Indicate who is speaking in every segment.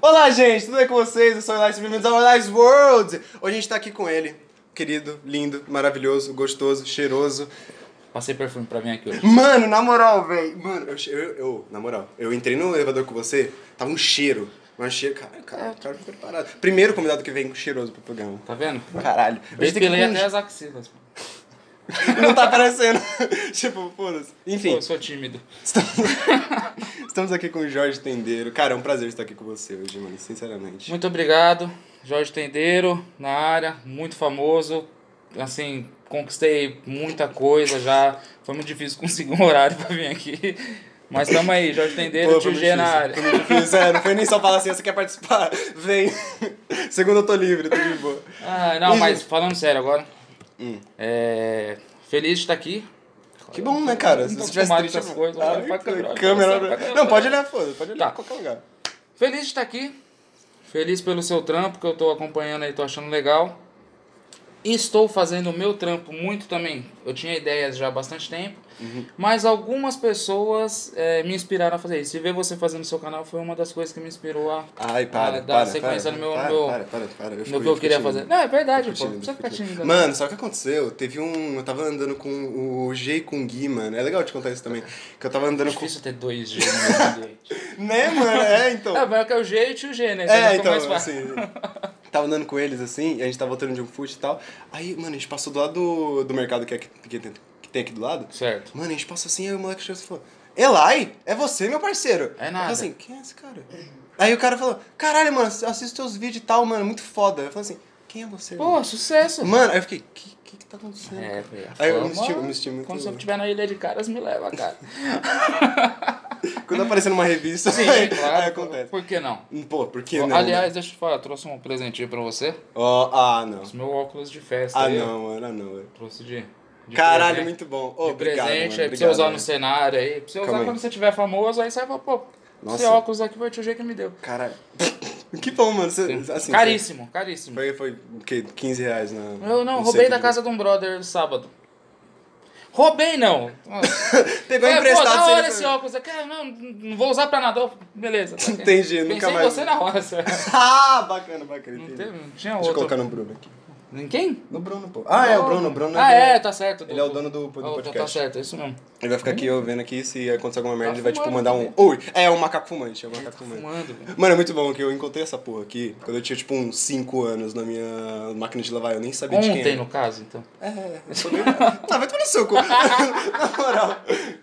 Speaker 1: Olá, gente, tudo bem com vocês? Eu sou o Elias, bem-vindos ao Elias World! Hoje a gente tá aqui com ele, querido, lindo, maravilhoso, gostoso, cheiroso.
Speaker 2: Passei perfume pra vir aqui hoje.
Speaker 1: Mano, na moral, velho, mano, eu, che- eu, eu, na moral, eu entrei no elevador com você, tava um cheiro, mas cheiro, cara, cara, o cara foi preparado. Primeiro convidado que vem cheiroso pro programa.
Speaker 2: Tá vendo?
Speaker 1: Caralho, a gente tem
Speaker 2: Despilei até
Speaker 1: que
Speaker 2: as axilas. mano.
Speaker 1: não tá aparecendo. tipo, foda-se. Enfim,
Speaker 2: Pô, eu sou tímido.
Speaker 1: estamos... estamos aqui com o Jorge Tendeiro. Cara, é um prazer estar aqui com você hoje, mano, sinceramente.
Speaker 2: Muito obrigado, Jorge Tendeiro, na área, muito famoso. Assim, conquistei muita coisa já. Foi muito difícil conseguir um horário pra vir aqui. Mas tamo aí, Jorge Tendeiro,
Speaker 1: Pô,
Speaker 2: tio
Speaker 1: foi
Speaker 2: G na
Speaker 1: difícil.
Speaker 2: área.
Speaker 1: Foi muito difícil, é, não foi nem só falar assim, você quer participar? Vem. Segunda eu tô livre, tô de boa.
Speaker 2: Ah, não,
Speaker 1: E,
Speaker 2: mas falando sério agora.
Speaker 1: Uhum. Hum.
Speaker 2: É. Feliz de estar aqui.
Speaker 1: Que bom, né, cara? Se
Speaker 2: Não
Speaker 1: você
Speaker 2: tô
Speaker 1: tivesse
Speaker 2: acostumado
Speaker 1: triste...
Speaker 2: com essas coisas,
Speaker 1: Ah,
Speaker 2: olha pra câmera,
Speaker 1: câmera,
Speaker 2: olha pra câmera.
Speaker 1: Não, pode olhar, foda pode olhar
Speaker 2: Tá.
Speaker 1: em qualquer lugar.
Speaker 2: Feliz de estar aqui. Feliz pelo seu trampo que eu tô acompanhando aí, tô achando legal. E Estou fazendo o meu trampo muito também. Eu tinha ideias já há bastante tempo,
Speaker 1: Uhum.
Speaker 2: mas algumas pessoas eh, me inspiraram a fazer isso. E ver você fazendo o seu canal foi uma das coisas que me inspirou a.
Speaker 1: Ai, para,
Speaker 2: Ah, dá
Speaker 1: para,
Speaker 2: sequência
Speaker 1: para,
Speaker 2: no meu-
Speaker 1: para,
Speaker 2: meu-
Speaker 1: para, para, para.
Speaker 2: no
Speaker 1: fico-
Speaker 2: que eu
Speaker 1: fico
Speaker 2: queria
Speaker 1: tímido.
Speaker 2: fazer. Não, é verdade,
Speaker 1: Fico
Speaker 2: pô. Não
Speaker 1: tímido,
Speaker 2: precisa
Speaker 1: fico
Speaker 2: ficar
Speaker 1: tímido.
Speaker 2: tímido. né? não.
Speaker 1: Mano, sabe o que aconteceu? Teve um... Eu tava andando com o G e com o Gui, mano. É legal te contar isso também. Que eu tava
Speaker 2: É
Speaker 1: andando com...
Speaker 2: difícil ter dois G no meu ambiente.
Speaker 1: Né, mano? É, então.
Speaker 2: É, mas é que é o G e o tio G, né?
Speaker 1: É,
Speaker 2: fica
Speaker 1: então,
Speaker 2: mais fácil.
Speaker 1: assim. Tava andando com eles assim, e a gente tava voltando de um foot e tal. Aí, mano, a gente passou do lado do, do mercado que, é aqui- que, tem- que tem aqui do lado.
Speaker 2: Certo.
Speaker 1: Mano, a gente passou assim, aí o moleque chegou e falou: Elai, é você, meu parceiro.
Speaker 2: É
Speaker 1: Eu
Speaker 2: nada.
Speaker 1: falei assim, quem é esse cara? Aí o cara falou: Caralho, mano, eu assisto teus vídeos e tal, mano, muito foda. Eu falei assim: Quem é você? mano?"
Speaker 2: Pô, sucesso.
Speaker 1: Mano, aí eu fiquei: O que, que que tá acontecendo?
Speaker 2: É,
Speaker 1: cara?"
Speaker 2: velho, a
Speaker 1: Aí eu
Speaker 2: fama-
Speaker 1: me senti, eu me senti muito.
Speaker 2: Quando você estiver na Ilha de Caras, me leva, cara.
Speaker 1: Quando aparecer numa revista,
Speaker 2: Sim,
Speaker 1: aí,
Speaker 2: claro.
Speaker 1: aí acontece.
Speaker 2: Por que não?
Speaker 1: Pô, por que não?
Speaker 2: Aliás,
Speaker 1: né?
Speaker 2: deixa eu te falar, eu trouxe um presentinho pra você.
Speaker 1: Ó, ah, não.
Speaker 2: Os meu óculos de festa.
Speaker 1: Ah,
Speaker 2: aí, ó.
Speaker 1: não, mano, ah, não. velho.
Speaker 2: Trouxe de. de
Speaker 1: Caralho,
Speaker 2: presente.
Speaker 1: muito bom.
Speaker 2: De
Speaker 1: Ô, obrigado,
Speaker 2: presente,
Speaker 1: mano,
Speaker 2: aí pra você usar
Speaker 1: obrigado,
Speaker 2: no
Speaker 1: mano.
Speaker 2: cenário aí. Pra você
Speaker 1: Calma
Speaker 2: usar
Speaker 1: aí.
Speaker 2: quando você tiver famoso, aí você vai falar, pô,
Speaker 1: Nossa.
Speaker 2: esse óculos aqui foi o tio G que me deu.
Speaker 1: Caralho. que bom, mano. Você, assim,
Speaker 2: caríssimo,
Speaker 1: você-
Speaker 2: caríssimo.
Speaker 1: Foi, foi o quê? 15 reais na.
Speaker 2: Eu não,
Speaker 1: sei
Speaker 2: roubei
Speaker 1: que
Speaker 2: da
Speaker 1: dia.
Speaker 2: casa de um brother sábado. Roubei não.
Speaker 1: Pegou
Speaker 2: Falei, É, pô,
Speaker 1: emprestado
Speaker 2: da
Speaker 1: sem
Speaker 2: hora
Speaker 1: ele
Speaker 2: esse
Speaker 1: saber.
Speaker 2: óculos aqui. Ah, não, não vou usar pra nada. Eu, Beleza. tá aqui.
Speaker 1: Entendi,
Speaker 2: Pensei
Speaker 1: nunca mais.
Speaker 2: em você na hora, sério.
Speaker 1: Ah, bacana, bacana.
Speaker 2: Não,
Speaker 1: entendi.
Speaker 2: teve, não tinha
Speaker 1: Deixa eu
Speaker 2: outro.
Speaker 1: colocar no Bruno aqui.
Speaker 2: Em quem?
Speaker 1: No Bruno, pô. Ah, é, o Bruno. O Bruno
Speaker 2: Ah,
Speaker 1: ele-
Speaker 2: é, tá certo.
Speaker 1: Ele é o dono do, do
Speaker 2: Oh, tá-
Speaker 1: podcast.
Speaker 2: Tá certo, é isso mesmo.
Speaker 1: Ele vai ficar aqui ouvindo aqui. Se acontecer alguma merda,
Speaker 2: Tá
Speaker 1: ele vai, tipo,
Speaker 2: fumando tá
Speaker 1: mandar um. Oi! É, é um macaco fumante. É um macaco fumante.
Speaker 2: Fumando, velho.
Speaker 1: Mano, é muito bom que eu encontrei essa porra aqui quando eu tinha, tipo, uns 5 anos na minha máquina de lavar. Eu nem sabia de quem
Speaker 2: Ontem,
Speaker 1: era.
Speaker 2: no caso, então.
Speaker 1: É, eu sou bem... Tá, vai tomar no seu cu. Na moral.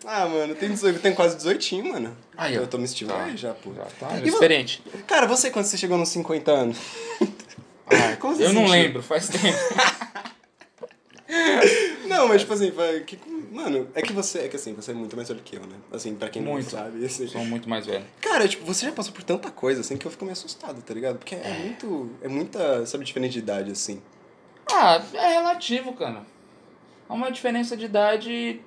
Speaker 1: Ah, mano, tem, 18, tem quase 18, mano.
Speaker 2: Aí, ó.
Speaker 1: eu tô me estimando
Speaker 2: Tá.
Speaker 1: Ai, já, pô.
Speaker 2: Já tá
Speaker 1: E vo-
Speaker 2: experiente.
Speaker 1: Cara, você quando você chegou nos 50 anos? Ah, Como você
Speaker 2: Eu não
Speaker 1: sentiu?
Speaker 2: lembro, faz tempo.
Speaker 1: Não, mas tipo assim, vai- que- mano, é que você, é que assim, você é muito mais velho que eu, né? Assim, pra quem não
Speaker 2: Muito.
Speaker 1: sabe. assim.
Speaker 2: Sou muito mais velho.
Speaker 1: Cara, tipo, você já passou por tanta coisa, assim, que eu fico meio assustado, tá ligado? Porque é muito, é muita, sabe, diferente de idade, assim.
Speaker 2: Ah, é relativo, cara. Há uma diferença de idade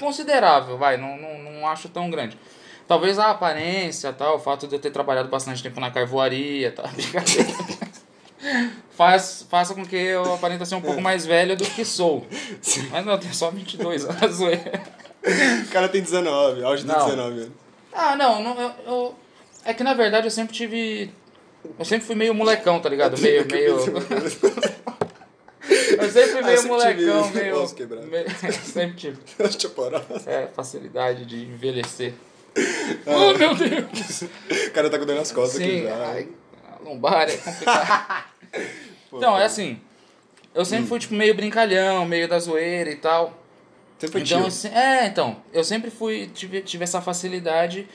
Speaker 2: considerável, vai. Não, não, não acho tão grande. Talvez a aparência, tal, o fato de eu ter trabalhado bastante tempo na carvoaria, tal, brincadeira. Faz, faça com que eu aparente ser um
Speaker 1: É.
Speaker 2: pouco mais velho do que sou. Mas não, eu tenho só 22 anos. tá zoeira.
Speaker 1: O cara tem 19, auge de
Speaker 2: Não.
Speaker 1: 19 anos.
Speaker 2: Ah, não, não eu, eu- É que na verdade eu sempre tive. Eu sempre fui meio molecão, tá ligado? Meio, meio. Eu sempre fui
Speaker 1: Ah,
Speaker 2: meio
Speaker 1: sempre
Speaker 2: molecão,
Speaker 1: tive
Speaker 2: meio.
Speaker 1: ossos quebrados.
Speaker 2: meio- sempre tive.
Speaker 1: Deixa eu parar.
Speaker 2: É, facilidade de envelhecer.
Speaker 1: Ah.
Speaker 2: Oh, meu Deus!
Speaker 1: O cara tá com dor nas costas aqui
Speaker 2: Sim,
Speaker 1: já.
Speaker 2: ai, a lombar é complicado.
Speaker 1: Pô, Hum.
Speaker 2: Então,
Speaker 1: cara.
Speaker 2: é assim. Eu sempre fui tipo, meio brincalhão, meio da zoeira e tal.
Speaker 1: Sempre foi
Speaker 2: Então,
Speaker 1: tio.
Speaker 2: assim, é, então, eu sempre fui, tive, tive essa facilidade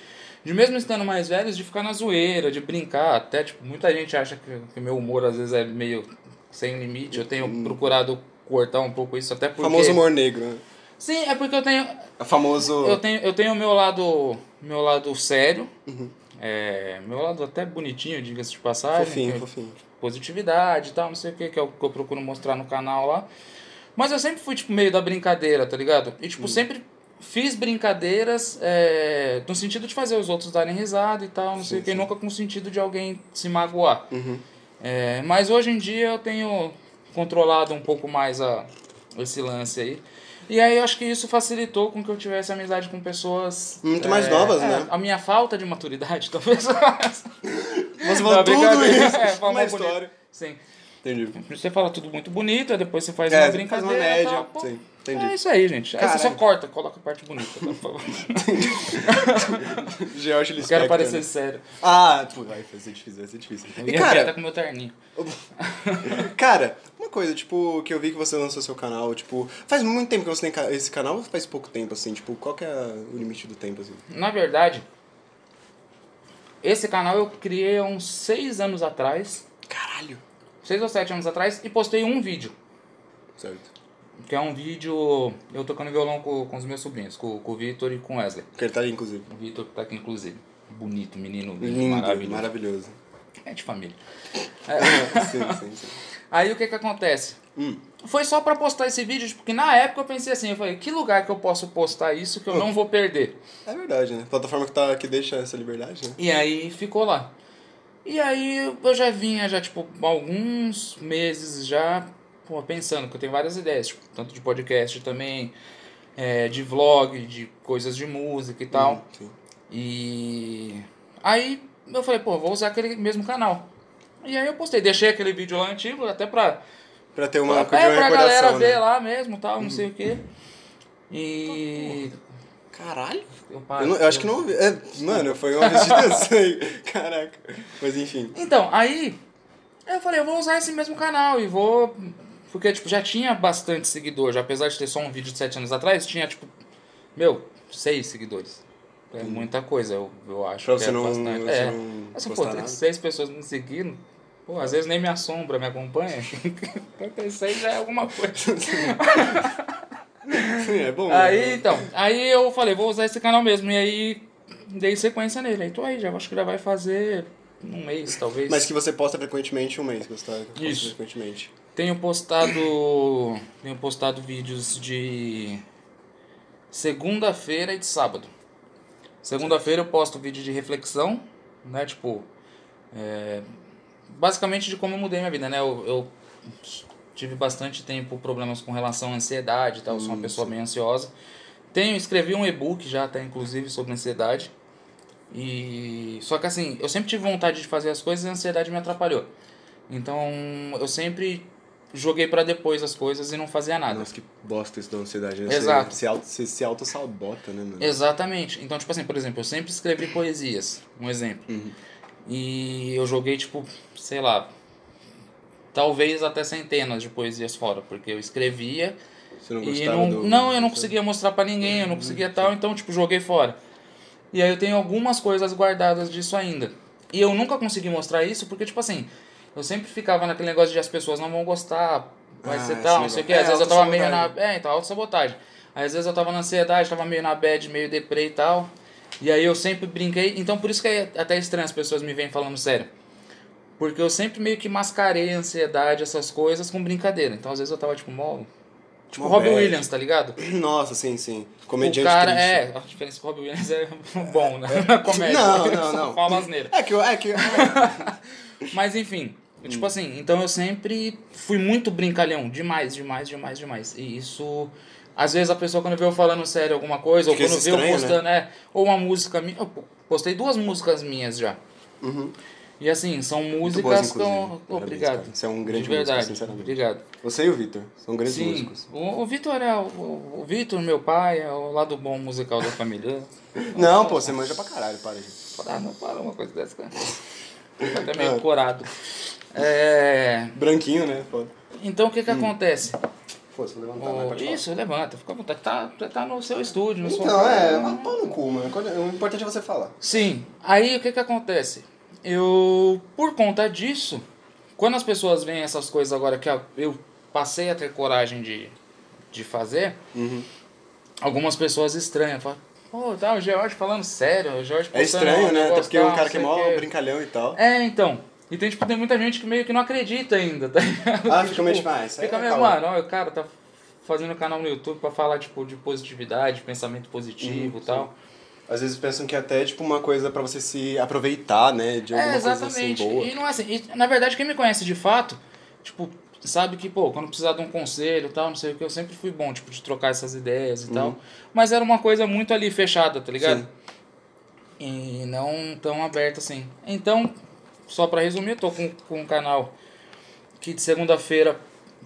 Speaker 2: de mesmo estando mais velhos, de ficar na zoeira, de brincar, até, tipo, muita gente acha que, que meu humor às vezes é meio sem limite, eu tenho procurado cortar um pouco isso, até porque...
Speaker 1: Hum. Famoso humor negro, né?
Speaker 2: Sim, é porque eu tenho,
Speaker 1: É Famoso.
Speaker 2: eu tenho, eu tenho o meu lado, meu lado sério,
Speaker 1: Uhum.
Speaker 2: é, meu lado até bonitinho, diga-se de passagem,
Speaker 1: Fofinho,
Speaker 2: que-
Speaker 1: fofinho.
Speaker 2: positividade e tal, não sei o que, que é o que eu procuro mostrar no canal lá. Mas eu sempre fui, tipo, meio da brincadeira, tá ligado? E,
Speaker 1: Hum.
Speaker 2: tipo, sempre fiz brincadeiras é, no sentido de fazer os outros darem risada e tal, não sei
Speaker 1: Sim,
Speaker 2: o que,
Speaker 1: sim.
Speaker 2: nunca com o sentido de alguém se magoar.
Speaker 1: Uhum.
Speaker 2: É, mas hoje em dia eu tenho controlado um pouco mais a, esse lance aí. E aí eu acho que isso facilitou com que eu tivesse amizade com pessoas...
Speaker 1: Muito mais novas,
Speaker 2: é,
Speaker 1: Hum, né?
Speaker 2: A minha falta de maturidade, talvez.
Speaker 1: Você falou
Speaker 2: É. Não,
Speaker 1: tudo
Speaker 2: brincadeira.
Speaker 1: isso
Speaker 2: É, foi
Speaker 1: numa
Speaker 2: uma
Speaker 1: história.
Speaker 2: Sim.
Speaker 1: Entendi.
Speaker 2: Você fala tudo muito bonito, aí depois você faz
Speaker 1: É,
Speaker 2: uma
Speaker 1: faz uma
Speaker 2: brincadeira. tá
Speaker 1: média,
Speaker 2: tal, pô.
Speaker 1: sim, entendi.
Speaker 2: É isso aí, gente. Aí você só
Speaker 1: Caralho.
Speaker 2: corta, coloca a parte bonita. Tá, por favor.
Speaker 1: George
Speaker 2: É.
Speaker 1: né?
Speaker 2: Eu quero parecer assim. sério.
Speaker 1: Ah, pô, vai vai ser difícil, vai ser difícil. E
Speaker 2: Minha cara, tá
Speaker 1: cara,
Speaker 2: com meu terninho.
Speaker 1: cara, uma coisa, tipo, que eu vi que você lançou seu canal, tipo, faz muito tempo que você tem ca- esse canal ou faz pouco tempo, assim? Tipo, qual que é o limite do tempo, assim?
Speaker 2: Na verdade, esse canal eu criei há uns seis anos atrás.
Speaker 1: Caralho.
Speaker 2: seis ou sete anos atrás e postei um vídeo.
Speaker 1: Certo.
Speaker 2: Que é um vídeo eu tocando violão com, com os meus sobrinhos, com, com o Vitor e com o Wesley.
Speaker 1: Quero estar ali, inclusive.
Speaker 2: O Vitor que tá aqui, inclusive. Bonito, menino, lindo,
Speaker 1: Lindo,
Speaker 2: maravilhoso.
Speaker 1: maravilhoso.
Speaker 2: É de família. É,
Speaker 1: sim, sim, sim.
Speaker 2: aí o que que acontece?
Speaker 1: Hum.
Speaker 2: Foi só pra postar esse vídeo, porque na época eu pensei assim, eu falei, que lugar que eu posso postar isso que eu não vou perder?
Speaker 1: É verdade, né? Plataforma que, tá, que deixa essa liberdade, né?
Speaker 2: E aí ficou lá. E aí eu já vinha, já, tipo, alguns meses já, pô, pensando, que eu tenho várias ideias, tipo, tanto de podcast também, é, de vlog, de coisas de música e tal.
Speaker 1: Hum, sim.
Speaker 2: E aí eu falei, pô, vou usar aquele mesmo canal. E aí eu postei, deixei aquele vídeo lá antigo, até pra,
Speaker 1: Pra ter uma,
Speaker 2: até É, pra galera
Speaker 1: recordação,
Speaker 2: ver
Speaker 1: né?
Speaker 2: lá mesmo, tal, não sei o quê. E.
Speaker 1: Caralho.
Speaker 2: paro,
Speaker 1: Eu, não- eu acho que não ouvi. É, mano, foi uma vez de dançar. Caraca. Mas enfim.
Speaker 2: Então, aí eu falei, eu vou usar esse mesmo canal e vou. Porque, tipo, já tinha bastante seguidor, já apesar de ter só um vídeo de 7 anos atrás, tinha, tipo, meu, seis seguidores. É muita coisa, eu, eu acho.
Speaker 1: Hum. Pra
Speaker 2: que
Speaker 1: você
Speaker 2: é
Speaker 1: não-
Speaker 2: bastante.
Speaker 1: você
Speaker 2: é.
Speaker 1: não
Speaker 2: Mas, pô,
Speaker 1: postar
Speaker 2: tem
Speaker 1: nada.
Speaker 2: seis pessoas me seguindo. Pô, às vezes nem me assombra, me acompanha. Então, tem seis já é alguma coisa.
Speaker 1: Sim, é bom.
Speaker 2: Aí,
Speaker 1: né?
Speaker 2: então, aí eu falei, vou usar esse canal mesmo. E aí dei sequência nele. Aí tô aí, já acho que já vai fazer um mês, talvez.
Speaker 1: Mas que você posta frequentemente um mês, gostar. posta
Speaker 2: Isso.
Speaker 1: Frequentemente.
Speaker 2: Tenho postado. Tenho postado vídeos de segunda-feira e de sábado. Segunda-feira eu posto vídeo de reflexão, né? Tipo. é, basicamente de como eu mudei minha vida, né? Eu, eu tive bastante tempo problemas com relação à ansiedade e tal. Sou uma pessoa bem ansiosa. Tenho, escrevi um e-book já, até inclusive, sobre ansiedade. E. Só que assim, eu sempre tive vontade de fazer as coisas e a ansiedade me atrapalhou. Então, eu sempre joguei pra depois as coisas e não fazia nada.
Speaker 1: Nossa, que bosta isso da ansiedade. né?
Speaker 2: Ah, Exato.
Speaker 1: Você se auto- Você se auto-sabota, né, mano?
Speaker 2: Exatamente. Então, tipo assim, por exemplo, eu sempre escrevi poesias, um exemplo. E eu joguei, tipo, sei lá, talvez até centenas de poesias fora, porque eu escrevia
Speaker 1: Você não
Speaker 2: e
Speaker 1: gostava
Speaker 2: não,
Speaker 1: do... Uhum,
Speaker 2: não, eu não conseguia mostrar pra ninguém, eu não conseguia tal, então, tipo, joguei fora. E aí eu tenho algumas coisas guardadas disso ainda. E eu nunca consegui mostrar isso porque, tipo assim, eu sempre ficava naquele negócio de as pessoas não vão gostar, vai
Speaker 1: Ah,
Speaker 2: ser
Speaker 1: esse
Speaker 2: tal, não sei
Speaker 1: negócio.
Speaker 2: o que. Às
Speaker 1: É,
Speaker 2: vezes eu tava meio na.
Speaker 1: autossabotagem.
Speaker 2: É, então, auto-sabotagem. Aí, Às vezes eu tava na ansiedade, tava meio na bad, meio deprê e tal. E aí eu sempre brinquei. Então por isso que é até estranho as pessoas me vêm falando sério. Porque eu sempre meio que mascarei a ansiedade, essas coisas, com brincadeira. Então às vezes eu tava tipo, mó. Tipo,
Speaker 1: Mó
Speaker 2: Robbie
Speaker 1: bad.
Speaker 2: Williams, tá ligado?
Speaker 1: Nossa, sim, sim.
Speaker 2: O
Speaker 1: Comediante
Speaker 2: cara
Speaker 1: triste. É.
Speaker 2: é. A diferença que o Robbie Williams é bom, né? Na comédia.
Speaker 1: Não,
Speaker 2: Ele
Speaker 1: não,
Speaker 2: só
Speaker 1: não.
Speaker 2: Fala asneira.
Speaker 1: É que eu... É que eu...
Speaker 2: Mas enfim,
Speaker 1: Hum.
Speaker 2: tipo assim, então eu sempre fui muito brincalhão. Demais, demais, demais, demais. E isso. Às vezes a pessoa quando vê eu falando sério alguma coisa, ou
Speaker 1: Fica
Speaker 2: quando vê eu
Speaker 1: estranho, né?
Speaker 2: postando, é, ou uma música minha. Eu postei duas músicas minhas já.
Speaker 1: Uhum.
Speaker 2: E assim, são
Speaker 1: Muito boas,
Speaker 2: músicas que eu.
Speaker 1: inclusive. Parabéns,
Speaker 2: Obrigado.
Speaker 1: cara. Você é um grande
Speaker 2: De
Speaker 1: músico,
Speaker 2: verdade,
Speaker 1: sinceramente.
Speaker 2: Obrigado.
Speaker 1: Você e o Vitor são grandes
Speaker 2: Sim,
Speaker 1: músicos.
Speaker 2: o, o Vitor é o, o o Vitor, meu pai, é o lado bom musical da família.
Speaker 1: Não, pô, você manja pra caralho, para, gente.
Speaker 2: Ah, não fala uma coisa dessa, cara. Fico até
Speaker 1: Ah.
Speaker 2: meio corado. É,
Speaker 1: Branquinho, né? Foda.
Speaker 2: Então o que que acontece?
Speaker 1: Pô, se eu levantar, mas
Speaker 2: O-
Speaker 1: Hum. Tá, pode falar.
Speaker 2: Isso, levanta, fica à vontade. Tá, tá- tá no seu estúdio, no seu
Speaker 1: Então, é, mas pau no cu, mano. Quando- O importante é você falar.
Speaker 2: Sim. Aí o que que acontece? Eu, por conta disso, quando as pessoas veem essas coisas agora que eu passei a ter coragem de, de fazer,
Speaker 1: Uhum.
Speaker 2: algumas pessoas estranham. Falam, pô, tá o George falando sério, o George
Speaker 1: É
Speaker 2: postando
Speaker 1: estranho,
Speaker 2: um
Speaker 1: né? Até
Speaker 2: negócio
Speaker 1: porque é um
Speaker 2: tal,
Speaker 1: cara que é
Speaker 2: não
Speaker 1: mó
Speaker 2: sei o quê.
Speaker 1: brincalhão e tal.
Speaker 2: É, então. E tem, tipo, tem muita gente que meio que não acredita ainda, tá ligado?
Speaker 1: Ah,
Speaker 2: Que,
Speaker 1: fica meio tipo, ah, isso aí
Speaker 2: Fica
Speaker 1: é
Speaker 2: meio,
Speaker 1: caô.
Speaker 2: mano, ó, o cara tá fazendo canal no YouTube pra falar, tipo, de positividade, pensamento positivo e
Speaker 1: Uhum,
Speaker 2: tal.
Speaker 1: Às vezes pensam que é até tipo uma coisa pra você se aproveitar, né? De alguma
Speaker 2: É,
Speaker 1: coisa assim
Speaker 2: exatamente.
Speaker 1: boa.
Speaker 2: e não é assim. e, na verdade, quem me conhece de fato, tipo, sabe que, pô, quando precisar de um conselho e tal, não sei o que, eu sempre fui bom, tipo, de trocar essas ideias e
Speaker 1: Uhum.
Speaker 2: tal. Mas era uma coisa muito ali fechada, tá ligado?
Speaker 1: Sim.
Speaker 2: E não tão aberta assim. Então, só pra resumir, eu tô com, com um canal que de segunda-feira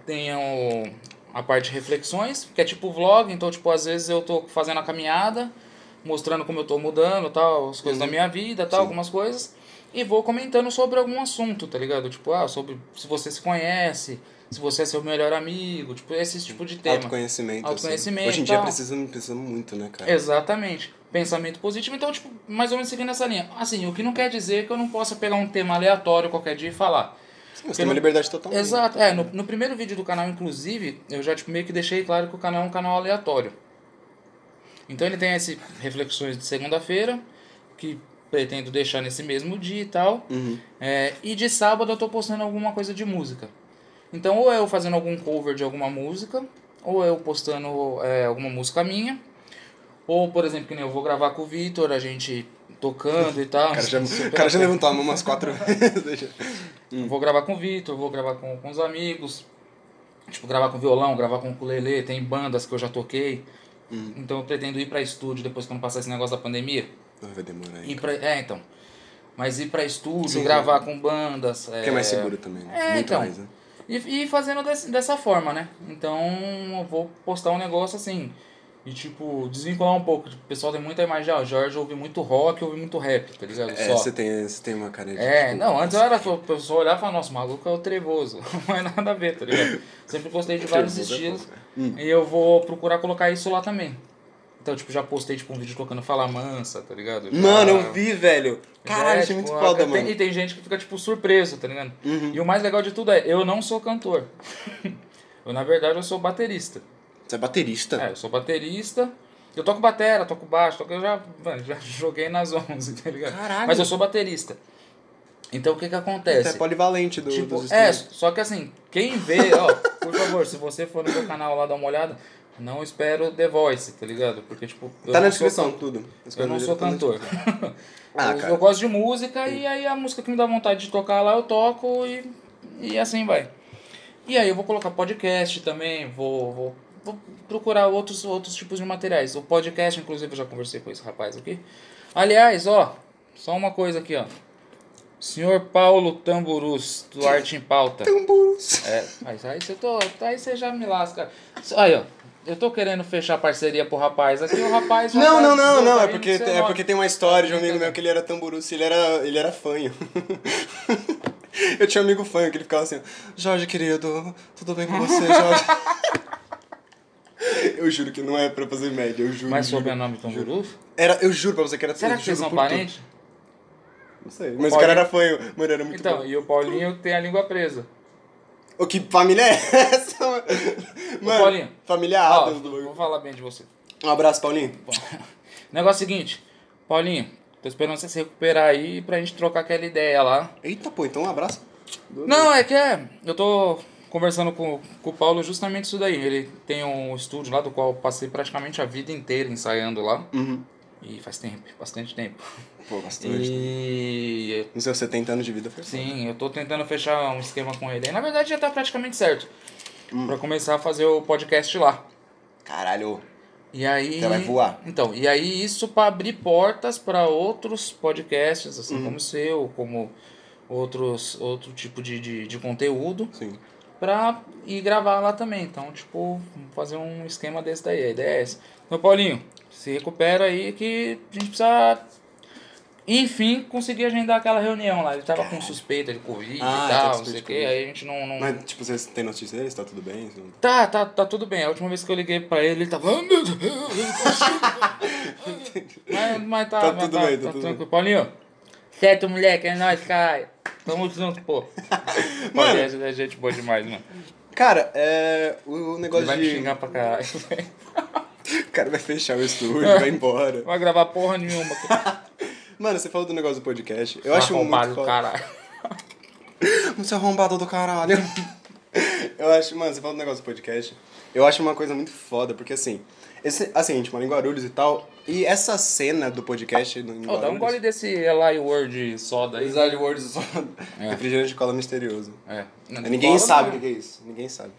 Speaker 2: tem o- a parte de reflexões, que é tipo vlog, então, tipo, às vezes eu tô fazendo a caminhada, mostrando como eu tô mudando, tal, as coisas da minha vida, tal, algumas coisas, e vou comentando sobre algum assunto, tá ligado? Tipo, ah, sobre se você se conhece, se você é seu melhor amigo, tipo, esse tipo de tema.
Speaker 1: Autoconhecimento. assim.
Speaker 2: Autoconhecimento,
Speaker 1: Hoje em dia
Speaker 2: tal.
Speaker 1: precisamos, precisamos muito, né, cara?
Speaker 2: Exatamente. Pensamento positivo, então, tipo, mais ou menos seguindo essa linha. Assim, o que não quer dizer que eu não possa pegar um tema aleatório qualquer dia e falar.
Speaker 1: Você tem uma liberdade total. né?
Speaker 2: Exato, é, no, no primeiro vídeo do canal, inclusive, eu já tipo, meio que deixei claro que o canal é um canal aleatório. Então ele tem esse reflexões de segunda-feira, que pretendo deixar nesse mesmo dia e tal.
Speaker 1: Uhum.
Speaker 2: É, e de sábado eu tô postando alguma coisa de música. Então ou eu fazendo algum cover de alguma música, ou eu postando é, alguma música minha. Ou, por exemplo, que nem eu vou gravar com o Vitor, a gente tocando e tal.
Speaker 1: O cara já,
Speaker 2: Super
Speaker 1: o cara já levantou a mão umas quatro vezes.
Speaker 2: Vou gravar com o Vitor, vou gravar com, com os amigos. Tipo, gravar com violão, gravar com ukulele, tem bandas que eu já toquei.
Speaker 1: Hum.
Speaker 2: Então eu pretendo ir pra estúdio depois que eu não passar esse negócio da pandemia.
Speaker 1: Não vai demorar aí.
Speaker 2: Ir pra, é, então. Mas ir pra estúdio,
Speaker 1: Sim,
Speaker 2: gravar com bandas.
Speaker 1: Porque é mais seguro também, né?
Speaker 2: É,
Speaker 1: muito
Speaker 2: então.
Speaker 1: mais, né?
Speaker 2: E, e fazendo desse- dessa forma, né? Então eu vou postar um negócio assim. E tipo, desvincular um pouco. O pessoal tem muita imagem, ah, o Jorge ouve muito rock, ouve muito rap, tá ligado?
Speaker 1: É,
Speaker 2: Só.
Speaker 1: você tem, você tem uma cara de.
Speaker 2: É,
Speaker 1: tipo,
Speaker 2: não, antes eu era a pessoa olhar e falar, nossa, o maluco é o trevoso. Não é nada a ver, tá ligado? Sempre gostei de vários
Speaker 1: Trevoso é
Speaker 2: estilos.
Speaker 1: bom, cara.
Speaker 2: E eu vou procurar colocar isso lá também. Então, tipo, já postei tipo, um vídeo colocando Fala Mansa, tá ligado? Já-
Speaker 1: Mano, eu vi, velho.
Speaker 2: já
Speaker 1: Caralho,
Speaker 2: é,
Speaker 1: achei muito
Speaker 2: tipo,
Speaker 1: foda,
Speaker 2: tem-
Speaker 1: mano. Uhum.
Speaker 2: E tem gente que fica, tipo, surpreso, tá ligado? E o mais legal de tudo é, eu não sou cantor. eu, na verdade, eu sou baterista.
Speaker 1: Você é baterista?
Speaker 2: É, eu sou baterista. Eu toco batera, toco baixo, toco, eu já, mano, já joguei nas 11, tá ligado?
Speaker 1: Caralho.
Speaker 2: Mas eu sou baterista. Então o que que
Speaker 1: Você
Speaker 2: acontece?
Speaker 1: é polivalente do,
Speaker 2: Tipo,
Speaker 1: dos
Speaker 2: é,
Speaker 1: instrumentos.
Speaker 2: só que assim, quem vê, ó, por favor, se você for no meu canal lá dar uma olhada, não espero The Voice, tá ligado? Porque, tipo, eu
Speaker 1: Tá na
Speaker 2: não sou
Speaker 1: descrição
Speaker 2: can-
Speaker 1: tudo. As
Speaker 2: Eu
Speaker 1: coisas
Speaker 2: não
Speaker 1: dele
Speaker 2: sou
Speaker 1: tá na
Speaker 2: cantor.
Speaker 1: Ah,
Speaker 2: eu,
Speaker 1: cara.
Speaker 2: eu gosto de música e aí a música que me dá vontade de tocar lá eu toco e, e assim vai. E aí eu vou colocar podcast também, vou, vou, vou procurar outros, outros tipos de materiais. O podcast, inclusive, eu já conversei com esse rapaz aqui. Aliás, ó, só uma coisa aqui, ó. Senhor Paulo Tamburus, do Arte em Pauta.
Speaker 1: um Tamburos.
Speaker 2: É, mas aí você, tô, aí você já me lasca. Aí, ó. Eu tô querendo fechar a parceria pro rapaz aqui, o rapaz já
Speaker 1: Não,
Speaker 2: tá-
Speaker 1: não, não,
Speaker 2: já
Speaker 1: não.
Speaker 2: tá
Speaker 1: É
Speaker 2: indo
Speaker 1: porque,
Speaker 2: pro seu
Speaker 1: é
Speaker 2: lado.
Speaker 1: porque tem uma história de um amigo meu que ele era tamburuço ele era, ele era fanho. Eu tinha um amigo fanho que ele ficava assim, Jorge, querido, tudo bem com você, Jorge? Eu juro que não é pra fazer média, eu juro.
Speaker 2: Mas
Speaker 1: juro.
Speaker 2: sobrenome Tamburu?
Speaker 1: Era, eu juro pra você que era
Speaker 2: Será
Speaker 1: eu
Speaker 2: que
Speaker 1: juro
Speaker 2: vocês são
Speaker 1: por tudo.
Speaker 2: parentes?
Speaker 1: Não sei. Mas o
Speaker 2: Paulinho-
Speaker 1: cara era fanho. Mano, era muito
Speaker 2: Então,
Speaker 1: bom.
Speaker 2: e o Paulinho tem a língua presa.
Speaker 1: O que família é essa? mano? Mano,
Speaker 2: Paulinho.
Speaker 1: família é
Speaker 2: Ó,
Speaker 1: Adams Ah, do
Speaker 2: vou
Speaker 1: bagulho.
Speaker 2: falar bem de você.
Speaker 1: Um abraço, Paulinho.
Speaker 2: Negócio é seguinte, Paulinho, tô esperando você se recuperar aí pra gente trocar aquela ideia lá.
Speaker 1: Eita, pô, então um abraço.
Speaker 2: Não, é que é. Eu tô conversando com, com o Paulo justamente isso daí. Ele tem um estúdio lá do qual eu passei praticamente a vida inteira ensaiando lá.
Speaker 1: Uhum.
Speaker 2: E faz tempo, bastante tempo.
Speaker 1: Pô, bastante.
Speaker 2: E
Speaker 1: Nos seus 70 anos de vida foi
Speaker 2: sim, eu tô tentando fechar um esquema com ele. aí. Na verdade já tá praticamente certo.
Speaker 1: Hum.
Speaker 2: Pra começar a fazer o podcast lá.
Speaker 1: assim. Caralho.
Speaker 2: E aí.
Speaker 1: Você vai voar.
Speaker 2: Então, e aí isso pra abrir portas pra outros podcasts,
Speaker 1: Hum.
Speaker 2: assim como o seu, como outros outro tipo de, de, de conteúdo,
Speaker 1: Sim.
Speaker 2: pra ir gravar lá também. Então, tipo, fazer um esquema desse daí. A ideia é essa. Então, Paulinho, se recupera aí que a gente precisa. Enfim, conseguir agendar aquela reunião lá. Ele tava com suspeita de
Speaker 1: Ah,
Speaker 2: Covid e
Speaker 1: tá com
Speaker 2: tal, não
Speaker 1: suspeita
Speaker 2: sei
Speaker 1: de
Speaker 2: o quê.
Speaker 1: Covid.
Speaker 2: Aí a gente não. não...
Speaker 1: Mas, tipo, vocês têm notícia deles? Tá tudo bem? Você não-
Speaker 2: Tá, tá, tá tudo bem. A última vez que eu liguei pra ele, ele tava. "Ah, meu Deus, eu não consigo." mas, mas tá,
Speaker 1: Tá
Speaker 2: mas
Speaker 1: tudo
Speaker 2: tá,
Speaker 1: bem, tá
Speaker 2: tá
Speaker 1: tudo
Speaker 2: tranquilo. Paulinho, certo, moleque, é nóis, cara. Tamo junto, pô. Mano, é gente boa demais, mano.
Speaker 1: Cara, é. O o
Speaker 2: Ele
Speaker 1: negócio
Speaker 2: vai me
Speaker 1: de.
Speaker 2: xingar pra caralho. velho.
Speaker 1: O cara vai fechar o estúdio, vai embora.
Speaker 2: Não vai gravar porra nenhuma. cara.
Speaker 1: Mano, você falou do negócio do podcast. Eu
Speaker 2: Vai
Speaker 1: acho muito.
Speaker 2: arrombado do
Speaker 1: foda.
Speaker 2: caralho.
Speaker 1: Você é arrombado do caralho. Eu acho, mano, você fala do negócio do podcast. Eu acho uma coisa muito foda, porque assim. Esse, assim, a gente mora em Guarulhos e tal. E essa cena do podcast no- em
Speaker 2: Ô,
Speaker 1: Guarulhos.
Speaker 2: dá um gole desse Eli Word soda aí.
Speaker 1: Exato, Words só. Refrigerante de cola misterioso.
Speaker 2: É. Não,
Speaker 1: Ninguém
Speaker 2: cola,
Speaker 1: sabe o
Speaker 2: não.
Speaker 1: que que é isso. Ninguém sabe.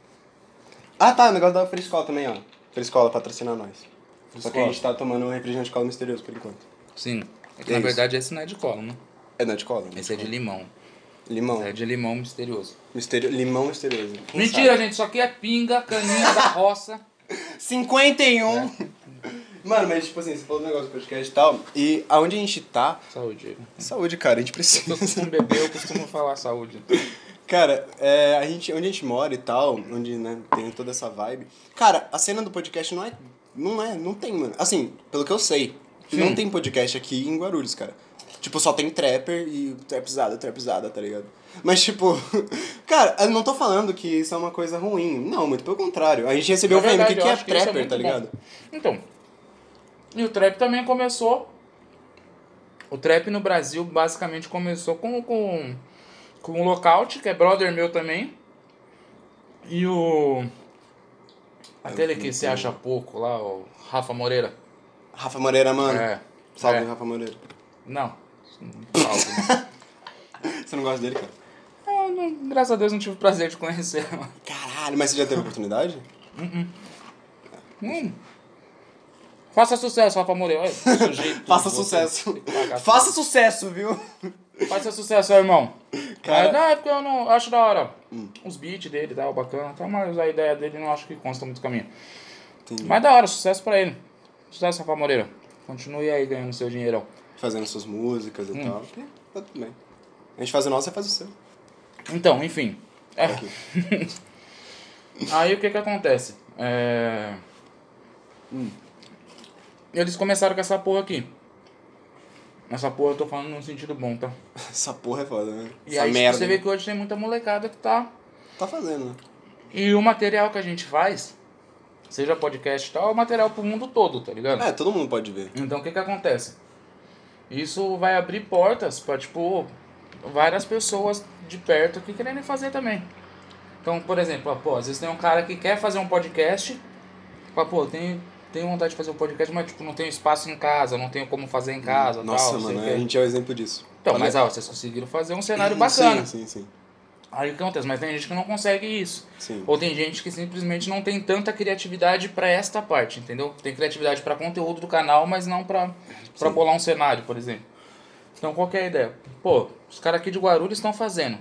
Speaker 1: Ah, tá. O negócio da Friscola também, ó. Friscola patrocina nós. Só que a gente tá tomando um refrigerante de cola misterioso por enquanto.
Speaker 2: Sim. É que,
Speaker 1: É
Speaker 2: na
Speaker 1: isso.
Speaker 2: verdade esse não é de cola, né?
Speaker 1: É não, de cola?
Speaker 2: Esse é de limão.
Speaker 1: Limão.
Speaker 2: É de limão misterioso.
Speaker 1: Misterio... Limão misterioso. Quem
Speaker 2: Mentira, gente. Isso aqui é pinga, caninha da roça.
Speaker 1: sabe? 51!
Speaker 2: É.
Speaker 1: Mano, mas tipo assim, você falou do negócio do podcast e tal, e aonde a gente tá...
Speaker 2: Saúde.
Speaker 1: Saúde, cara, a gente
Speaker 2: Eu
Speaker 1: precisa.
Speaker 2: costumo beber, eu costumo falar saúde.
Speaker 1: Cara, é, a gente, onde a gente mora e tal, onde né, tem toda essa vibe. Cara, a cena do podcast não é. Não é, não tem, mano. Assim, pelo que eu sei, não tem podcast aqui em Guarulhos, cara. Tipo, só tem trapper e trapzada, trapzada, tá ligado? Mas, tipo, cara, eu não tô falando que isso é uma coisa ruim. Não, muito pelo contrário. A gente recebeu o
Speaker 2: Na
Speaker 1: meme, o que,
Speaker 2: verdade, eu
Speaker 1: que é
Speaker 2: acho que isso é
Speaker 1: trapper,
Speaker 2: muito
Speaker 1: tá
Speaker 2: bom.
Speaker 1: ligado?
Speaker 2: Então, e o trap também começou. O trap no Brasil basicamente começou com com com o Lockout, que é brother meu também. E o aquele que se acha pouco lá, o Rafa Moreira.
Speaker 1: Rafa Moreira, mano.
Speaker 2: É.
Speaker 1: Salve,
Speaker 2: é.
Speaker 1: Rafa Moreira.
Speaker 2: Não. Salve. né?
Speaker 1: Você não gosta dele, cara?
Speaker 2: É, Eu não- graças a Deus não tive o prazer de conhecer. mas-
Speaker 1: Caralho, mas você já teve oportunidade?
Speaker 2: Hum. Faça sucesso, Rafa Moreira. Olha, sujeito,
Speaker 1: Faça
Speaker 2: você-
Speaker 1: sucesso.
Speaker 2: tem que pagar
Speaker 1: Faça sucesso, viu?
Speaker 2: Faça sucesso, seu irmão.
Speaker 1: Cara- Hum.
Speaker 2: Mas não, é porque eu não acho da hora. Os beats dele, tá bacana, tá, mas a ideia dele eu não acho que consta muito caminho.
Speaker 1: Entendi.
Speaker 2: Mas da hora, sucesso pra ele. Sucesso, Rafa Moreira. Continue aí ganhando seu dinheirão.
Speaker 1: fazendo suas músicas e
Speaker 2: Hum.
Speaker 1: tal. É, Tá tudo bem. A gente faz o nosso, você faz o seu.
Speaker 2: Então, enfim. É.
Speaker 1: Aqui.
Speaker 2: Aí o que que acontece? É...
Speaker 1: Hum.
Speaker 2: Eles começaram com essa porra aqui. Essa porra eu tô falando num sentido bom, tá?
Speaker 1: Essa porra é foda, né?
Speaker 2: E
Speaker 1: Essa
Speaker 2: aí tipo,
Speaker 1: merda.
Speaker 2: você vê que hoje tem muita molecada que tá
Speaker 1: Tá fazendo, né?
Speaker 2: E o material que a gente faz, seja podcast e tal, é o material pro mundo todo, tá ligado?
Speaker 1: É, todo mundo pode ver.
Speaker 2: Então o que que acontece? Isso vai abrir portas pra, tipo, várias pessoas de perto que querem fazer também. Então, por exemplo, ó, pô, às vezes tem um cara que quer fazer um podcast, fala, pô, tem tenho vontade de fazer um podcast, mas tipo, não tenho espaço em casa, não tenho como fazer em casa,
Speaker 1: Nossa,
Speaker 2: tal, não sei
Speaker 1: mano,
Speaker 2: o quê.
Speaker 1: a gente é o exemplo disso.
Speaker 2: Então,
Speaker 1: Olha-
Speaker 2: mas ó, vocês conseguiram fazer um cenário bacana.
Speaker 1: Sim, sim, sim.
Speaker 2: Aí o que acontece? Mas tem gente que não consegue isso.
Speaker 1: Sim.
Speaker 2: Ou tem gente que simplesmente não tem tanta criatividade pra esta parte, entendeu? Tem criatividade pra conteúdo do canal, mas não pra para bolar um cenário, por exemplo. Então qual que é a ideia? Pô, os caras aqui de Guarulhos estão fazendo.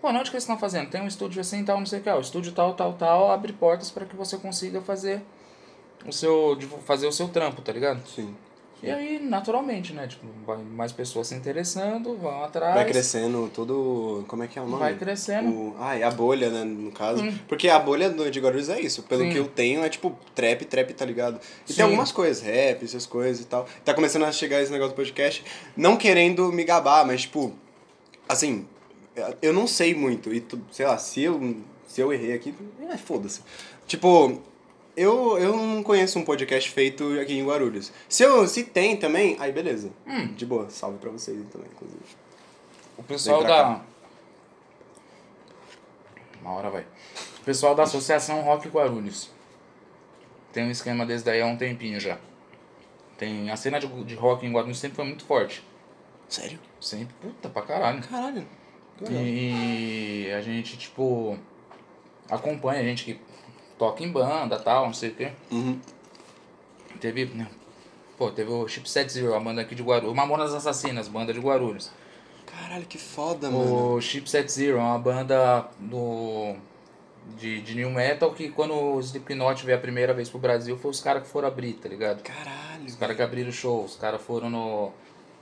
Speaker 2: Pô, onde que eles estão fazendo? Tem um estúdio assim, tal, não sei o que. Ó, estúdio tal, tal, tal, abre portas pra que você consiga fazer o seu divu- fazer o seu trampo, tá ligado?
Speaker 1: Sim.
Speaker 2: E aí, naturalmente, né? Tipo, vai mais pessoas se interessando, vão atrás.
Speaker 1: Vai crescendo todo. Como é que é o nome?
Speaker 2: Vai crescendo.
Speaker 1: O... Ah, é a bolha, né? No caso. Porque a bolha do- de Guarulhos é isso. Pelo
Speaker 2: Sim.
Speaker 1: que eu tenho, é tipo trap, trap, tá ligado? E
Speaker 2: Sim.
Speaker 1: tem algumas coisas, rap, essas coisas e tal. Tá começando a chegar esse negócio do podcast. Não querendo me gabar, mas tipo. Assim, eu não sei muito. E tu- sei lá, se eu, se eu errei aqui, é foda-se. Tipo. Eu, eu não conheço um podcast feito aqui em Guarulhos. Se, eu, se tem também, aí beleza. De boa, salve pra vocês também, inclusive.
Speaker 2: O pessoal
Speaker 1: Vem pra
Speaker 2: da. Uma hora vai. O pessoal da Associação Rock Guarulhos. Tem um esquema desse daí há um tempinho já. Tem... A cena de, de rock em Guarulhos sempre foi muito forte.
Speaker 1: Sério?
Speaker 2: Sempre, puta pra caralho.
Speaker 1: Caralho.
Speaker 2: E a gente, tipo, acompanha a gente que toca em banda tal, não sei o quê.
Speaker 1: Uhum.
Speaker 2: Teve. né, Pô, teve o Chipset Zero, a banda aqui de Guarulhos. Mamonas Assassinas, banda de Guarulhos.
Speaker 1: Caralho, que foda, mano.
Speaker 2: O Chipset Zero é uma banda do, de, de new metal que quando o Slipknot veio a primeira vez pro Brasil foi os caras que foram abrir, tá ligado?
Speaker 1: Caralho.
Speaker 2: Os caras que abriram o show, os caras foram no.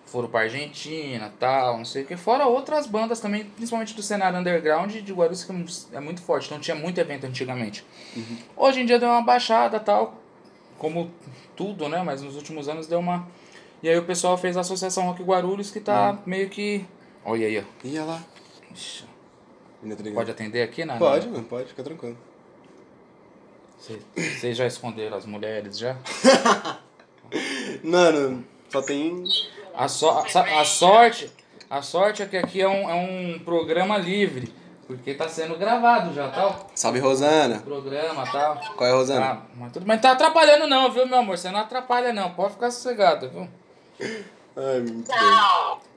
Speaker 2: foram pra Argentina tal, não sei o que. Fora outras bandas também, principalmente do cenário underground de Guarulhos, que é mu- é muito forte, então tinha muito evento antigamente. Hoje em dia deu uma baixada tal, como tudo, né? Mas nos últimos anos deu uma. E aí o pessoal fez a Associação Rock Guarulhos que tá meio que. Olha aí, ó.
Speaker 1: Ih, olha lá. Ainda tá ligado?
Speaker 2: Pode atender aqui, né?
Speaker 1: Pode, mano, pode, fica tranquilo.
Speaker 2: Vocês já esconderam as mulheres já?
Speaker 1: Mano, só tem.
Speaker 2: A, so- a, sa- a sorte. A sorte é que aqui é um, é um programa livre. Porque tá sendo gravado já, tal.
Speaker 1: Salve, Rosana.
Speaker 2: Programa, tal.
Speaker 1: Qual é, Rosana?
Speaker 2: Tá, mas tudo bem. Não tá atrapalhando não, viu, meu amor? Você não atrapalha não. Pode ficar sossegada, viu?
Speaker 1: Ai, meu Deus.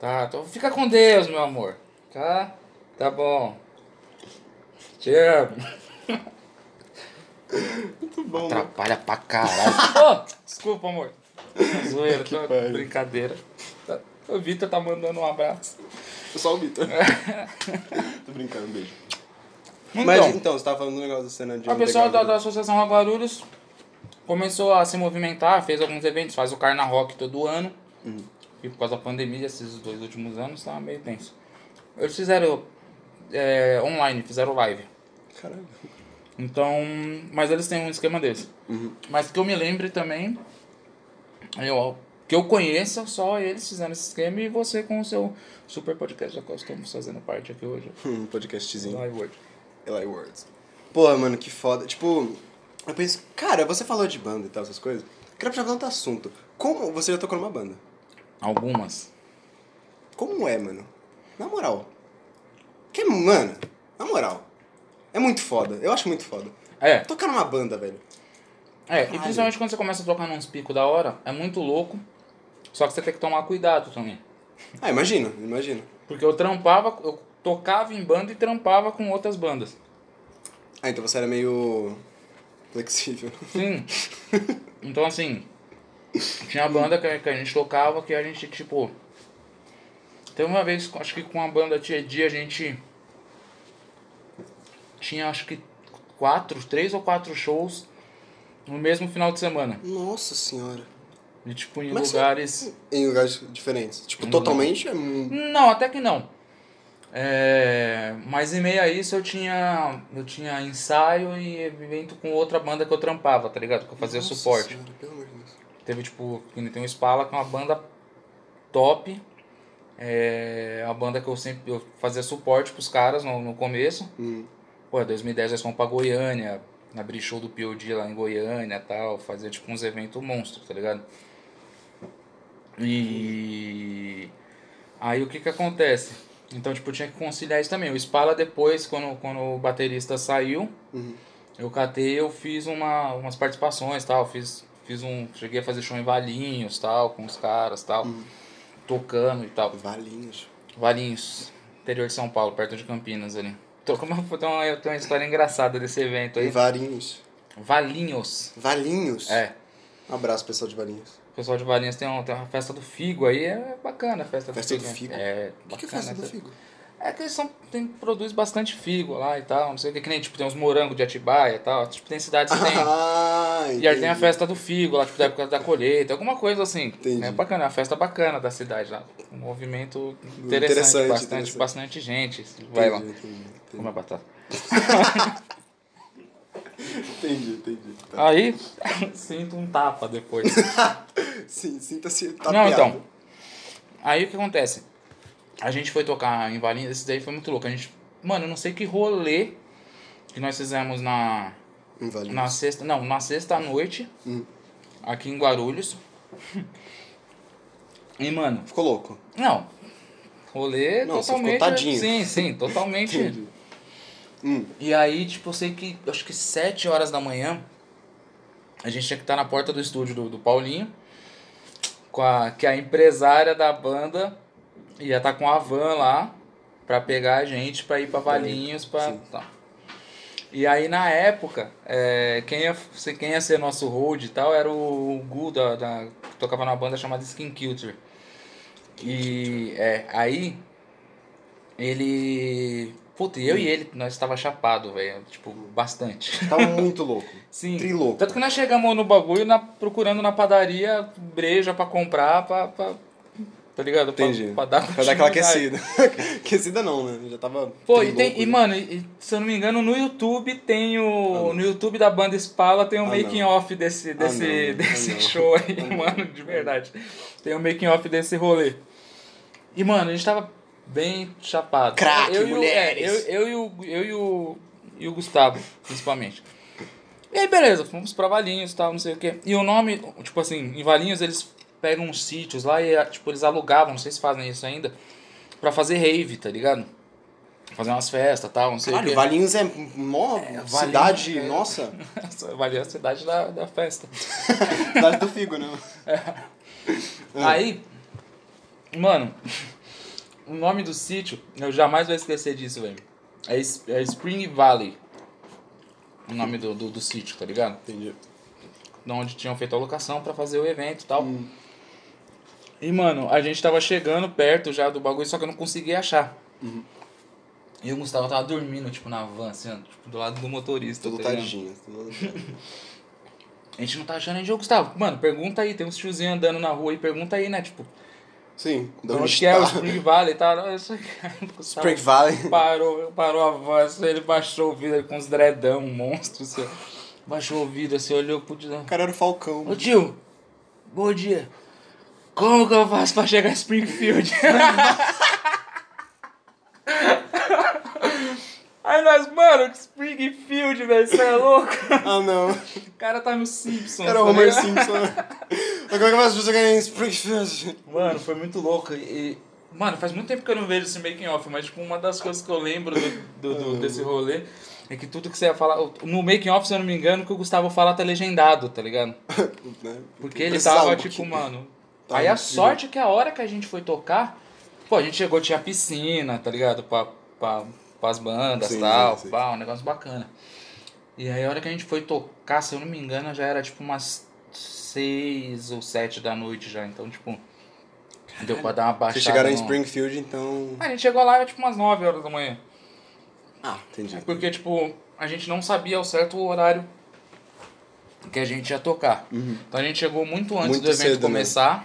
Speaker 2: Tá, então fica com Deus, meu amor. Tá? Tá bom. Te amo.
Speaker 1: Muito bom, né? mano.
Speaker 2: Atrapalha pra caralho. Ô, desculpa, amor. Zoeira, tô-
Speaker 1: pariu.
Speaker 2: brincadeira. Tá- O Vitor tá mandando um abraço.
Speaker 1: Só o Vitor. Tô brincando, um beijo.
Speaker 2: Então,
Speaker 1: Mas então, tá- você tava falando do negócio da cena de. um
Speaker 2: a pessoa da,
Speaker 1: underground.
Speaker 2: da Associação Rock Guarulhos começou a se movimentar, fez alguns eventos, faz o Carna Rock todo ano.
Speaker 1: Uhum.
Speaker 2: E por causa da pandemia, esses dois últimos anos, tá meio tenso. Eles fizeram é, online, fizeram live.
Speaker 1: Caralho.
Speaker 2: Então, mas eles têm um esquema desse. Mas que eu me lembre também, eu, que eu conheça, só eles fizeram esse esquema e você com o seu super podcast, já que nós estamos fazendo parte aqui hoje.
Speaker 1: Hum, podcastzinho.
Speaker 2: Live Word.
Speaker 1: Eli Words. Porra, mano, que foda. Tipo, eu penso, cara, você falou de banda e tal, essas coisas. Quero puxar pra outro um assunto. Como você já tocou numa banda?
Speaker 2: Algumas.
Speaker 1: Como é, mano? Na moral. Que, é, mano, na moral. É muito foda. Eu acho muito foda.
Speaker 2: É,
Speaker 1: Tocar numa banda, velho.
Speaker 2: é. E
Speaker 1: Caralho.
Speaker 2: principalmente quando você começa a tocar nos picos da hora, é muito louco. Só que você tem que tomar cuidado também.
Speaker 1: Ah, imagino, imagino.
Speaker 2: Porque eu trampava, eu tocava em banda e trampava com outras bandas.
Speaker 1: Ah, então você era meio flexível.
Speaker 2: Sim. Então, assim, tinha a banda que a, que a gente tocava que a gente, tipo. Teve uma vez, acho que com a banda Tia Dia, a gente. Tinha, acho que, quatro, três ou quatro shows no mesmo final de semana.
Speaker 1: Nossa senhora.
Speaker 2: E, tipo, em
Speaker 1: Mas-
Speaker 2: lugares.
Speaker 1: Em lugares diferentes. Tipo,
Speaker 2: Uhum.
Speaker 1: totalmente é. mu-
Speaker 2: Não, até que não. É, mas em meio a isso eu tinha eu tinha ensaio e evento com outra banda que eu trampava, tá ligado? Que eu fazia
Speaker 1: Nossa
Speaker 2: suporte.
Speaker 1: Senhora, pelo amor de Deus.
Speaker 2: Teve tipo, que nem tem o Spala, que é uma banda top. É a banda que eu sempre eu fazia suporte pros caras no, no começo.
Speaker 1: Hum.
Speaker 2: Pô, em 2010 nós fomos pra Goiânia, abri show do POD lá em Goiânia e tal, fazia tipo uns eventos monstros, tá ligado? E aí o que que acontece? Então, tipo, eu tinha que conciliar isso também. O Spala depois, quando, quando o baterista saiu,
Speaker 1: Uhum.
Speaker 2: eu catei, eu fiz uma, umas participações, tal, fiz, fiz um, cheguei a fazer show em Valinhos, tal, com os caras, tal,
Speaker 1: Uhum.
Speaker 2: tocando e tal.
Speaker 1: Valinhos.
Speaker 2: Valinhos, interior de São Paulo, perto de Campinas ali. Tô com uma, tem uma, tem uma história engraçada desse evento aí.
Speaker 1: Varinhos.
Speaker 2: Valinhos,
Speaker 1: Valinhos?
Speaker 2: é.
Speaker 1: Um abraço, pessoal de Valinhos.
Speaker 2: O pessoal de Valinhos tem, um, tem uma festa do Figo aí, é bacana a festa,
Speaker 1: Festa
Speaker 2: do
Speaker 1: do Figo?
Speaker 2: Figo. É,
Speaker 1: O que, que é
Speaker 2: bacana
Speaker 1: festa do
Speaker 2: essa-
Speaker 1: figo?
Speaker 2: É que eles são, tem, produz bastante figo lá e tal, não sei o que, que nem, tipo, tem uns morangos de Atibaia e tal, tipo, tem cidades que tem...
Speaker 1: Ah,
Speaker 2: E aí tem a
Speaker 1: entendi.
Speaker 2: festa do figo, lá, tipo, da época da colheita, alguma coisa assim.
Speaker 1: Entendi.
Speaker 2: É bacana, é uma festa bacana da cidade lá. Um movimento interessante,
Speaker 1: Interessante,
Speaker 2: bastante,
Speaker 1: interessante.
Speaker 2: bastante gente. Vai lá,
Speaker 1: Entendi, entendi,
Speaker 2: come a batata.
Speaker 1: entendi. entendi. Tá.
Speaker 2: Aí, sinto um tapa depois.
Speaker 1: Sim, sinta-se tapeado.
Speaker 2: Não, então. Aí o que acontece? A gente foi tocar em Valinhos, esse daí foi muito louco. A gente, mano, eu não sei que rolê que nós fizemos na,
Speaker 1: Em Valinhos.
Speaker 2: na sexta, não, na sexta noite
Speaker 1: Hum.
Speaker 2: aqui em Guarulhos. E mano,
Speaker 1: Ficou louco.
Speaker 2: Não. Rolê
Speaker 1: Não, você
Speaker 2: totalmente.
Speaker 1: ficou tadinho.
Speaker 2: Sim, sim, totalmente.
Speaker 1: Entendi. Hum.
Speaker 2: e aí, tipo, eu sei que acho que 7 horas da manhã a gente tinha que estar na porta do estúdio do, do Paulinho. Com a, que é a empresária da banda ia estar com a van lá pra pegar a gente pra ir pra Valinhos. Pra,
Speaker 1: Sim.
Speaker 2: tal. E aí na época, é, quem, ia, ser- quem ia ser nosso hold e tal era o Gu da, da- que tocava numa banda chamada Skin Culture. E é, aí ele. Puta, e eu e ele, nós tava chapado, velho. Tipo, bastante.
Speaker 1: Tava Tá muito louco.
Speaker 2: Sim.
Speaker 1: Trilouco.
Speaker 2: Tanto que nós chegamos no bagulho na- procurando na padaria breja pra comprar, pra. pra tá ligado? Pra-
Speaker 1: Entendi.
Speaker 2: Pra, dar
Speaker 1: Pra dar aquela
Speaker 2: continuidade.
Speaker 1: aquecida. aquecida não, né? Já tava.
Speaker 2: Pô, e, tem,
Speaker 1: trilouco,
Speaker 2: e
Speaker 1: né?
Speaker 2: mano, e- e, se eu não me engano, no YouTube tem o. no YouTube da banda Spala tem o
Speaker 1: Ah,
Speaker 2: making
Speaker 1: não.
Speaker 2: off desse, desse,
Speaker 1: não.
Speaker 2: desse
Speaker 1: Ah, não.
Speaker 2: show aí, mano, de verdade. Tem o making off desse rolê. E, mano, a gente tava bem chapado.
Speaker 1: Craque,
Speaker 2: eu, e o-
Speaker 1: mulheres.
Speaker 2: é, eu, eu, e o, eu e o. E o Gustavo, principalmente. E aí, beleza, fomos pra Valinhos e tal, não sei o quê. E o nome, tipo assim, em Valinhos eles pegam uns sítios lá e, tipo, eles alugavam, não sei se fazem isso ainda, pra fazer rave, tá ligado? Fazer umas festas e tal, não sei o
Speaker 1: Caralho,
Speaker 2: quê.
Speaker 1: Valinhos é mó
Speaker 2: Valinhos,
Speaker 1: cidade,
Speaker 2: né? é.
Speaker 1: nossa.
Speaker 2: Valinhos é a cidade da, da festa.
Speaker 1: cidade do Figo, né?
Speaker 2: Aí, mano, o nome do sítio, eu jamais vou esquecer disso, velho. É, Es- é Spring Valley. O nome do, do, do sítio, tá ligado?
Speaker 1: Entendi.
Speaker 2: onde tinham feito a locação pra fazer o evento e tal. E, mano, a gente tava chegando perto já do bagulho, só que eu não conseguia achar. E o Gustavo tava dormindo, tipo, na van, assim, ó, tipo, do lado do motorista.
Speaker 1: Todo
Speaker 2: tá ligado?
Speaker 1: tadinho. todo-
Speaker 2: A gente não tá achando onde é o Gustavo. Mano, pergunta aí, tem uns tiozinhos andando na rua aí, pergunta aí, né? Tipo,
Speaker 1: Sim, da
Speaker 2: onde
Speaker 1: onde
Speaker 2: que é o
Speaker 1: tá?
Speaker 2: Spring Valley e tal. Isso aqui, o Gustavo
Speaker 1: Spring Valley.
Speaker 2: Parou, parou a voz, ele baixou o vidro com uns dreadão, um monstro, assim, ó. Baixou o vidro, assim, olhou pro tio.
Speaker 1: O cara era o Falcão.
Speaker 2: Ô tio, bom dia. Como que eu faço pra chegar em Springfield? Aí nós, mano, que Springfield, velho, você é louco?
Speaker 1: Ah, não.
Speaker 2: O cara tá no Simpsons.
Speaker 1: Era
Speaker 2: tá
Speaker 1: o Homer
Speaker 2: ligado?
Speaker 1: Simpson. Mas como é que eu faço pra chegar em
Speaker 2: Né?
Speaker 1: Springfield?
Speaker 2: Mano, foi muito louco. E, mano, faz muito tempo que eu não vejo esse making off, mas tipo, uma das coisas que eu lembro do, do- do- desse rolê é que tudo que você ia falar. No making off, se eu não me engano, o que o Gustavo fala tá legendado, tá ligado?
Speaker 1: Né?
Speaker 2: Porque ele
Speaker 1: Precisava
Speaker 2: tava,
Speaker 1: um
Speaker 2: tipo,
Speaker 1: pouquinho.
Speaker 2: mano.
Speaker 1: Tava
Speaker 2: aí a
Speaker 1: incrível.
Speaker 2: sorte é que a hora que a gente foi tocar, pô, a gente chegou, tinha piscina, tá ligado? Pra, pra, pras bandas e
Speaker 1: Sim,
Speaker 2: tal,
Speaker 1: sim, sim.
Speaker 2: pá, um negócio bacana. E aí a hora que a gente foi tocar, se eu não me engano, já era tipo umas seis ou sete da noite já. Então, tipo, deu pra dar uma baixada.
Speaker 1: Vocês chegaram em
Speaker 2: no-
Speaker 1: Springfield, então.
Speaker 2: Ah, A gente chegou lá, era tipo umas nove horas da manhã.
Speaker 1: Ah, entendi.
Speaker 2: Porque, tipo, a gente não sabia ao certo o horário que a gente ia tocar. Então a gente chegou muito antes
Speaker 1: Uhum. Muito
Speaker 2: do evento
Speaker 1: cedo, né?
Speaker 2: começar.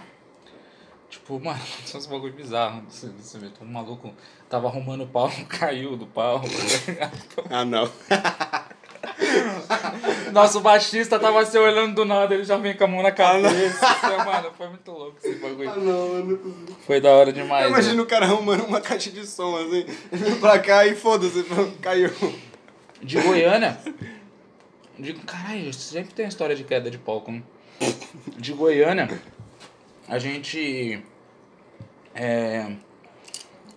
Speaker 2: Tipo, mano, são uns bagulho bizarro desse, desse evento. Um maluco tava arrumando o pau, caiu do pau.
Speaker 1: Ah, não.
Speaker 2: Nosso baixista tava se olhando do nada, ele já vem com a mão
Speaker 1: Ah,
Speaker 2: na cabeça. Então, mano, foi muito louco esse bagulho.
Speaker 1: não, eu não consigo.
Speaker 2: Foi da hora demais.
Speaker 1: Eu
Speaker 2: né?
Speaker 1: imagino o cara arrumando uma caixa de som assim, vindo pra cá e foda-se, caiu.
Speaker 2: De Goiânia. Digo, caralho, sempre tem história de queda de palco, né? De Goiânia, a gente é,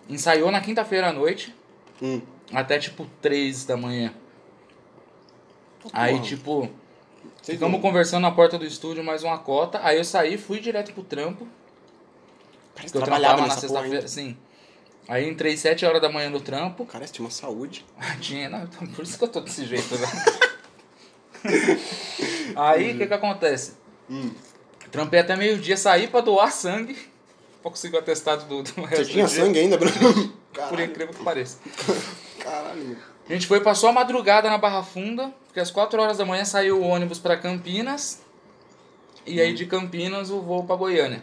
Speaker 2: ensaiou na quinta-feira à noite
Speaker 1: Hum.
Speaker 2: até tipo 3 da manhã. Aí,
Speaker 1: porra.
Speaker 2: tipo, ficamos conversando na porta do estúdio mais uma cota. Aí eu saí, fui direto pro trampo.
Speaker 1: Parece
Speaker 2: Porque eu trabalhava na sexta-feira, sim. Aí entrei 7 horas da manhã no trampo.
Speaker 1: Cara, você tinha uma saúde.
Speaker 2: Tinha, não, então, por isso que eu tô desse jeito, né? Aí, o que que acontece?
Speaker 1: Hum.
Speaker 2: Trampei até meio-dia, saí pra doar sangue. Pra conseguir o atestado do, do resto
Speaker 1: Você tinha
Speaker 2: do dia,
Speaker 1: sangue ainda, Bruno?
Speaker 2: É, Por
Speaker 1: Caralho,
Speaker 2: incrível que pareça.
Speaker 1: caralho.
Speaker 2: A gente foi, passou a madrugada na Barra Funda, porque às 4 horas da manhã saiu o ônibus pra Campinas. E
Speaker 1: Hum.
Speaker 2: aí, de Campinas, o voo pra Goiânia.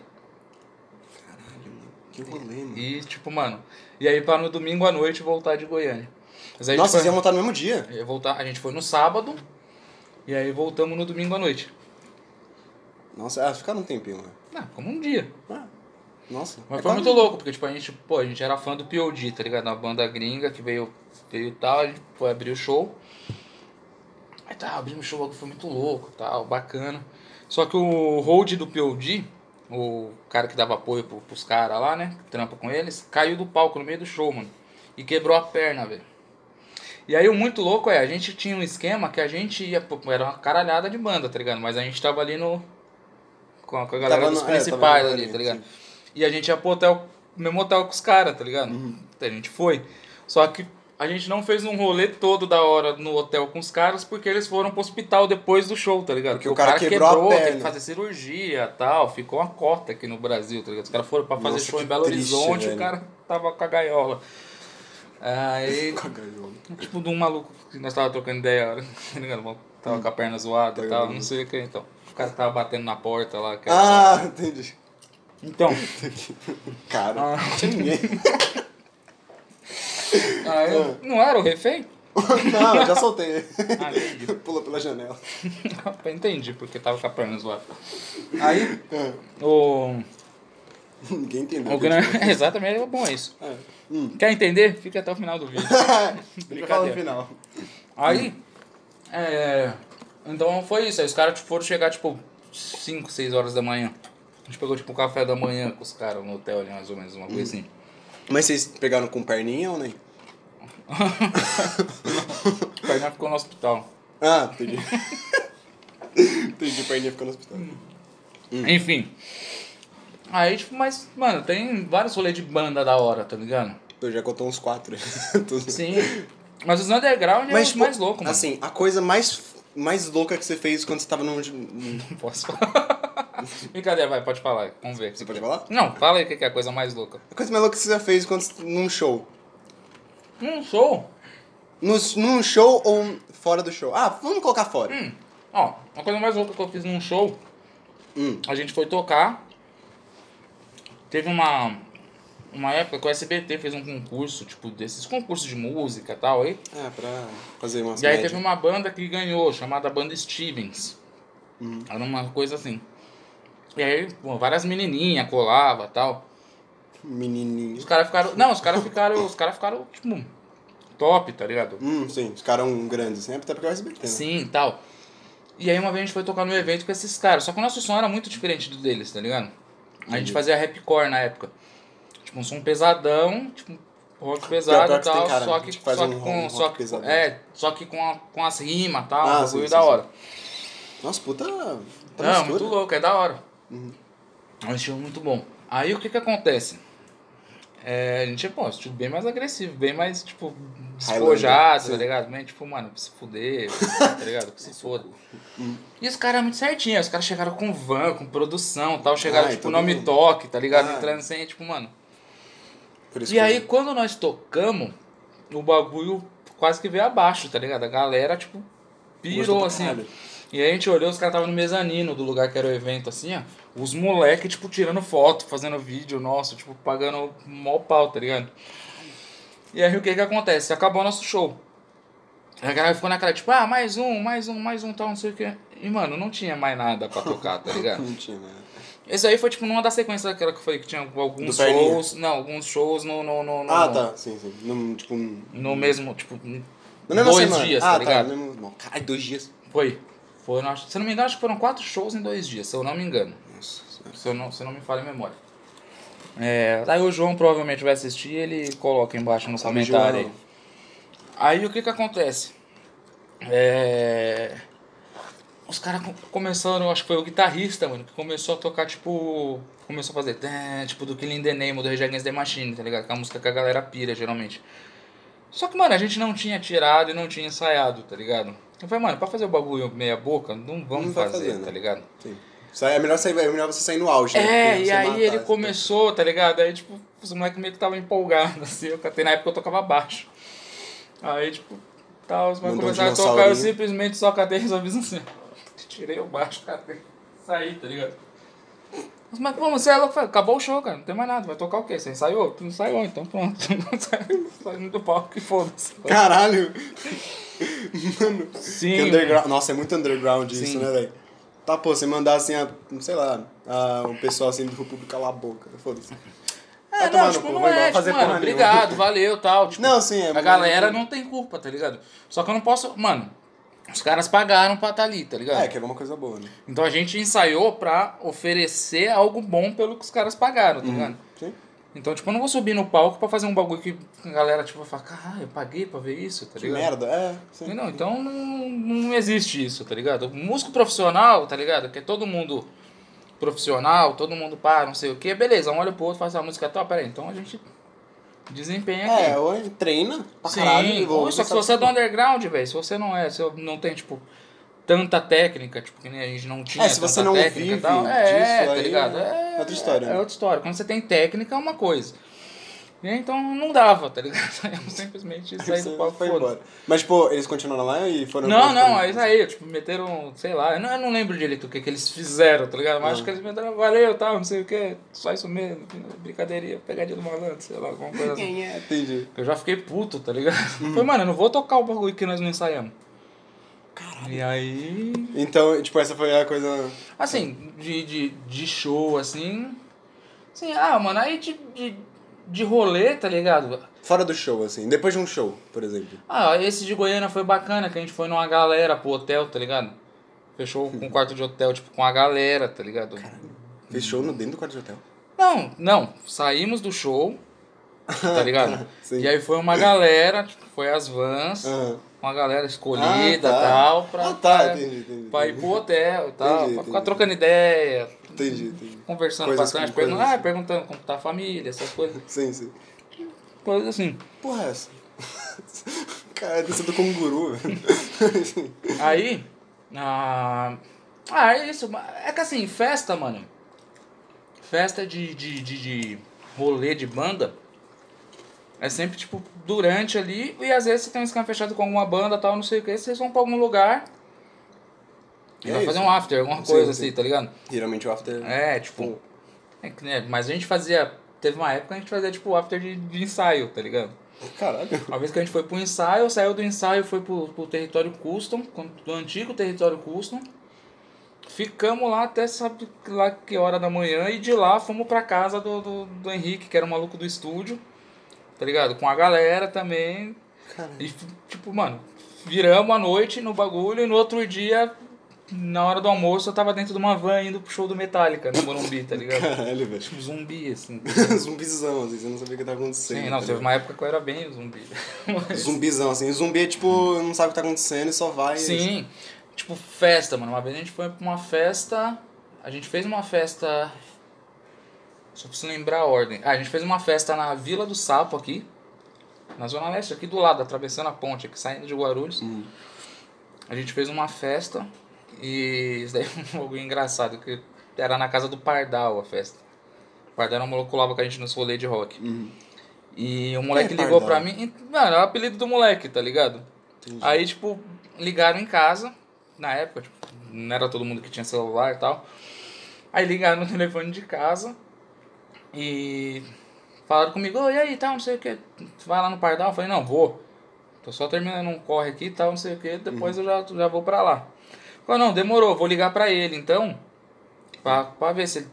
Speaker 1: Caralho, mano. Que rolê, mano.
Speaker 2: E, tipo, mano... E aí, pra no domingo à noite voltar de Goiânia. Mas aí a
Speaker 1: Nossa,
Speaker 2: gente
Speaker 1: é um vocês
Speaker 2: foi-
Speaker 1: iam montar no mesmo dia?
Speaker 2: Eu ia voltar, a gente foi no sábado e aí voltamos no domingo à noite.
Speaker 1: Nossa, ah, ficaram um tempinho, né?
Speaker 2: Ah, como um dia.
Speaker 1: Ah, nossa.
Speaker 2: Mas
Speaker 1: É
Speaker 2: foi
Speaker 1: quase-
Speaker 2: muito louco, porque tipo, a gente, pô, a gente era fã do POD, tá ligado? Uma banda gringa que veio veio e tal, a gente foi abrir o show. Aí tá, abrimos o show, foi muito louco, tal, bacana. Só que o hold do POD, o cara que dava apoio pro, pros caras lá, né? que Trampa com eles, caiu do palco no meio do show, mano. E quebrou a perna, velho. E aí o muito louco é, a gente tinha um esquema que a gente ia. pô, Era uma caralhada de banda, tá ligado? Mas a gente tava ali no. Com a, com a galera
Speaker 1: Tava
Speaker 2: dos
Speaker 1: no- é, tava
Speaker 2: principais
Speaker 1: no
Speaker 2: ali,
Speaker 1: rolê,
Speaker 2: tá ligado? E a gente ia pro hotel, mesmo hotel com os caras, tá ligado?
Speaker 1: Uhum.
Speaker 2: A gente foi. Só que a gente não fez um rolê todo da hora no hotel com os caras, porque eles foram pro hospital depois do show, tá ligado?
Speaker 1: Porque o cara quebrou a
Speaker 2: teve que
Speaker 1: perna.
Speaker 2: fazer cirurgia tal, ficou uma cota aqui no Brasil, tá ligado? Os caras foram pra fazer
Speaker 1: Nossa,
Speaker 2: show em
Speaker 1: que
Speaker 2: Belo
Speaker 1: triste,
Speaker 2: Horizonte, o
Speaker 1: velho.
Speaker 2: cara tava com a gaiola. Aí,
Speaker 1: Com a gaiola.
Speaker 2: Tipo, de um maluco que nós tava trocando ideia, tá ligado? O maluco Tava com a perna zoada e tal, não sei o que, então. O cara tava batendo na porta lá. que era-
Speaker 1: Ah, entendi.
Speaker 2: Então,
Speaker 1: Cara,
Speaker 2: Ah.
Speaker 1: não tinha ninguém.
Speaker 2: aí eu- Ah, é? não era o refém?
Speaker 1: não, eu já soltei.
Speaker 2: Ah, entendi.
Speaker 1: Pula pela janela.
Speaker 2: entendi porque tava com a perna zoada. Aí,
Speaker 1: É,
Speaker 2: o...
Speaker 1: Ninguém entendeu.
Speaker 2: o gran... Exatamente, é bom isso.
Speaker 1: É. Hum.
Speaker 2: Quer entender? Fica até o final do vídeo.
Speaker 1: Brincadeira. Fala no final.
Speaker 2: Aí, é... Então foi isso, aí os caras tipo, foram chegar, tipo, 5, 6 horas da manhã. A gente pegou, tipo, o café da manhã com os caras no hotel ali, mais ou menos, uma coisa assim.
Speaker 1: Mas vocês pegaram com perninha ou nem?
Speaker 2: O Fernando ficou no hospital.
Speaker 1: Ah, entendi. entendi, perninha ficou no hospital.
Speaker 2: Enfim. Aí, tipo, mas, mano, tem vários rolês de banda da hora, tá ligado?
Speaker 1: Eu já contou uns quatro. Tô zoando.
Speaker 2: Sim. Mas os underground é os
Speaker 1: tipo,
Speaker 2: mais loucos, mano.
Speaker 1: Assim, a coisa mais, mais louca que você fez quando você tava num.
Speaker 2: não posso falar. Brincadeira, vai, pode falar. Vamos ver.
Speaker 1: Você pode falar?
Speaker 2: Não, fala aí o que que é a coisa mais louca.
Speaker 1: A coisa mais louca que você já fez quando, num show.
Speaker 2: Hum, show.
Speaker 1: Nos, num show ou fora do show? Ah, vamos colocar fora.
Speaker 2: Hum. Ó, a coisa mais louca que eu fiz num show,
Speaker 1: Hum.
Speaker 2: a gente foi tocar. Teve uma uma época que o SBT fez um concurso, tipo, desses concursos de música e tal aí.
Speaker 1: É, pra fazer umas
Speaker 2: E aí
Speaker 1: médias.
Speaker 2: teve uma banda que ganhou, chamada Banda Stevens.
Speaker 1: Uhum.
Speaker 2: Era uma coisa assim. E aí, pô, várias menininhas colava e tal. um-
Speaker 1: Menininho.
Speaker 2: Os caras ficaram. Não, os caras ficaram. Os caras ficaram, tipo, top, tá ligado?
Speaker 1: Hum, sim, os caras são grandes, né? Até porque é o SBT, né?
Speaker 2: Sim e tal. E aí uma vez a gente foi tocar no evento com esses caras. Só que o nosso som era muito diferente do deles, tá ligado? A gente fazia rapcore na época. Tipo, um som pesadão, tipo, rock pesado
Speaker 1: pior
Speaker 2: e
Speaker 1: que tem
Speaker 2: tal.
Speaker 1: cara,
Speaker 2: só
Speaker 1: a
Speaker 2: que,
Speaker 1: gente faz
Speaker 2: só
Speaker 1: um
Speaker 2: que
Speaker 1: rock-
Speaker 2: com.
Speaker 1: um
Speaker 2: só
Speaker 1: rock
Speaker 2: que,
Speaker 1: pesadão.
Speaker 2: é, só que com, a- com as rimas e tal,
Speaker 1: Ah,
Speaker 2: um
Speaker 1: sim,
Speaker 2: bagulho
Speaker 1: sim,
Speaker 2: da
Speaker 1: sim.
Speaker 2: hora.
Speaker 1: Nossa, puta. puta
Speaker 2: Não,
Speaker 1: mistura.
Speaker 2: muito louco, é da hora.
Speaker 1: Uhum.
Speaker 2: É um estilo muito bom. Aí o que que acontece? É, a gente é, pô, estilo bem mais agressivo, bem mais, tipo, despojado, tá
Speaker 1: Highlander.
Speaker 2: ligado? Bem, tipo, mano, pra se fuder, tá ligado? Pra se foda.
Speaker 1: Uhum.
Speaker 2: E os caras é muito certinho, os caras chegaram com van, com produção e tal, chegaram,
Speaker 1: Ah,
Speaker 2: tipo,
Speaker 1: então
Speaker 2: não me
Speaker 1: não-
Speaker 2: toque, tá ligado?
Speaker 1: Ah.
Speaker 2: Entrando sem, tipo, mano.
Speaker 1: Por isso
Speaker 2: E
Speaker 1: que-
Speaker 2: aí, quando nós tocamos, o bagulho quase que veio abaixo, tá ligado? A galera, tipo,
Speaker 1: Gostou
Speaker 2: pirou
Speaker 1: pra
Speaker 2: assim. ó.
Speaker 1: caralho.
Speaker 2: E aí a gente olhou, os caras estavam no mezanino do lugar que era o evento, assim, ó. Os moleques, tipo, tirando foto, fazendo vídeo nosso, tipo, pagando mó pau, tá ligado? E aí o que que acontece? Acabou nosso show. Aí A galera ficou naquela, tipo, ah, mais um, mais um, mais um, tal, não sei o quê. E, mano, não tinha mais nada pra tocar, tá ligado?
Speaker 1: Não tinha, né?
Speaker 2: Esse aí foi tipo numa da sequência daquela que eu falei que tinha
Speaker 1: Do
Speaker 2: alguns
Speaker 1: Perninha.
Speaker 2: shows. Não, alguns shows no. no, no, no
Speaker 1: Ah, tá, sim, sim. Num, tipo, um...
Speaker 2: No mesmo, tipo.
Speaker 1: na mesma
Speaker 2: dois
Speaker 1: semana.
Speaker 2: dias,
Speaker 1: ah,
Speaker 2: tá ligado?
Speaker 1: no mesmo... Bom, Caralho, dois dias.
Speaker 2: Foi. Foram, acho- se eu não me engano, acho que foram quatro shows em dois dias, se eu não me engano.
Speaker 1: Nossa senhora.
Speaker 2: Se eu não, se eu não me falha a memória. É, aí o João provavelmente vai assistir ele coloca embaixo no
Speaker 1: Sabe,
Speaker 2: comentário aí.
Speaker 1: João?
Speaker 2: Aí o que que acontece? É... Os caras co- começaram, acho que foi o guitarrista, mano, que começou a tocar, tipo... Começou a fazer... tã, Tipo, do Killing the Name, do Rage Against the Machine, tá ligado? Que é a música que a galera pira, geralmente. Só que, mano, a gente não tinha tirado e não tinha ensaiado, tá ligado? Eu falei, mano, pra fazer o bagulho meia boca, não vamos
Speaker 1: Não vai
Speaker 2: fazer,
Speaker 1: fazer, né?
Speaker 2: tá ligado?
Speaker 1: Sim. Sai- É melhor, sair, é melhor você sair no auge, né?
Speaker 2: É,
Speaker 1: Porque
Speaker 2: e
Speaker 1: você
Speaker 2: aí
Speaker 1: mata
Speaker 2: ele
Speaker 1: essa-
Speaker 2: começou, tá ligado? Aí, tipo, os moleques meio que estavam empolgados, assim. Eu, catei- na época eu tocava baixo. Aí, tipo, tá, os moleques
Speaker 1: Mandou um
Speaker 2: começaram a tocar, eu
Speaker 1: dinossaurinho.
Speaker 2: simplesmente só catei e resolvi assim. ó. Tirei o baixo, catei, saí, tá ligado? Os moleques, pô, você é louco, Falei, acabou o show, cara, não tem mais nada, vai tocar o quê? Você ensaiou? Tu não ensaiou, então pronto. Saindo do palco e foda-se.
Speaker 1: Caralho! Que
Speaker 2: Sim,
Speaker 1: underground. Nossa, é muito underground
Speaker 2: né? Sim.
Speaker 1: isso, né, velho? Tá, pô, você mandar assim, a, sei lá, a, um pessoal assim do público calar a boca. Foda-se.
Speaker 2: É,
Speaker 1: Vai tomar
Speaker 2: não,
Speaker 1: no
Speaker 2: tipo,
Speaker 1: cu,
Speaker 2: não
Speaker 1: vai
Speaker 2: é,
Speaker 1: embora,
Speaker 2: tipo,
Speaker 1: fazer
Speaker 2: mano,
Speaker 1: porra nenhuma.
Speaker 2: obrigado, valeu, tal. Tipo,
Speaker 1: Não, sim, é
Speaker 2: A
Speaker 1: muito-
Speaker 2: galera não tem culpa, tá ligado? Só que eu não posso, mano, os caras pagaram pra estar tá ali, tá ligado?
Speaker 1: É, que é uma coisa boa, né?
Speaker 2: Então a gente ensaiou pra oferecer algo bom pelo que os caras pagaram,
Speaker 1: Uhum.
Speaker 2: tá ligado?
Speaker 1: Sim.
Speaker 2: Então, tipo, eu não vou subir no palco pra fazer um bagulho que a galera, tipo, vai falar, caralho, eu paguei pra ver isso, tá
Speaker 1: Que
Speaker 2: ligado?
Speaker 1: merda, é. Sim.
Speaker 2: Não, então não, não existe isso, tá ligado? O músico profissional, tá ligado? Que é todo mundo profissional, todo mundo para, não sei o quê. Beleza, um olha pro outro, faz a música tal, peraí, então a gente desempenha aqui.
Speaker 1: É, ou ele treina pra
Speaker 2: Sim,
Speaker 1: caralho. e
Speaker 2: ou
Speaker 1: volta,
Speaker 2: só que se
Speaker 1: sabe?
Speaker 2: você é do underground, velho, se você não é, se não tem, tipo, tanta técnica, tipo, que nem a gente não tinha
Speaker 1: É, se você
Speaker 2: tanta
Speaker 1: não
Speaker 2: técnica
Speaker 1: vive
Speaker 2: e tal,
Speaker 1: disso
Speaker 2: é, tá
Speaker 1: aí,
Speaker 2: ligado?
Speaker 1: é outra história,
Speaker 2: É,
Speaker 1: né?
Speaker 2: outra história. Quando você tem técnica é uma coisa. E aí, então não dava, tá ligado? Eu simplesmente saí do
Speaker 1: Você
Speaker 2: palco,
Speaker 1: foi
Speaker 2: foda
Speaker 1: embora. Mas, tipo, eles continuaram lá e foram...
Speaker 2: não, não,
Speaker 1: foram-
Speaker 2: é isso aí, tipo, meteram, sei lá, eu não, eu não lembro direito o que, que eles fizeram, tá ligado? Mas acho que eles meteram, valeu, tal, não sei o que, só isso mesmo, brincadeirinha, pegadinha do malandro, sei lá, alguma coisa assim.
Speaker 1: Entendi.
Speaker 2: Eu já fiquei puto, tá ligado?
Speaker 1: Hum.
Speaker 2: Falei, mano, eu não vou tocar o bagulho que nós não ensaiamos. Caralho. E aí.
Speaker 1: Então, tipo, essa foi a coisa...
Speaker 2: Assim, de, de, de show, assim. Assim, ah, mano, aí de, de, de rolê, tá ligado?
Speaker 1: Fora do show, assim. Depois de um show, por exemplo.
Speaker 2: Ah, esse de Goiânia foi bacana, que a gente foi numa galera pro hotel, tá ligado? Fechou
Speaker 1: Hum.
Speaker 2: com um quarto de hotel, tipo, com a galera, tá ligado?
Speaker 1: Fez show no dentro do quarto de hotel.
Speaker 2: Não, não, saímos do show, tá ligado?
Speaker 1: Sim.
Speaker 2: e aí foi uma galera, tipo, foi as vans,
Speaker 1: Aham.
Speaker 2: uma galera escolhida e
Speaker 1: Ah, tá.
Speaker 2: tal, pra,
Speaker 1: Ah, tá,
Speaker 2: pra,
Speaker 1: entendi, entendi.
Speaker 2: pra ir pro hotel e tal,
Speaker 1: Entendi,
Speaker 2: pra ficar
Speaker 1: entendi.
Speaker 2: trocando ideia,
Speaker 1: Entendi, entendi.
Speaker 2: conversando
Speaker 1: Coisas
Speaker 2: bastante,
Speaker 1: com coisas.
Speaker 2: perguntando, ah, perguntando como tá a família, essas coisas,
Speaker 1: Sim, sim.
Speaker 2: coisas assim.
Speaker 1: Porra, é essa? um Cara, é dança do canguru, velho.
Speaker 2: Aí, ah, Ah, é isso. É que assim, festa, mano. Festa de, de, de, de rolê de banda. É sempre, tipo, durante ali. E às vezes você tem um esquema fechado com alguma banda tal, não sei o que. Vocês vão pra algum lugar. E
Speaker 1: É
Speaker 2: vai
Speaker 1: isso.
Speaker 2: fazer um after, alguma
Speaker 1: Sim,
Speaker 2: coisa
Speaker 1: sim.
Speaker 2: assim, tá ligado?
Speaker 1: Geralmente o after.
Speaker 2: É, tipo. é que, né, mas a gente fazia. Teve uma época que a gente fazia, tipo, after de, de ensaio, tá ligado?
Speaker 1: Caralho.
Speaker 2: Uma vez que a gente foi pro ensaio, saiu do ensaio, foi pro, pro território custom, com- do antigo território custom. Ficamos lá até sabe lá que hora da manhã e de lá fomos pra casa do, do, do Henrique, que era o maluco do estúdio, tá ligado? Com a galera também.
Speaker 1: Caralho.
Speaker 2: E tipo, mano, viramos a noite no bagulho e no outro dia, na hora do almoço, eu tava dentro de uma van indo pro show do Metallica no Morumbi, tá ligado?
Speaker 1: Caralho, velho.
Speaker 2: Tipo zumbi, assim.
Speaker 1: Zumbizão, assim, você não sabia o que tá acontecendo.
Speaker 2: Sim, não,
Speaker 1: tá
Speaker 2: teve
Speaker 1: ligado?
Speaker 2: uma época que eu era bem zumbi. Mas-
Speaker 1: Zumbizão, assim. Zumbi é tipo, não sabe o que tá acontecendo e só vai.
Speaker 2: Sim. Tipo, festa, mano. Uma vez a gente foi pra uma festa. A gente fez uma festa. Só preciso lembrar a ordem. Ah, a gente fez uma festa na Vila do Sapo aqui. Na Zona Leste, aqui do lado, atravessando a ponte, aqui saindo de Guarulhos. A gente fez uma festa. E isso daí foi um algo engraçado, que era na casa do Pardal a festa. O Pardal era um maluco que colava com a gente nos rolês de rock. E o moleque
Speaker 1: Uhum. É,
Speaker 2: ligou
Speaker 1: Pardal.
Speaker 2: pra mim. e- Mano, é o apelido do moleque, tá ligado?
Speaker 1: Entendi.
Speaker 2: Aí, tipo, ligaram em casa, na época, tipo, não era todo mundo que tinha celular e tal. Aí ligaram no telefone de casa e falaram comigo, "Ô, e aí, tal, não sei o que, vai lá no Pardal? Eu falei, não, vou. Tô só terminando um corre aqui e tal, não sei o que,
Speaker 1: Uhum.
Speaker 2: depois eu já, já vou pra lá. Falei, não, demorou, vou ligar pra ele, então, pra, pra ver se ele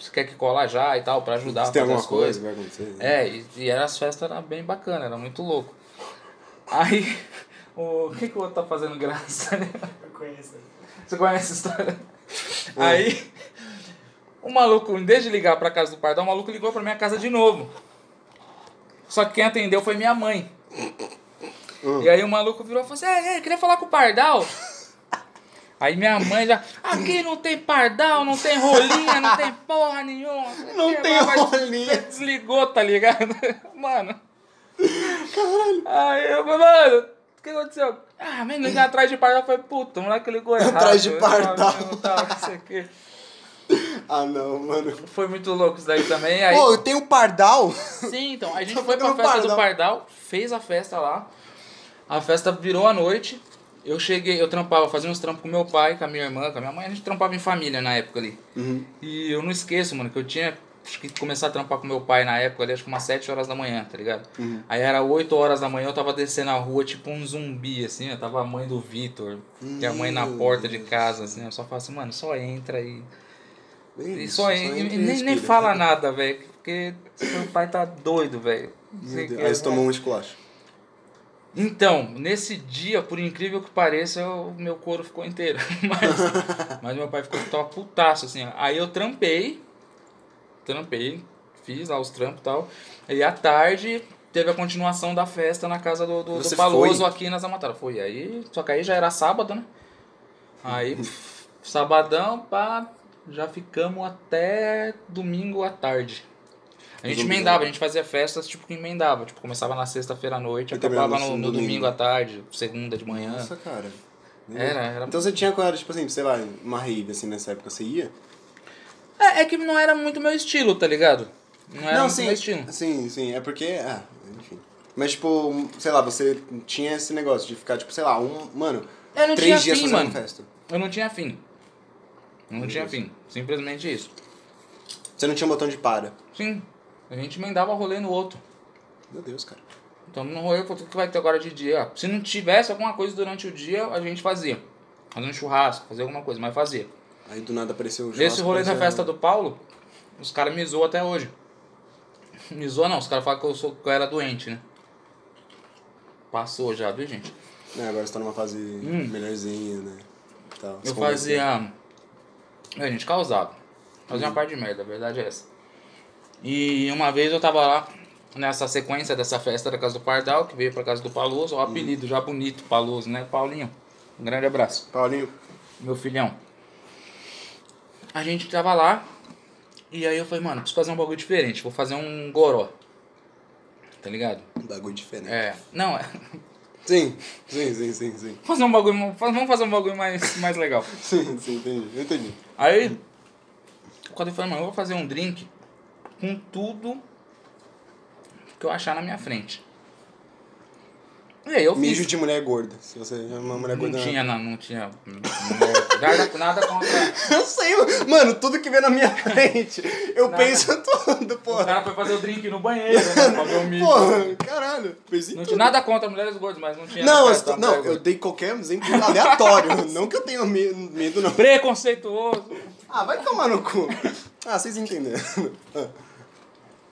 Speaker 2: se quer que colar já e tal, pra ajudar
Speaker 1: Se
Speaker 2: a
Speaker 1: tem
Speaker 2: fazer
Speaker 1: alguma
Speaker 2: as
Speaker 1: coisa
Speaker 2: coisas.
Speaker 1: que vai acontecer. né?
Speaker 2: É, e, e era, as festas eram bem bacanas, era muito louco. Aí, o que, que o outro tá fazendo graça? né?
Speaker 3: Eu conheço.
Speaker 2: Você conhece a história? Aí, o maluco, em vez de ligar pra casa do Pardal, o maluco ligou pra minha casa de novo. Só que quem atendeu foi minha mãe.
Speaker 1: Hum.
Speaker 2: E aí o maluco virou e falou assim, é, é, queria falar com o Pardal. Aí minha mãe já, aqui não tem pardal, não tem rolinha, não tem porra nenhuma.
Speaker 1: Não
Speaker 2: Que
Speaker 1: tem
Speaker 2: babado-
Speaker 1: rolinha.
Speaker 2: Desligou, tá ligado? Mano. Aí eu falei, mano, o que aconteceu? Ah, menino, atrás de pardal foi puta, o moleque ligou errado.
Speaker 1: Atrás de Tá.
Speaker 2: eu tava
Speaker 1: pardal.
Speaker 2: vendo, tava com isso aqui.
Speaker 1: Ah, não, mano.
Speaker 2: Foi muito louco isso daí também. Aí,
Speaker 1: Pô, tem o Pardal?
Speaker 2: Sim, então. A gente
Speaker 1: Tá
Speaker 2: foi pra
Speaker 1: ficando
Speaker 2: festa do
Speaker 1: pardal.
Speaker 2: Pardal, fez a festa lá. A festa virou à noite. Eu cheguei, eu trampava, fazia uns trampos com meu pai, com a minha irmã, com a minha mãe. A gente trampava em família na época ali. E eu não esqueço, mano, que eu tinha acho que começar a trampar com meu pai na época ali, acho que umas 7 horas da manhã, tá ligado?
Speaker 1: Uhum.
Speaker 2: Aí era 8 horas da manhã, eu tava descendo a rua tipo um zumbi, assim, ó. Tava a mãe do Vitor e a mãe na
Speaker 1: Meu
Speaker 2: porta de casa, assim, eu só falo assim, mano, só entra aí. E
Speaker 1: Isso,
Speaker 2: só,
Speaker 1: entra
Speaker 2: en-
Speaker 1: e
Speaker 2: nem, nem
Speaker 1: respira.
Speaker 2: fala nada, velho. Porque seu pai tá doido, velho. Não
Speaker 1: Meu
Speaker 2: sei
Speaker 1: Deus.
Speaker 2: o assim, que, é
Speaker 1: Aí você
Speaker 2: vai.
Speaker 1: tomou um esculacho.
Speaker 2: Então, nesse dia, por incrível que pareça, o meu couro ficou inteiro. Mas, mas meu pai ficou tava putaço, assim. ó. Aí eu trampei. Trampei. Fiz lá os trampos e tal. E à tarde teve a continuação da festa na casa do, do,
Speaker 1: Você
Speaker 2: do Paloso
Speaker 1: foi?
Speaker 2: aqui na Zamatara. Foi aí. Só que aí já era sábado, né? Aí, pff, sabadão, pá, já ficamos até domingo à tarde. A gente
Speaker 1: Domingo.
Speaker 2: emendava, a gente fazia festas, tipo, que emendava. Tipo, começava na sexta-feira à noite,
Speaker 1: E
Speaker 2: acabava
Speaker 1: terminava
Speaker 2: no,
Speaker 1: no
Speaker 2: no
Speaker 1: domingo.
Speaker 2: domingo à tarde, segunda de manhã.
Speaker 1: Nossa, cara.
Speaker 2: É. Era, era.
Speaker 1: Então você tinha quando era, tipo assim, sei lá, uma rave assim nessa época, você ia?
Speaker 2: É, é que não era muito meu estilo, tá ligado? Não era um muito meu estilo.
Speaker 1: Sim, sim. É porque. Ah, enfim. Mas, tipo, sei lá, você tinha esse negócio de ficar, tipo, sei lá, um. Mano,
Speaker 2: Eu não
Speaker 1: três
Speaker 2: tinha
Speaker 1: dias
Speaker 2: fim,
Speaker 1: fazendo
Speaker 2: mano.
Speaker 1: festa.
Speaker 2: Eu não tinha fim. Eu não tinha fim. Simplesmente isso.
Speaker 1: Você não tinha um botão de para.
Speaker 2: Sim. A gente emendava rolê no outro.
Speaker 1: Meu Deus, cara.
Speaker 2: Então não rolê o que vai ter agora de dia. Se não tivesse alguma coisa durante o dia, a gente fazia. Fazer um churrasco, fazer alguma coisa, mas fazia.
Speaker 1: Aí do nada apareceu o
Speaker 2: Esse rolê da
Speaker 1: da
Speaker 2: festa do Paulo, os caras me zoam até hoje. Me zoam não, os caras falam que eu, sou, que eu era doente, né? Passou já, viu, gente?
Speaker 1: É, agora você tá numa fase melhorzinha, né? Tal, se
Speaker 2: Hum. Eu
Speaker 1: convencer.
Speaker 2: fazia. é, A gente causava. Fazia uma parte de merda, a verdade é essa. E uma vez eu tava lá nessa sequência dessa festa da Casa do Pardal, que veio pra Casa do Paloso, o apelido já bonito, Paloso, né? Paulinho, um grande abraço.
Speaker 1: Paulinho,
Speaker 2: meu filhão. A gente tava lá, e aí eu falei, mano, preciso fazer um bagulho diferente, vou fazer um goró. Tá ligado?
Speaker 1: um bagulho diferente.
Speaker 2: É. Não, é.
Speaker 1: Sim, sim, sim, sim, sim.
Speaker 2: Fazer um bagulho, vamos fazer um bagulho mais, mais legal.
Speaker 1: Sim, sim, entendi. Eu entendi.
Speaker 2: Aí, quando eu falei, mano, eu vou fazer um drink com tudo que eu achar na minha frente. E aí eu fiz.
Speaker 1: Mijo de mulher gorda. Se você é uma mulher
Speaker 2: Não
Speaker 1: gorda.
Speaker 2: tinha, não, não tinha. Nada, nada contra.
Speaker 1: Eu sei, mano. mano, tudo que vem na minha frente, eu
Speaker 2: Nada.
Speaker 1: penso tudo,
Speaker 2: O
Speaker 1: porra.
Speaker 2: cara foi fazer o drink no banheiro, né? Pra ver o mijo.
Speaker 1: Porra, caralho. Pensei
Speaker 2: Não
Speaker 1: em
Speaker 2: tinha
Speaker 1: tudo.
Speaker 2: nada contra mulheres gordas, mas não tinha.
Speaker 1: Não,
Speaker 2: nada né, tá
Speaker 1: eu, tô-
Speaker 2: contra
Speaker 1: não,
Speaker 2: mulheres
Speaker 1: eu
Speaker 2: gordas.
Speaker 1: dei qualquer exemplo aleatório. não que eu tenha me- medo, não.
Speaker 2: Preconceituoso.
Speaker 1: Ah, vai tomar no cu. Ah, vocês entenderam. Ah,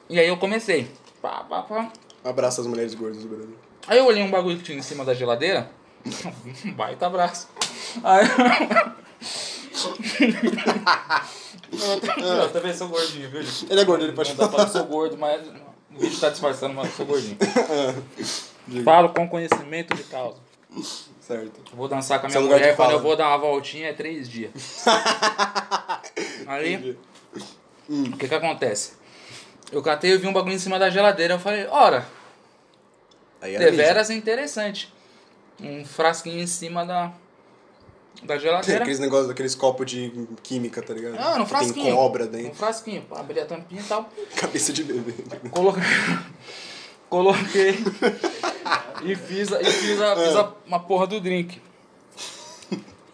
Speaker 2: E aí eu comecei. Pá, pá, pá.
Speaker 1: Um abraço às mulheres gordas do Brasil.
Speaker 2: Aí eu olhei um bagulho que tinha em cima da geladeira. Um baita abraço. Aí. eu... eu também sou gordinho, viu, gente?
Speaker 1: Ele é gordo, ele pode
Speaker 2: Não dá pra
Speaker 1: falar.
Speaker 2: eu sou gordo, mas o vídeo tá disfarçando, mas eu sou gordinho.
Speaker 1: É. Diga.
Speaker 2: Falo com conhecimento de causa.
Speaker 1: Certo.
Speaker 2: Eu Vou dançar com a
Speaker 1: Você é um
Speaker 2: minha
Speaker 1: lugar
Speaker 2: mulher
Speaker 1: de
Speaker 2: quando
Speaker 1: fala.
Speaker 2: eu vou dar uma voltinha é três dias. Aí,
Speaker 1: Entendi. Hum.
Speaker 2: o que que acontece? Eu catei e vi um bagulho em cima da geladeira. Eu falei, ora,
Speaker 1: Aí era mesmo.
Speaker 2: deveras é interessante. Um frasquinho em cima da, da geladeira.
Speaker 1: Aqueles negócios, aqueles copos de química, tá ligado?
Speaker 2: Ah, um
Speaker 1: Que tem
Speaker 2: frasquinho.
Speaker 1: cobra
Speaker 2: Um
Speaker 1: dentro,
Speaker 2: frasquinho. Pá, abri a tampinha e tal.
Speaker 1: cabeça de bebê.
Speaker 2: Coloquei. Coloquei. e fiz, a- e fiz, a, fiz a-
Speaker 1: É.
Speaker 2: uma porra do drink.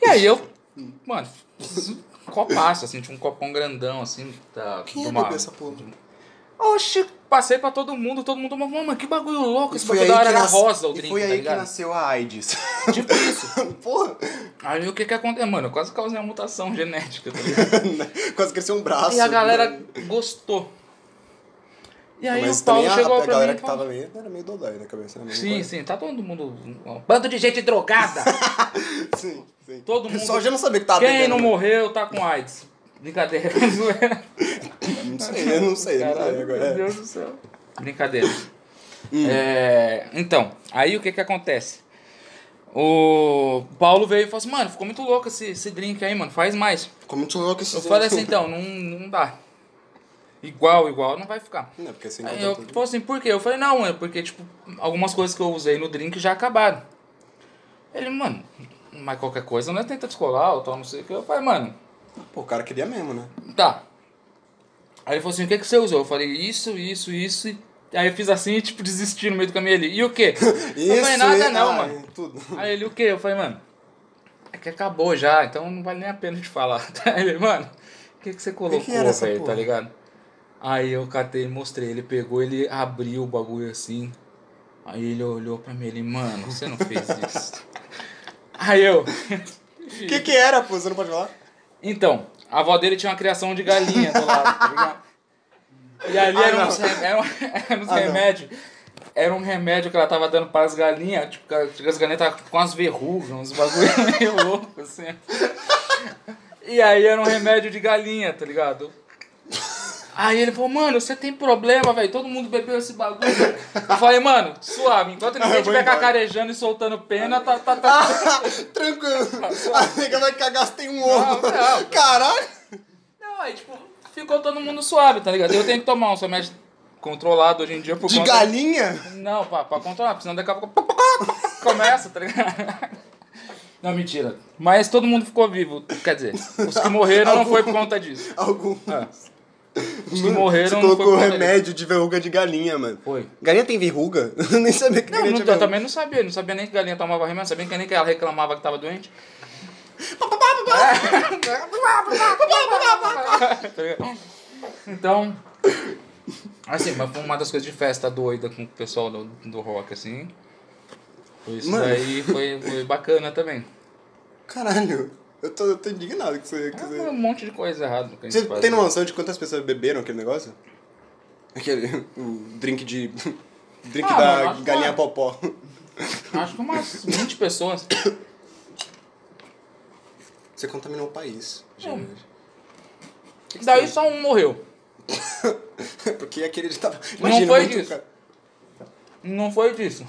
Speaker 2: E aí eu. Mano, fiz um copaço, assim, tinha um copão grandão, assim. Da,
Speaker 1: Quem é
Speaker 2: de
Speaker 1: ia
Speaker 2: uma-
Speaker 1: beber essa porra?
Speaker 2: Oxi, passei pra todo mundo, todo mundo, mano, que bagulho louco,
Speaker 1: E
Speaker 2: esse
Speaker 1: foi
Speaker 2: bagulho
Speaker 1: aí
Speaker 2: da hora
Speaker 1: que
Speaker 2: era
Speaker 1: nas-
Speaker 2: rosa o
Speaker 1: e
Speaker 2: drink,
Speaker 1: foi
Speaker 2: tá
Speaker 1: aí que
Speaker 2: ligado?
Speaker 1: nasceu a AIDS.
Speaker 2: Tipo isso.
Speaker 1: Porra!
Speaker 2: Aí o que que aconteceu? Mano, eu quase causei uma mutação genética, tá ligado?
Speaker 1: Quase cresceu um braço.
Speaker 2: E a galera gostou. E aí
Speaker 1: Mas
Speaker 2: o
Speaker 1: também
Speaker 2: Paulo
Speaker 1: a,
Speaker 2: chegou
Speaker 1: a
Speaker 2: pra mim
Speaker 1: galera
Speaker 2: e
Speaker 1: que
Speaker 2: falou,
Speaker 1: tava meio, era meio dodói na cabeça. Né?
Speaker 2: Sim, sim, tá todo mundo... ó, Bando de gente drogada!
Speaker 1: sim, sim.
Speaker 2: Todo
Speaker 1: O pessoal
Speaker 2: mundo-
Speaker 1: já não sabia que tava
Speaker 2: Quem
Speaker 1: bebendo,
Speaker 2: não
Speaker 1: né?
Speaker 2: morreu tá com AIDS. Brincadeira, zoeira.
Speaker 1: Não sei, eu não sei. não sei
Speaker 2: Caralho,
Speaker 1: Tá agora.
Speaker 2: meu
Speaker 1: É. Hum.
Speaker 2: Deus do céu. Brincadeira. É, então, aí o que que acontece? O Paulo veio e falou assim, mano, ficou muito louco esse, esse drink aí, mano, faz mais.
Speaker 1: Ficou muito um louco esse
Speaker 2: Eu falei assim, então, não, não dá. Igual, igual, não vai ficar.
Speaker 1: Não, porque assim...
Speaker 2: Aí
Speaker 1: conta
Speaker 2: eu
Speaker 1: tudo.
Speaker 2: falei assim, por quê? Eu falei, não, é porque, tipo, algumas coisas que eu usei no drink já acabaram. Ele, mano, mas qualquer coisa, né? Tenta descolar ou tal, não sei o que. Eu falei, mano,
Speaker 1: Pô, o cara queria mesmo, né?
Speaker 2: Tá. Aí ele falou assim, o que, que você usou? Eu falei, isso, isso, isso. E... Aí eu fiz assim e, tipo, desisti no meio do caminho ali. E o quê? eu falei, nada
Speaker 1: é-
Speaker 2: não,
Speaker 1: ah,
Speaker 2: mano.
Speaker 1: Tudo.
Speaker 2: Aí ele, o quê? Eu falei, mano, é que acabou já, então não vale nem a pena te falar. Aí ele, mano, o que, que você colocou,
Speaker 1: era essa
Speaker 2: velho, tá
Speaker 1: porra?
Speaker 2: ligado? Aí eu catei, mostrei, ele pegou, ele abriu o bagulho assim. Aí ele olhou pra mim, ele, mano, você não fez isso. Aí eu...
Speaker 1: O que que era, pô? Você não pode falar?
Speaker 2: Então, a avó dele tinha uma criação de galinha do lado, tá ligado? E ali
Speaker 1: Ah,
Speaker 2: era
Speaker 1: não.
Speaker 2: uns, re- era um- era uns
Speaker 1: Ah, não.
Speaker 2: remédios. Era um remédio que ela tava dando para as galinhas, tipo, que as- que as galinhas estavam com as verrugas, uns bagulho meio louco, assim. E aí era um remédio de galinha, tá ligado? Aí ele falou, mano, você tem problema, velho. Todo mundo bebeu esse bagulho. Eu falei, mano, suave. Enquanto
Speaker 1: Ah, eu vou
Speaker 2: ninguém estiver
Speaker 1: embora.
Speaker 2: cacarejando e soltando pena, tá, tá, tá,
Speaker 1: Tranquilo. A nega vai cagar se tem um ovo.
Speaker 2: não.
Speaker 1: Caralho.
Speaker 2: Não, aí, tipo, ficou todo mundo suave, tá ligado? Eu tenho que tomar um remédio controlado hoje em dia por
Speaker 1: De
Speaker 2: conta...
Speaker 1: galinha?
Speaker 2: Não, pra, pra controlar, porque senão daqui a pouco... Começa, tá ligado? Não, mentira. Mas todo mundo ficou vivo, quer dizer, os que morreram não foi por conta disso.
Speaker 1: Algum.
Speaker 2: É, os que
Speaker 1: Mano,
Speaker 2: morreram
Speaker 1: Você
Speaker 2: não foi por
Speaker 1: colocou
Speaker 2: conta disso.
Speaker 1: remédio de verruga de galinha, mano.
Speaker 2: Foi.
Speaker 1: Galinha tem verruga? Eu nem sabia que
Speaker 2: Não,
Speaker 1: galinha
Speaker 2: não,
Speaker 1: tinha
Speaker 2: eu também não sabia, não sabia nem que galinha tomava remédio, sabia que nem que ela reclamava que tava doente. Tá ligado? Então, assim, mas foi uma das coisas de festa doida com o pessoal do, do rock, assim. Foi Isso
Speaker 1: Mano.
Speaker 2: daí foi, foi bacana também.
Speaker 1: Caralho. Eu tô, eu tô indignado que você... Que você...
Speaker 2: Um monte de coisa errada que a gente
Speaker 1: Você
Speaker 2: faz,
Speaker 1: tem
Speaker 2: né?
Speaker 1: noção de quantas pessoas beberam aquele negócio? Aquele. O drink de. Drink
Speaker 2: Ah,
Speaker 1: da
Speaker 2: mano, acho que
Speaker 1: galinha
Speaker 2: foi.
Speaker 1: popó.
Speaker 2: Acho que umas 20 pessoas.
Speaker 1: Você contaminou o país, gente.
Speaker 2: Daí só um morreu.
Speaker 1: Porque aquele ele tava.
Speaker 2: Não
Speaker 1: Imagina,
Speaker 2: foi
Speaker 1: muito
Speaker 2: disso.
Speaker 1: ca-
Speaker 2: Não foi disso.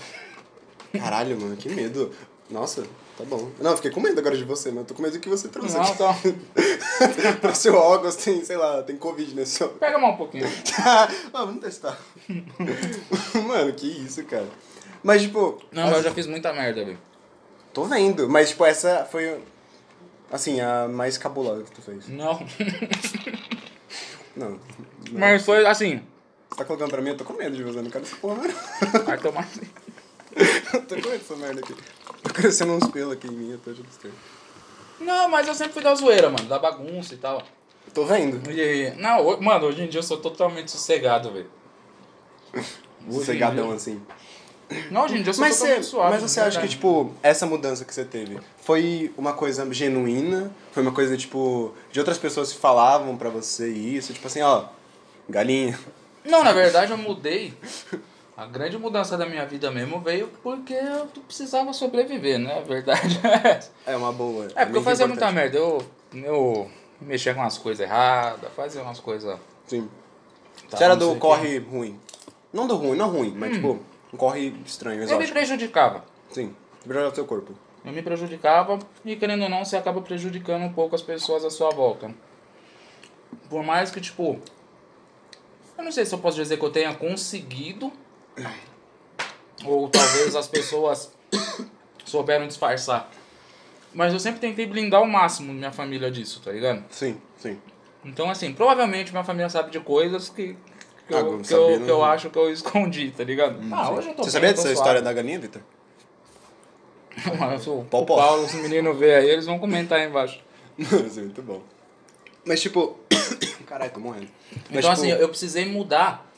Speaker 1: Caralho, mano, que medo. Nossa, tá bom. Não, eu fiquei com medo agora de você, mas eu tô com medo do que você trouxe.
Speaker 2: Não,
Speaker 1: aqui.
Speaker 2: então.
Speaker 1: Pro seu óculos tem, sei lá, tem Covid nesse seu.
Speaker 2: Pega mal um pouquinho.
Speaker 1: ah, vamos testar. Mano, que isso, cara. Mas, tipo.
Speaker 2: Não, mas eu já fiz muita merda, velho.
Speaker 1: Tô vendo, mas, tipo, essa foi. Assim, a mais cabulosa que tu fez.
Speaker 2: Não.
Speaker 1: Não. não.
Speaker 2: Mas foi assim.
Speaker 1: Tá colocando pra mim? Eu tô com medo de você, não quero essa porra, não.
Speaker 2: Vai tomar.
Speaker 1: Eu tô com medo dessa merda aqui. Tá crescendo uns pelos aqui em mim, eu tô achando estranho.
Speaker 2: Não, mas eu sempre fui da zoeira, mano. Da bagunça e tal.
Speaker 1: Tô vendo.
Speaker 2: E, não, ho- mano, hoje em dia eu sou totalmente sossegado, velho. Hoje em
Speaker 1: Sossegadão
Speaker 2: dia-
Speaker 1: assim.
Speaker 2: Não, hoje em dia eu sou
Speaker 1: Mas você,
Speaker 2: totalmente suave.
Speaker 1: mas você
Speaker 2: de
Speaker 1: acha que,
Speaker 2: verdade.
Speaker 1: tipo, essa mudança que você teve foi uma coisa genuína? Foi uma coisa, tipo, de outras pessoas que falavam pra você isso? Tipo assim, ó, galinha.
Speaker 2: Não, na verdade eu mudei. A grande mudança da minha vida mesmo veio porque eu precisava sobreviver, né? A verdade é essa.
Speaker 1: É uma boa.
Speaker 2: É, porque eu
Speaker 1: muito
Speaker 2: fazia muita
Speaker 1: importante.
Speaker 2: merda. Eu, eu mexia com umas coisas erradas, fazia umas coisas.
Speaker 1: Sim.
Speaker 2: Tá,
Speaker 1: você era
Speaker 2: não sei
Speaker 1: do
Speaker 2: o Hum.
Speaker 1: corre ruim. Não do ruim, não ruim, mas, tipo, um corre estranho,
Speaker 2: Eu me
Speaker 1: exótico.
Speaker 2: prejudicava.
Speaker 1: Sim. Melhorar o seu corpo.
Speaker 2: Eu me prejudicava e, querendo ou não, você acaba prejudicando um pouco as pessoas à sua volta. Por mais que, tipo. Eu não sei se eu posso dizer que eu tenha conseguido. Ou talvez as pessoas souberam disfarçar. Mas eu sempre tentei blindar ao máximo minha família disso, tá ligado?
Speaker 1: Sim, sim.
Speaker 2: Então, assim, provavelmente minha família sabe de coisas que, que,
Speaker 1: Ah,
Speaker 2: eu,
Speaker 1: como
Speaker 2: que,
Speaker 1: sabia,
Speaker 2: eu,
Speaker 1: não-
Speaker 2: que eu acho que eu escondi, tá ligado? ah, hoje eu tô
Speaker 1: Você
Speaker 2: bem,
Speaker 1: sabia
Speaker 2: eu
Speaker 1: dessa
Speaker 2: tô suave.
Speaker 1: história da galinha, Victor?
Speaker 2: Mano, eu sou- o
Speaker 1: Popó.
Speaker 2: Paulo, se o menino ver aí, eles vão comentar aí embaixo.
Speaker 1: Isso é muito bom. Mas, tipo... Caralho, tô morrendo. Mas,
Speaker 2: Então,
Speaker 1: tipo,
Speaker 2: assim, eu precisei mudar.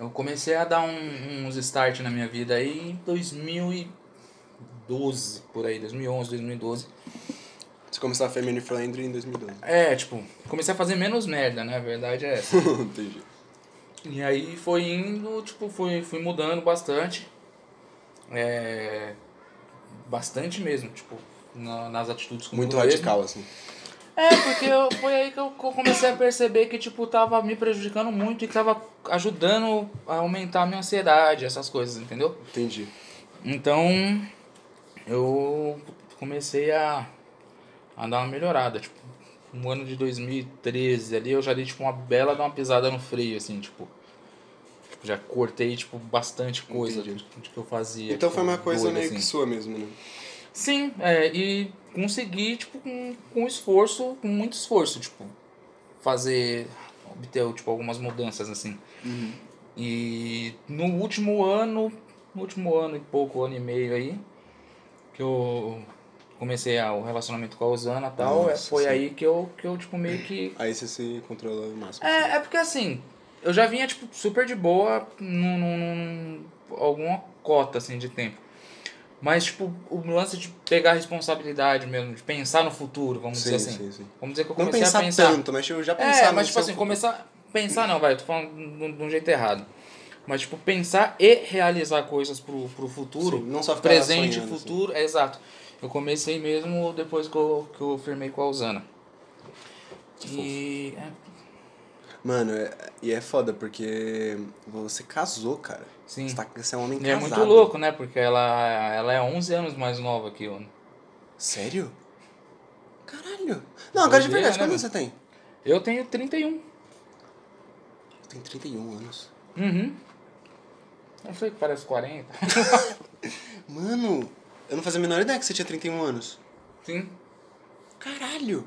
Speaker 2: Eu comecei a dar um- uns start na minha vida aí em 2012, por aí, 2011, 2012.
Speaker 1: Você começou a Family Friendly em 2012.
Speaker 2: É, tipo, comecei a fazer menos merda, né? A verdade é essa.
Speaker 1: Entendi.
Speaker 2: E aí foi indo, tipo, fui, fui mudando bastante. É. Bastante mesmo, tipo, na- nas atitudes comigo
Speaker 1: Muito
Speaker 2: mesmo.
Speaker 1: radical, assim.
Speaker 2: É, porque eu- foi aí que eu co- comecei a perceber que, tipo, tava me prejudicando muito e tava ajudando a aumentar a minha ansiedade, essas coisas, entendeu?
Speaker 1: Entendi.
Speaker 2: Então, eu comecei a, a dar uma melhorada, tipo, no ano de 2013 ali eu já dei, tipo, uma bela de uma pisada no freio, assim, tipo... tipo, Já cortei, tipo, bastante coisa de,
Speaker 1: Entendi.
Speaker 2: de que eu fazia.
Speaker 1: Então
Speaker 2: tipo,
Speaker 1: foi uma coisa
Speaker 2: doido,
Speaker 1: meio que
Speaker 2: assim.
Speaker 1: sua mesmo, né?
Speaker 2: Sim, é, e consegui, tipo, com, com esforço, com muito esforço, tipo, fazer, obter, tipo, algumas mudanças, assim.
Speaker 1: Uhum.
Speaker 2: E no último ano, no último ano e pouco, ano e meio aí, que eu comecei a- o relacionamento com a Osana e tal, é,
Speaker 1: Nossa,
Speaker 2: foi
Speaker 1: sim.
Speaker 2: aí que eu, que eu, tipo, meio que
Speaker 1: Aí você se controla o máximo.
Speaker 2: é, é porque assim, eu já vinha, tipo, super de boa num, num- num- alguma cota, assim, de tempo. Mas, tipo, o lance de pegar a responsabilidade mesmo, de pensar no futuro, vamos
Speaker 1: sim,
Speaker 2: dizer assim.
Speaker 1: sim, sim.
Speaker 2: Vamos dizer que eu
Speaker 1: Não
Speaker 2: comecei
Speaker 1: pensar,
Speaker 2: a pensar.
Speaker 1: tanto, mas tipo, já pensar
Speaker 2: É,
Speaker 1: no
Speaker 2: mas tipo
Speaker 1: seu-
Speaker 2: assim, começar. Pensar não, vai, tô falando de um- de um jeito errado. Mas, tipo, pensar e realizar coisas pro, pro futuro.
Speaker 1: Sim, não só ficar
Speaker 2: presente,
Speaker 1: sonhando, assim.
Speaker 2: futuro, é exato. Eu comecei mesmo depois que eu, que eu firmei com a Alzana. E. é,
Speaker 1: Mano, é- e é foda, porque você casou, cara.
Speaker 2: Sim.
Speaker 1: Você, tá, você é um homem
Speaker 2: E é
Speaker 1: casado.
Speaker 2: muito louco, né? Porque ela, ela é 11 anos mais nova que eu. né?
Speaker 1: Sério? Caralho. Não, agora de
Speaker 2: Doideira,
Speaker 1: verdade,
Speaker 2: né,
Speaker 1: quantos anos você tem?
Speaker 2: Eu tenho 31.
Speaker 1: Eu tenho 31 anos.
Speaker 2: Uhum. Não sei que parece 40.
Speaker 1: Mano, eu não fazia a menor ideia que você tinha 31 anos.
Speaker 2: Sim.
Speaker 1: Caralho.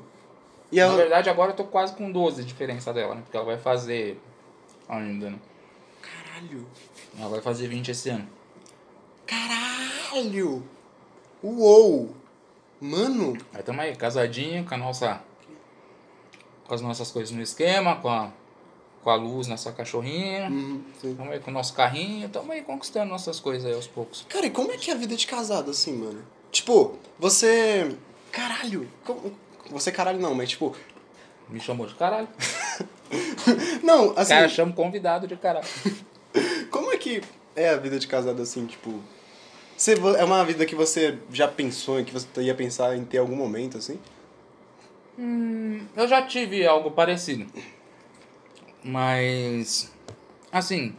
Speaker 1: E
Speaker 2: Na
Speaker 1: ela...
Speaker 2: verdade, agora eu tô quase com 12 de diferença dela, né? Porque ela vai fazer. Ainda, né?
Speaker 1: Caralho.
Speaker 2: Ela vai fazer 20 esse ano.
Speaker 1: Caralho. Uou. Mano.
Speaker 2: Aí tamo aí, casadinho, com a nossa. Com as nossas coisas no esquema, com a. Com a luz, nossa cachorrinha.
Speaker 1: Uhum, sim.
Speaker 2: Tamo aí com o nosso carrinho. Tamo aí conquistando nossas coisas aí aos poucos.
Speaker 1: Cara, e como é que é a vida de casado assim, mano? Tipo, você. Caralho! como- Você caralho não, mas tipo.
Speaker 2: Me chamou de caralho.
Speaker 1: Não, assim.
Speaker 2: Cara, chama o convidado de caralho.
Speaker 1: Como é que é a vida de casado assim, tipo. Você, vo- é uma vida que você já pensou, em que você ia pensar em ter algum momento, assim?
Speaker 2: Eu já tive algo parecido. Mas. Assim.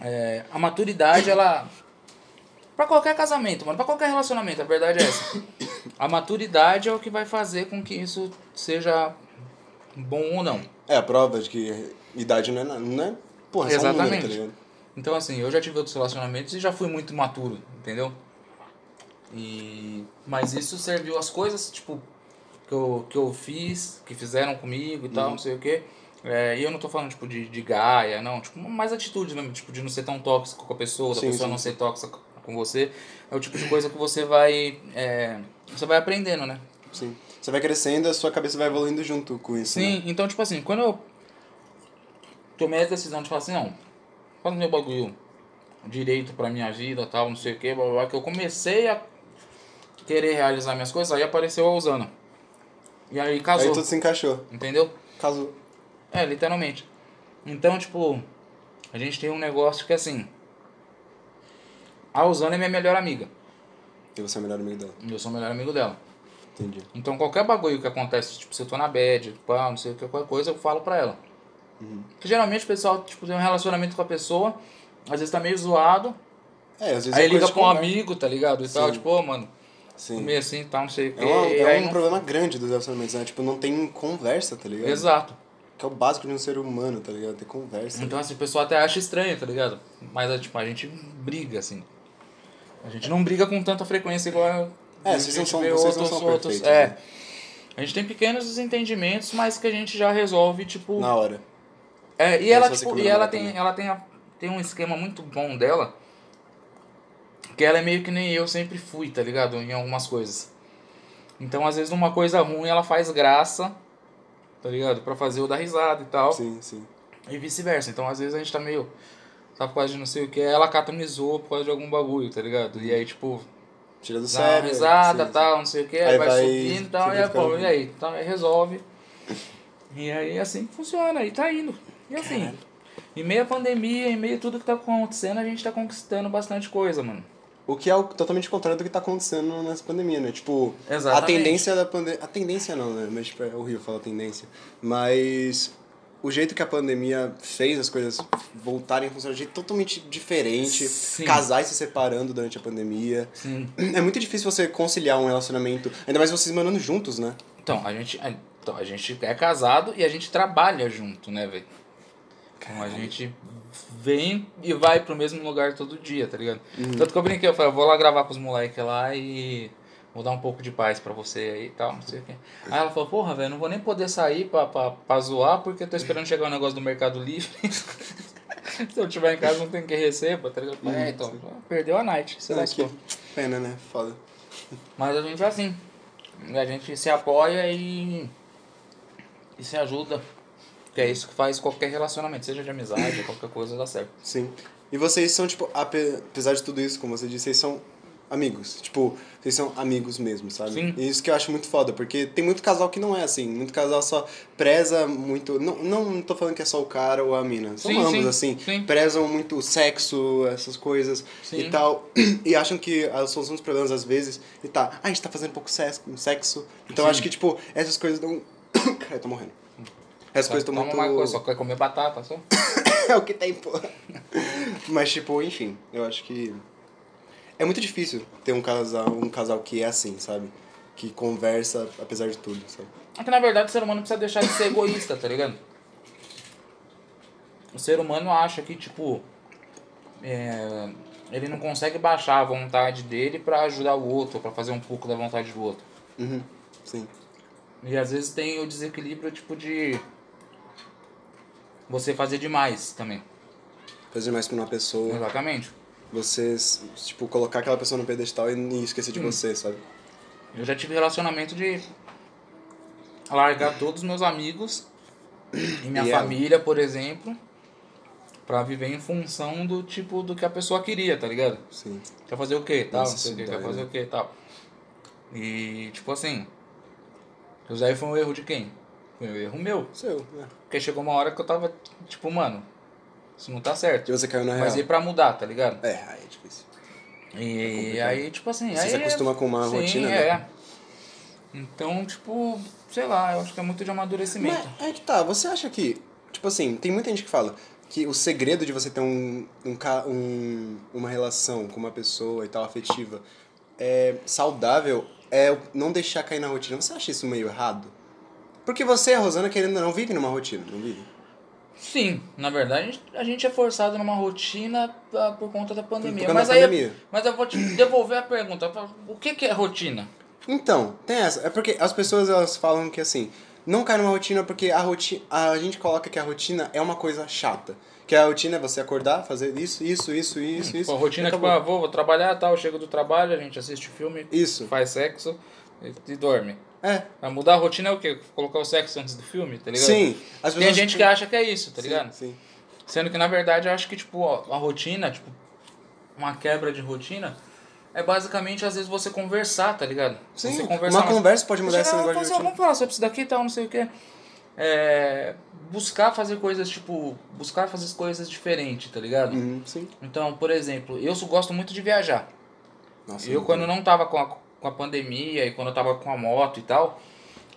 Speaker 2: é, a maturidade, ela. Pra qualquer casamento, mano, pra qualquer relacionamento, a verdade é essa. A maturidade é o que vai fazer com que isso seja bom ou não.
Speaker 1: É a prova de que idade não é nada, não é? Porra, é só um número, tá ligado?
Speaker 2: Então, assim, eu já tive outros relacionamentos e já fui muito maturo, entendeu? E... Mas isso serviu as coisas, tipo, que eu, que eu fiz, que fizeram comigo e tal,
Speaker 1: Uhum.
Speaker 2: não sei o quê. É, e eu não tô falando, tipo, de, de gaia, não. Tipo, mais atitude mesmo, tipo, de não ser tão tóxico com a pessoa, da
Speaker 1: Sim,
Speaker 2: pessoa
Speaker 1: sim.
Speaker 2: não ser tóxica com você. É o tipo de coisa que você vai... é, você vai aprendendo, né?
Speaker 1: Sim. Você vai crescendo, a sua cabeça vai evoluindo junto com isso, né?
Speaker 2: Sim, então, tipo assim, quando eu tomei a decisão de falar assim, não, faz o meu bagulho direito pra minha vida, tal, não sei o que, blá, blá, blá, que eu comecei a querer realizar minhas coisas, aí apareceu a Osana. E aí
Speaker 1: Aí
Speaker 2: casou,
Speaker 1: tudo se encaixou.
Speaker 2: entendeu?
Speaker 1: Casou.
Speaker 2: É, literalmente. Então, tipo, a gente tem um negócio que assim, a Osana é minha melhor amiga,
Speaker 1: E você é o melhor amigo dela.
Speaker 2: eu sou o melhor amigo dela.
Speaker 1: Entendi.
Speaker 2: Então qualquer bagulho que acontece, tipo, se eu tô na bad, pá, não sei o que, qualquer coisa, eu falo pra ela.
Speaker 1: Uhum.
Speaker 2: Porque geralmente o pessoal, tipo, tem um relacionamento com a pessoa, às vezes tá meio zoado,
Speaker 1: É, às vezes é
Speaker 2: aí liga
Speaker 1: coisa de
Speaker 2: pra um
Speaker 1: conversa.
Speaker 2: amigo, tá ligado? E tal,
Speaker 1: Sim.
Speaker 2: tipo, ô, mano, tô
Speaker 1: Sim.
Speaker 2: meio assim, tá, não sei o
Speaker 1: É,
Speaker 2: que.
Speaker 1: uma-
Speaker 2: e
Speaker 1: é
Speaker 2: aí
Speaker 1: um
Speaker 2: não-
Speaker 1: problema grande dos relacionamentos, né? Tipo, não tem conversa, tá ligado?
Speaker 2: Exato.
Speaker 1: Que é o básico de um ser humano, tá ligado? Ter conversa.
Speaker 2: Então assim, o pessoal até acha estranho, tá ligado? Mas, é, tipo, a gente briga, assim. A gente não briga com tanta frequência igual a
Speaker 1: É,
Speaker 2: a
Speaker 1: vocês
Speaker 2: gente
Speaker 1: não são-
Speaker 2: vê
Speaker 1: vocês não são perfeitos,
Speaker 2: É.
Speaker 1: né?
Speaker 2: A gente tem pequenos desentendimentos, mas que a gente já resolve, tipo...
Speaker 1: Na hora.
Speaker 2: É, e
Speaker 1: Eu
Speaker 2: ela,
Speaker 1: sou assim
Speaker 2: tipo,
Speaker 1: com
Speaker 2: e
Speaker 1: minha
Speaker 2: ela
Speaker 1: namorada
Speaker 2: tem,
Speaker 1: também.
Speaker 2: ela tem, a- tem um esquema muito bom dela. Que ela é meio que nem eu sempre fui, tá ligado? Em algumas coisas. Então, às vezes, numa coisa ruim, ela faz graça, tá ligado? Pra fazer eu dar risada e tal.
Speaker 1: Sim, sim.
Speaker 2: E vice-versa. Então, às vezes, a gente tá meio. Sabe, por causa de não sei o que. Ela catamizou por causa de algum bagulho, tá ligado? E aí, tipo,
Speaker 1: Tira do
Speaker 2: dá uma
Speaker 1: sério.
Speaker 2: risada,
Speaker 1: sim, sim.
Speaker 2: tal, não sei o que.
Speaker 1: Aí
Speaker 2: Aí vai,
Speaker 1: vai
Speaker 2: subindo e tal. E aí,
Speaker 1: significando.
Speaker 2: pô, e aí? Então, aí resolve. E aí, assim que funciona. E tá indo. E assim.
Speaker 1: Caralho.
Speaker 2: Em meio à pandemia, em meio a tudo que tá acontecendo, a gente tá conquistando bastante coisa, mano.
Speaker 1: O que é o- totalmente contrário do que tá acontecendo nessa pandemia, né? Tipo,
Speaker 2: Exatamente.
Speaker 1: a tendência da pandemia. A tendência não, né? Mas tipo, é horrível falar tendência. Mas o jeito que a pandemia fez as coisas voltarem a funcionar de um jeito totalmente diferente.
Speaker 2: Sim.
Speaker 1: Casais se separando durante a pandemia.
Speaker 2: Sim.
Speaker 1: É muito difícil você conciliar um relacionamento. Ainda mais vocês morando juntos, né?
Speaker 2: Então, a gente, a- então, a gente é casado e a gente trabalha junto, né, velho? Então a gente vem e vai pro mesmo lugar todo dia, tá ligado? Tanto que eu brinquei, eu falei, eu vou lá gravar com os moleques lá e vou dar um pouco de paz pra você aí e tal, não sei o quê. Aí ela falou, porra, velho, não vou nem poder sair pra, pra, pra zoar porque eu tô esperando chegar o negócio do Mercado Livre. Se eu tiver em casa, não tem que receba, tá ligado? Eu falei, É, então, perdeu a night, você
Speaker 1: Ah, que
Speaker 2: lascou.
Speaker 1: pena, né? Foda.
Speaker 2: Mas a gente é assim. A gente se apoia e. e se ajuda. Que é isso que faz qualquer relacionamento, seja de amizade, qualquer coisa dá certo.
Speaker 1: Sim. E vocês são, tipo, ape- apesar de tudo isso, como você disse, vocês são amigos. Tipo, vocês são amigos mesmo, sabe?
Speaker 2: Sim.
Speaker 1: E isso que eu acho muito foda, porque tem muito casal que não é assim. Muito casal só preza muito. Não, não tô falando que é só o cara ou a mina. São
Speaker 2: Sim,
Speaker 1: ambos,
Speaker 2: sim,
Speaker 1: assim.
Speaker 2: sim.
Speaker 1: Prezam muito o sexo, essas coisas
Speaker 2: Sim.
Speaker 1: e tal. E acham que a solução dos problemas, às vezes, e tá, ah, a gente tá fazendo pouco ses- sexo. Então
Speaker 2: Sim.
Speaker 1: acho que, tipo, essas coisas não. Cara, eu tô morrendo. Essas coisas estão
Speaker 2: Tá, Toma
Speaker 1: muito.
Speaker 2: uma coisa, só quer comer batata só.
Speaker 1: É o que tem, porra. Mas, tipo, enfim, eu acho que. É muito difícil ter um casal, um casal que é assim, sabe? Que conversa apesar de tudo, sabe?
Speaker 2: É que na verdade o ser humano precisa deixar de ser egoísta, tá ligado? O ser humano acha que, tipo. é, ele não consegue baixar a vontade dele pra ajudar o outro, pra fazer um pouco da vontade do outro.
Speaker 1: Uhum. Sim.
Speaker 2: E às vezes tem o desequilíbrio, tipo, de. Você fazer demais também.
Speaker 1: Fazer mais pra uma pessoa,
Speaker 2: Exatamente.
Speaker 1: você, tipo, colocar aquela pessoa no pedestal e- e esquecer de
Speaker 2: Uhum.
Speaker 1: você, sabe?
Speaker 2: Eu já tive relacionamento de largar todos os meus amigos e minha
Speaker 1: E é ela?
Speaker 2: família, por exemplo, pra viver em função do tipo do que a pessoa queria, tá ligado?
Speaker 1: Sim.
Speaker 2: Quer fazer o quê? Tal,
Speaker 1: Nossa,
Speaker 2: não sei o quê,
Speaker 1: isso
Speaker 2: quer
Speaker 1: dói,
Speaker 2: fazer
Speaker 1: né?
Speaker 2: o quê tal. E tipo assim. Isso daí foi um erro de quem? Foi um erro meu.
Speaker 1: Seu, né?
Speaker 2: Porque chegou uma hora que eu tava, tipo, mano, isso não tá certo.
Speaker 1: E você caiu na
Speaker 2: Mas e
Speaker 1: real.
Speaker 2: pra mudar, tá ligado?
Speaker 1: É, aí é difícil.
Speaker 2: E
Speaker 1: É complicado.
Speaker 2: aí, tipo assim.
Speaker 1: Você
Speaker 2: aí
Speaker 1: se acostuma com uma
Speaker 2: sim,
Speaker 1: rotina, né?
Speaker 2: é. Então, tipo, sei lá, eu acho que é muito de amadurecimento.
Speaker 1: Mas é que tá, você acha que, tipo assim, tem muita gente que fala, que o segredo de você ter um, um, ca- um- uma relação com uma pessoa e tal, afetiva, é saudável, é não deixar cair na rotina. Você acha isso meio errado? Porque você, a Rosana, querendo ou não, vive numa rotina, não vive?
Speaker 2: Sim, na verdade a gente- a gente é forçado numa rotina pra- por conta da pandemia.
Speaker 1: conta da
Speaker 2: mas aí,
Speaker 1: pandemia.
Speaker 2: mas eu vou te devolver a pergunta. O que que é rotina?
Speaker 1: Então, tem essa. É porque as pessoas elas falam que assim, não cai numa rotina porque a rotina, a gente coloca que a rotina é uma coisa chata. Que a rotina é você acordar, fazer isso, isso, isso, isso, isso.
Speaker 2: Pô, a rotina é tipo,
Speaker 1: acabou.
Speaker 2: ah, vou, vou trabalhar, tal, chego do trabalho, a gente assiste filme,
Speaker 1: Isso.
Speaker 2: faz sexo e, e dorme.
Speaker 1: É.
Speaker 2: Vai mudar tipo a rotina é o quê? Colocar o sexo antes do filme, tá ligado?
Speaker 1: Sim. As
Speaker 2: Tem gente que acha que é isso, tá
Speaker 1: Sim,
Speaker 2: ligado?
Speaker 1: Sim.
Speaker 2: Sendo que, na verdade, eu acho que, tipo, ó, a rotina, tipo, uma quebra de rotina, é basicamente, às vezes, você conversar, tá ligado?
Speaker 1: Sim,
Speaker 2: você
Speaker 1: uma
Speaker 2: mas-
Speaker 1: conversa pode mudar
Speaker 2: Você
Speaker 1: esse
Speaker 2: fala,
Speaker 1: negócio de
Speaker 2: "Pô,
Speaker 1: rotina."
Speaker 2: Vamos falar sobre isso daqui e tal, não sei o quê. É, buscar fazer coisas, tipo, buscar fazer coisas diferentes, tá ligado?
Speaker 1: Uhum, sim.
Speaker 2: Então, por exemplo, eu só gosto muito de viajar.
Speaker 1: Nossa, é
Speaker 2: eu, quando não tava com a, com a pandemia e quando eu tava com a moto e tal,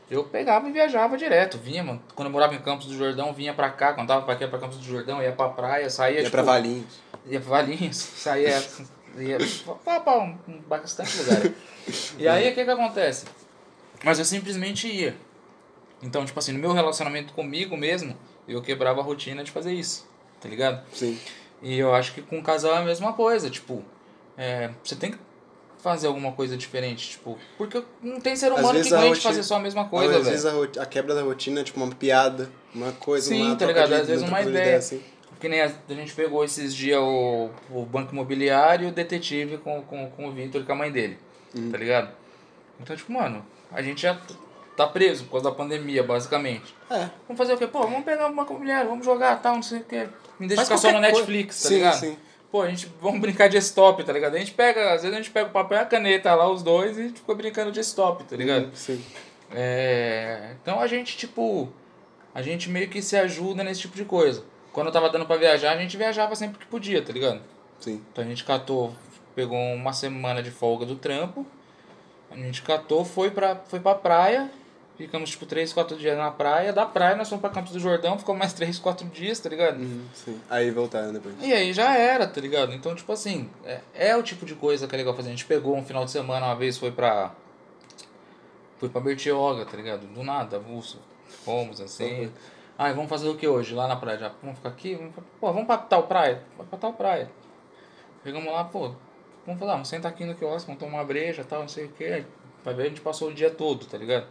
Speaker 2: eu pegava e viajava direto. Vinha, mano. Quando eu morava em Campos do Jordão, vinha pra cá. Quando tava pra cá, pra Campos do Jordão, ia pra praia, saía.
Speaker 1: Ia
Speaker 2: tipo,
Speaker 1: É pra Valinhos.
Speaker 2: Ia pra Valinhos, saía. ia pra, pra um, um bastante lugar. E aí, o que que acontece? Mas eu simplesmente ia. Então, tipo assim, no meu relacionamento comigo mesmo, eu quebrava a rotina de fazer isso, tá ligado?
Speaker 1: Sim.
Speaker 2: E eu acho que com o casal é a mesma coisa, tipo, é, você tem que fazer alguma coisa diferente, tipo, porque não tem ser
Speaker 1: Às
Speaker 2: humano que
Speaker 1: vezes a
Speaker 2: aguente
Speaker 1: rotina-
Speaker 2: fazer só a mesma
Speaker 1: Às
Speaker 2: coisa,
Speaker 1: vezes
Speaker 2: velho.
Speaker 1: a, roti- a quebra da rotina é tipo uma piada, uma coisa,
Speaker 2: Sim,
Speaker 1: uma
Speaker 2: tá
Speaker 1: troca
Speaker 2: ligado?
Speaker 1: de-
Speaker 2: Às vezes uma
Speaker 1: troca de
Speaker 2: ideia.
Speaker 1: assim.
Speaker 2: Que nem a, a gente pegou esses dias o, o Banco Imobiliário e o Detetive com, com, com o Vitor e com a mãe dele,
Speaker 1: Hum.
Speaker 2: tá ligado? Então, tipo, mano, a gente já t- tá preso por causa da pandemia, basicamente.
Speaker 1: É.
Speaker 2: Vamos fazer o quê? Pô, vamos pegar o Banco Imobiliário, vamos jogar, tal, não sei o quê. Me deixa
Speaker 1: Faz
Speaker 2: ficar só no
Speaker 1: qualquer coisa.
Speaker 2: Netflix, tá
Speaker 1: Sim,
Speaker 2: ligado?
Speaker 1: sim.
Speaker 2: Pô, a gente vamos brincar de stop, tá ligado? A gente pega, às vezes a gente pega o papel e a caneta lá, os dois, e a gente fica brincando de stop, tá ligado?
Speaker 1: Sim.
Speaker 2: É, então a gente, tipo, a gente meio que se ajuda nesse tipo de coisa. Quando eu tava dando pra viajar, a gente viajava sempre que podia, tá ligado?
Speaker 1: Sim.
Speaker 2: Então a gente catou, pegou uma semana de folga do trampo, a gente catou, foi pra, foi pra praia, ficamos tipo 3, 4 dias na praia, da praia nós fomos pra Campos do Jordão, ficou mais 3, 4 dias, tá ligado?
Speaker 1: Uhum, sim. Aí voltaram depois.
Speaker 2: E aí já era, tá ligado? Então, tipo assim, é, é o tipo de coisa que é legal fazer. A gente pegou um final de semana uma vez, foi pra. Foi pra Bertioga, tá ligado? Do nada, avulso. Fomos assim. Ai, vamos fazer o que hoje? Lá na praia já. Vamos ficar aqui? Vamos, pra- pô, vamos pra tal praia? Vamos pra tal praia. Chegamos lá, pô, vamos falar, vamos sentar aqui no quiosque, vamos tomar uma breja e tal, não sei o que. Vai ver, a gente passou o dia todo, tá ligado?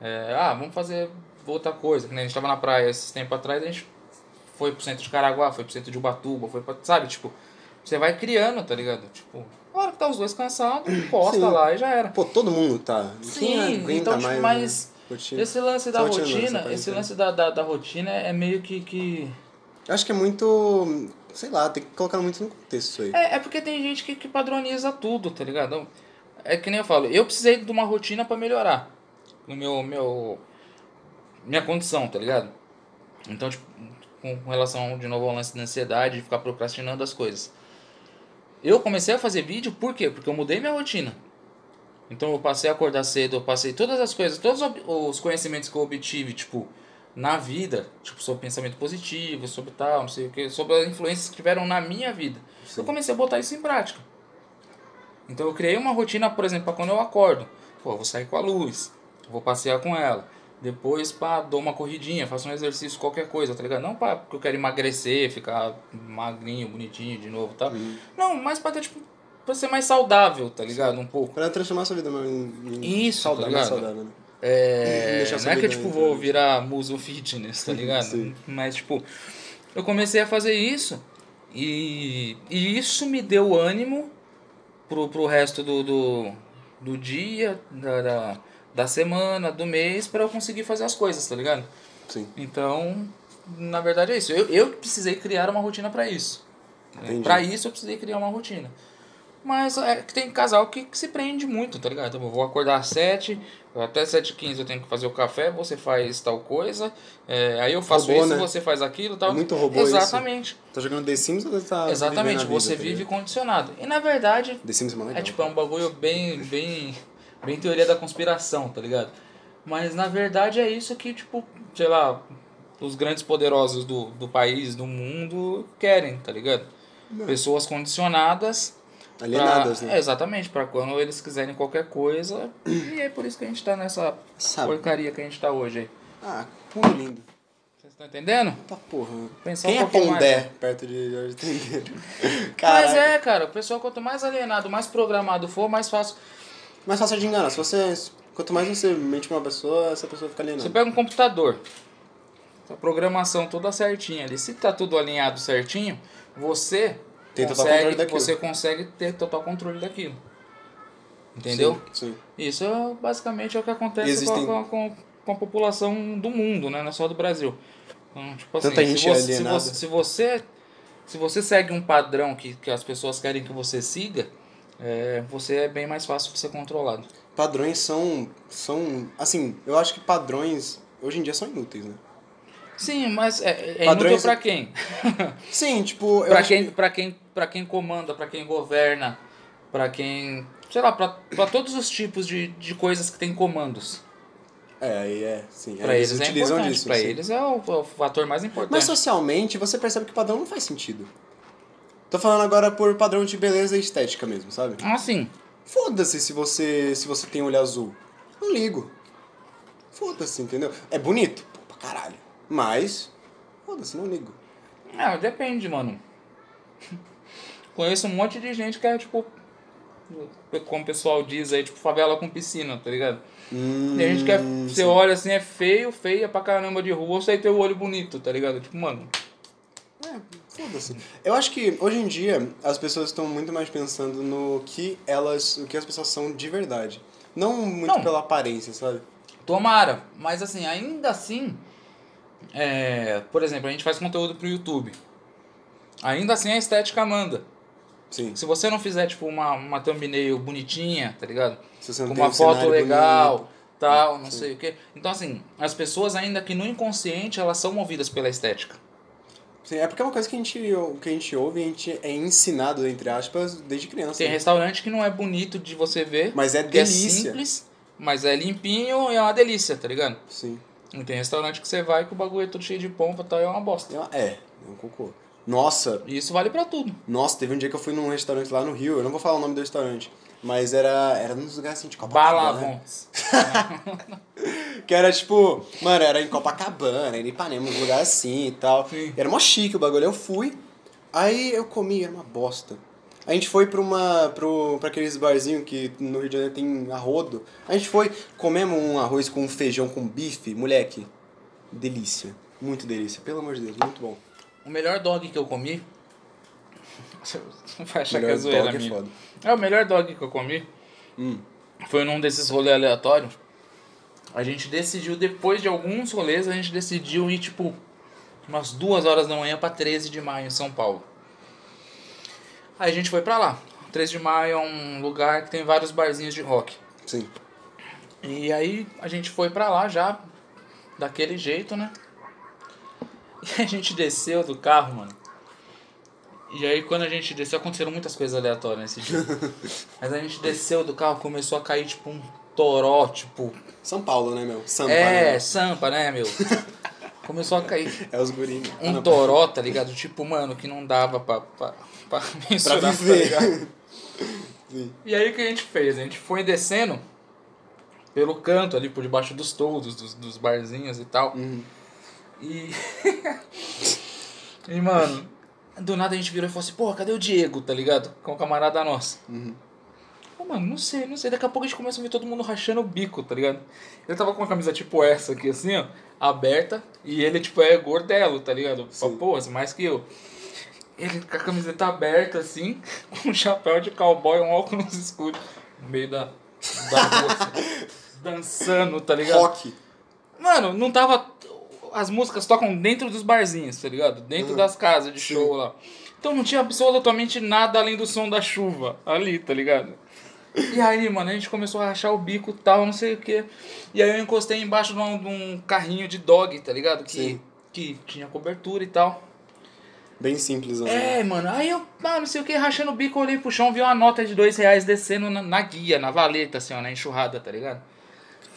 Speaker 2: É, ah, vamos fazer outra coisa. Que nem a gente tava na praia esses tempos atrás, a gente foi pro centro de Caraguá, foi pro centro de Ubatuba, foi pra. Sabe, tipo, você vai criando, tá ligado? Tipo, na hora que tá os dois cansados, encosta
Speaker 1: Sim.
Speaker 2: lá e já era.
Speaker 1: Pô, todo mundo tá. Quem
Speaker 2: Sim,
Speaker 1: aguenta
Speaker 2: então, tipo,
Speaker 1: mais,
Speaker 2: mas
Speaker 1: né? rotina?
Speaker 2: Esse lance da
Speaker 1: Só tirando essa
Speaker 2: rotina,
Speaker 1: parte,
Speaker 2: esse
Speaker 1: né?
Speaker 2: lance da, da, da rotina é meio que. que...
Speaker 1: Eu acho que é muito. Sei lá, tem que colocar muito no contexto isso aí.
Speaker 2: É, é porque tem gente que, que padroniza tudo, tá ligado? É que nem eu falo, eu precisei de uma rotina pra melhorar no meu, meu minha condição, tá ligado? Então, tipo, com com relação de novo ao lance da ansiedade, de ficar procrastinando as coisas. Eu comecei a fazer vídeo por quê? Porque eu mudei minha rotina. Então eu passei a acordar cedo, eu passei todas as coisas, todos ob- os conhecimentos que eu obtive, tipo, na vida, tipo, sobre pensamento positivo, sobre tal, não sei o que, sobre as influências que tiveram na minha vida.
Speaker 1: Sim.
Speaker 2: Eu comecei a botar isso em prática. Então eu criei uma rotina, por exemplo, pra quando eu acordo. Pô, eu vou sair com a luz, vou passear com ela. Depois, pá, dou uma corridinha, faço um exercício, qualquer coisa, tá ligado? Não pá, porque eu quero emagrecer, ficar magrinho, bonitinho de novo, tá? Não, mas pra ter, tipo, pra ser mais saudável, tá ligado? Um pouco.
Speaker 1: Pra transformar sua vida em, em
Speaker 2: Isso,
Speaker 1: saudável,
Speaker 2: tá
Speaker 1: mais
Speaker 2: ligado?
Speaker 1: saudável, né?
Speaker 2: É,
Speaker 1: Deixar
Speaker 2: não é que
Speaker 1: saber
Speaker 2: eu, tipo,
Speaker 1: da-
Speaker 2: vou virar muso fitness, tá ligado?
Speaker 1: Sim.
Speaker 2: Mas, tipo, eu comecei a fazer isso e, e isso me deu ânimo pro, pro resto do, do, do dia, da, da, da semana, do mês, pra eu conseguir fazer as coisas, tá ligado?
Speaker 1: Sim.
Speaker 2: Então, na verdade é isso. Eu, eu precisei criar uma rotina pra isso.
Speaker 1: Entendi.
Speaker 2: Pra isso eu precisei criar uma rotina. Mas é que tem casal que, que se prende muito, tá ligado? Eu vou acordar às 7, até 7h15 eu tenho que fazer o café, você faz tal coisa, é, aí eu faço
Speaker 1: Robô,
Speaker 2: isso,
Speaker 1: né?
Speaker 2: você faz aquilo tal.
Speaker 1: Muito robô isso.
Speaker 2: Exatamente.
Speaker 1: Tá jogando The Sims ou você tá.
Speaker 2: Exatamente.
Speaker 1: vivendo a vida,
Speaker 2: você
Speaker 1: tá
Speaker 2: vive
Speaker 1: ligado?
Speaker 2: condicionado. E na verdade,
Speaker 1: The Sims é uma legal.
Speaker 2: é tipo, é um bagulho bem, bem, bem teoria da conspiração, tá ligado? Mas na verdade é isso que, tipo, sei lá, os grandes poderosos do, do país, do mundo, querem, tá ligado?
Speaker 1: Não.
Speaker 2: Pessoas condicionadas. pra-
Speaker 1: Alienadas,
Speaker 2: É,
Speaker 1: né?
Speaker 2: exatamente, pra quando eles quiserem qualquer coisa. E é por isso que a gente tá nessa
Speaker 1: Sabe.
Speaker 2: porcaria que a gente tá hoje aí.
Speaker 1: Ah, mundo lindo.
Speaker 2: Vocês estão entendendo?
Speaker 1: Tá porra.
Speaker 2: Pensar um
Speaker 1: Quem é
Speaker 2: pouquinho
Speaker 1: Pondé
Speaker 2: mais,
Speaker 1: perto de Jorge Tendeiro?
Speaker 2: Mas
Speaker 1: Caraca.
Speaker 2: é, cara, o pessoal, quanto mais alienado, mais programado for, mais fácil.
Speaker 1: Mais fácil de enganar. Se você, quanto mais você mente uma pessoa, essa pessoa fica alienada.
Speaker 2: Você pega um computador, a programação toda certinha ali. Se tá tudo alinhado certinho, você
Speaker 1: Tem total
Speaker 2: consegue,
Speaker 1: controle daquilo.
Speaker 2: você consegue ter total controle daquilo. Entendeu?
Speaker 1: Sim, sim.
Speaker 2: Isso é basicamente é o que acontece
Speaker 1: Existem-
Speaker 2: com, a, com, a- com a população do mundo, né? Não é só do Brasil. Então, tipo assim,
Speaker 1: Tanta
Speaker 2: se,
Speaker 1: gente
Speaker 2: você, se,
Speaker 1: alienada.
Speaker 2: você, se você se você segue um padrão que, que as pessoas querem que você siga, é, você é bem mais fácil de ser controlado.
Speaker 1: Padrões são, são. Assim, eu acho que padrões hoje em dia são inúteis, né?
Speaker 2: Sim, mas é, é inútil
Speaker 1: Padrões-
Speaker 2: pra quem?
Speaker 1: Sim, tipo. Eu
Speaker 2: pra
Speaker 1: acho
Speaker 2: quem,
Speaker 1: que-
Speaker 2: pra quem, pra quem comanda, pra quem governa, pra quem, sei lá, pra, pra todos os tipos de, de coisas que tem comandos.
Speaker 1: É, aí é, sim.
Speaker 2: Pra
Speaker 1: aí
Speaker 2: eles, é
Speaker 1: utilizam
Speaker 2: importante,
Speaker 1: disso.
Speaker 2: pra
Speaker 1: sim.
Speaker 2: eles é o, é o fator mais importante.
Speaker 1: Mas socialmente, você percebe que padrão não faz sentido. Tô falando agora por padrão de beleza e estética mesmo, sabe?
Speaker 2: Assim,
Speaker 1: Foda-se se você, se você tem olho azul. Não ligo. Foda-se, entendeu? É bonito, pô, pra caralho. Mas, foda-se, não ligo.
Speaker 2: ah, depende, mano. Conheço um monte de gente que é, tipo, como o pessoal diz aí, tipo, favela com piscina, tá ligado?
Speaker 1: Hum,
Speaker 2: Tem gente que é, você olha assim, é feio, feia pra caramba de rua, você tem o olho bonito, tá ligado? Tipo, mano,
Speaker 1: É, foda-se. Eu acho que hoje em dia as pessoas estão muito mais pensando no que elas. o que as pessoas são de verdade. Não muito
Speaker 2: Não.
Speaker 1: pela aparência, sabe?
Speaker 2: Tomara, mas assim, ainda assim, é, por exemplo, a gente faz conteúdo pro YouTube. Ainda assim a estética manda.
Speaker 1: Sim.
Speaker 2: Se você não fizer, tipo, uma, uma thumbnail bonitinha, tá ligado?
Speaker 1: Se você
Speaker 2: Com
Speaker 1: não tem
Speaker 2: uma
Speaker 1: um
Speaker 2: foto
Speaker 1: cenário
Speaker 2: legal,
Speaker 1: bonito.
Speaker 2: tal, não sei o quê. Então, assim, as pessoas, ainda que no inconsciente, elas são movidas pela estética.
Speaker 1: Sim, é porque é uma coisa que a gente, que a gente ouve e a gente é ensinado, entre aspas, desde criança.
Speaker 2: Tem
Speaker 1: né?
Speaker 2: restaurante que não é bonito de você ver,
Speaker 1: Mas é
Speaker 2: que é
Speaker 1: delícia.
Speaker 2: simples, mas é limpinho e é uma delícia, tá ligado?
Speaker 1: Sim.
Speaker 2: Não tem restaurante que você vai que o bagulho é todo cheio de pompa e tal, é uma bosta.
Speaker 1: É, uma- é é um cocô. Nossa,
Speaker 2: E isso vale pra tudo.
Speaker 1: nossa, teve um dia que eu fui num restaurante lá no Rio, eu não vou falar o nome do restaurante, mas era, era nos lugares assim de Copacabana.
Speaker 2: Balavons.
Speaker 1: Que era tipo, mano, era em Copacabana, em Ipanema, uns lugares assim e tal.
Speaker 2: Sim.
Speaker 1: Era mó chique o bagulho. Eu fui, aí eu comi, era uma bosta. A gente foi pra, uma, pro, pra aqueles barzinhos que no Rio de Janeiro tem arrodo. A gente foi, comemos um arroz com feijão com bife, moleque. Delícia. Muito delícia, pelo amor de Deus, muito bom.
Speaker 2: O melhor dog que eu comi. Você não vai achar que é
Speaker 1: Melhor
Speaker 2: zoeira
Speaker 1: dog é
Speaker 2: minha.
Speaker 1: foda.
Speaker 2: É, o melhor dog que eu comi
Speaker 1: Hum.
Speaker 2: foi num desses rolês aleatórios. A gente decidiu, depois de alguns rolês, a gente decidiu ir tipo umas duas horas da manhã pra 13 de maio em São Paulo. Aí a gente foi pra lá. 13 de maio é um lugar que tem vários barzinhos de rock.
Speaker 1: Sim.
Speaker 2: E aí a gente foi pra lá já, daquele jeito, né? E a gente desceu do carro, mano. E aí quando a gente desceu, aconteceram muitas coisas aleatórias nesse dia. Mas a gente desceu do carro, começou a cair tipo um toró, tipo.
Speaker 1: São Paulo, né, meu? Sampa,
Speaker 2: é,
Speaker 1: né?
Speaker 2: sampa, né, meu? Começou a cair
Speaker 1: É os gurinhos. Ah,
Speaker 2: um
Speaker 1: não,
Speaker 2: toró, tá ligado? Tipo, mano, que não dava pra, pra, pra
Speaker 1: Pra
Speaker 2: mensurar, tá ligado?
Speaker 1: viver. Sim.
Speaker 2: E aí o que a gente fez? A gente foi descendo pelo canto ali, por debaixo dos toldos, dos, dos barzinhos e tal.
Speaker 1: Uhum.
Speaker 2: E. e, mano, do nada a gente virou e falou assim, porra, cadê o Diego, tá ligado? Com o camarada nosso.
Speaker 1: Uhum.
Speaker 2: Pô, mano, não sei, não sei. Daqui a pouco a gente começa a ver todo mundo rachando o bico, tá ligado? Ele tava com uma camisa tipo essa aqui, assim, ó, aberta. E ele, tipo, é gordelo, tá ligado?
Speaker 1: Sim.
Speaker 2: Pô, assim, mais que eu. Ele com a camiseta aberta, assim, com um chapéu de cowboy, um óculos escuro, no meio da, da rua, assim, dançando, tá ligado?
Speaker 1: Rock.
Speaker 2: Mano, não tava. As músicas tocam dentro dos barzinhos, tá ligado? Dentro das casas de show lá. Então não tinha absolutamente nada além do som da chuva ali, tá ligado? E aí, mano, a gente começou a rachar o bico tal, não sei o quê. E aí eu encostei embaixo de um, de um carrinho de dog, tá ligado? Que,
Speaker 1: Sim.
Speaker 2: que tinha cobertura e tal.
Speaker 1: Bem simples, né?
Speaker 2: É, mano, aí eu, ah, não sei o que, rachando o bico, olhei pro chão, vi uma nota de dois reais descendo na, na guia, na valeta, assim, ó, na enxurrada, tá ligado?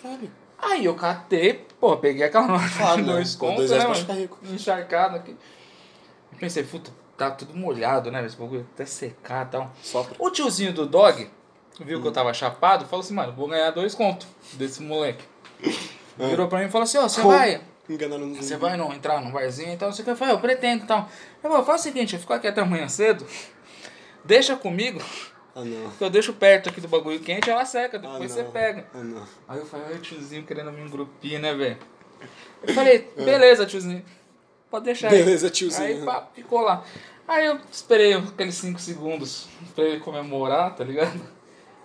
Speaker 1: Caralho.
Speaker 2: Aí eu catei, pô, peguei aquela nota
Speaker 1: Claro,
Speaker 2: de
Speaker 1: né?
Speaker 2: dois
Speaker 1: Com
Speaker 2: contos,
Speaker 1: dois
Speaker 2: né,
Speaker 1: reais
Speaker 2: mano?
Speaker 1: pra ficar rico.
Speaker 2: Encharcado aqui. E pensei, puta, tá tudo molhado, né? Esse bagulho até secar e tal.
Speaker 1: Sopra. Hum.
Speaker 2: O tiozinho do dog viu que eu tava chapado falou assim, mano, vou ganhar dois contos desse moleque.
Speaker 1: É.
Speaker 2: Virou pra mim e falou assim, ó, você
Speaker 1: Como?
Speaker 2: vai...
Speaker 1: Enganaram no
Speaker 2: Você vai não entrar num barzinho e tal, não sei o que. Eu falei, eu pretendo e tal. Eu falei, faz o seguinte, eu fico aqui até amanhã cedo, deixa comigo,
Speaker 1: Ah, não.
Speaker 2: que eu deixo perto aqui do bagulho quente, ela seca,
Speaker 1: Ah,
Speaker 2: depois
Speaker 1: não.
Speaker 2: você pega.
Speaker 1: Ah, não.
Speaker 2: Aí eu falei, ai tiozinho querendo me engrupir, né, velho? Eu falei, beleza, tiozinho. Pode deixar aí.
Speaker 1: É. Beleza, tiozinho.
Speaker 2: Aí pá, ficou lá. Aí eu esperei aqueles 5 segundos pra ele comemorar, tá ligado?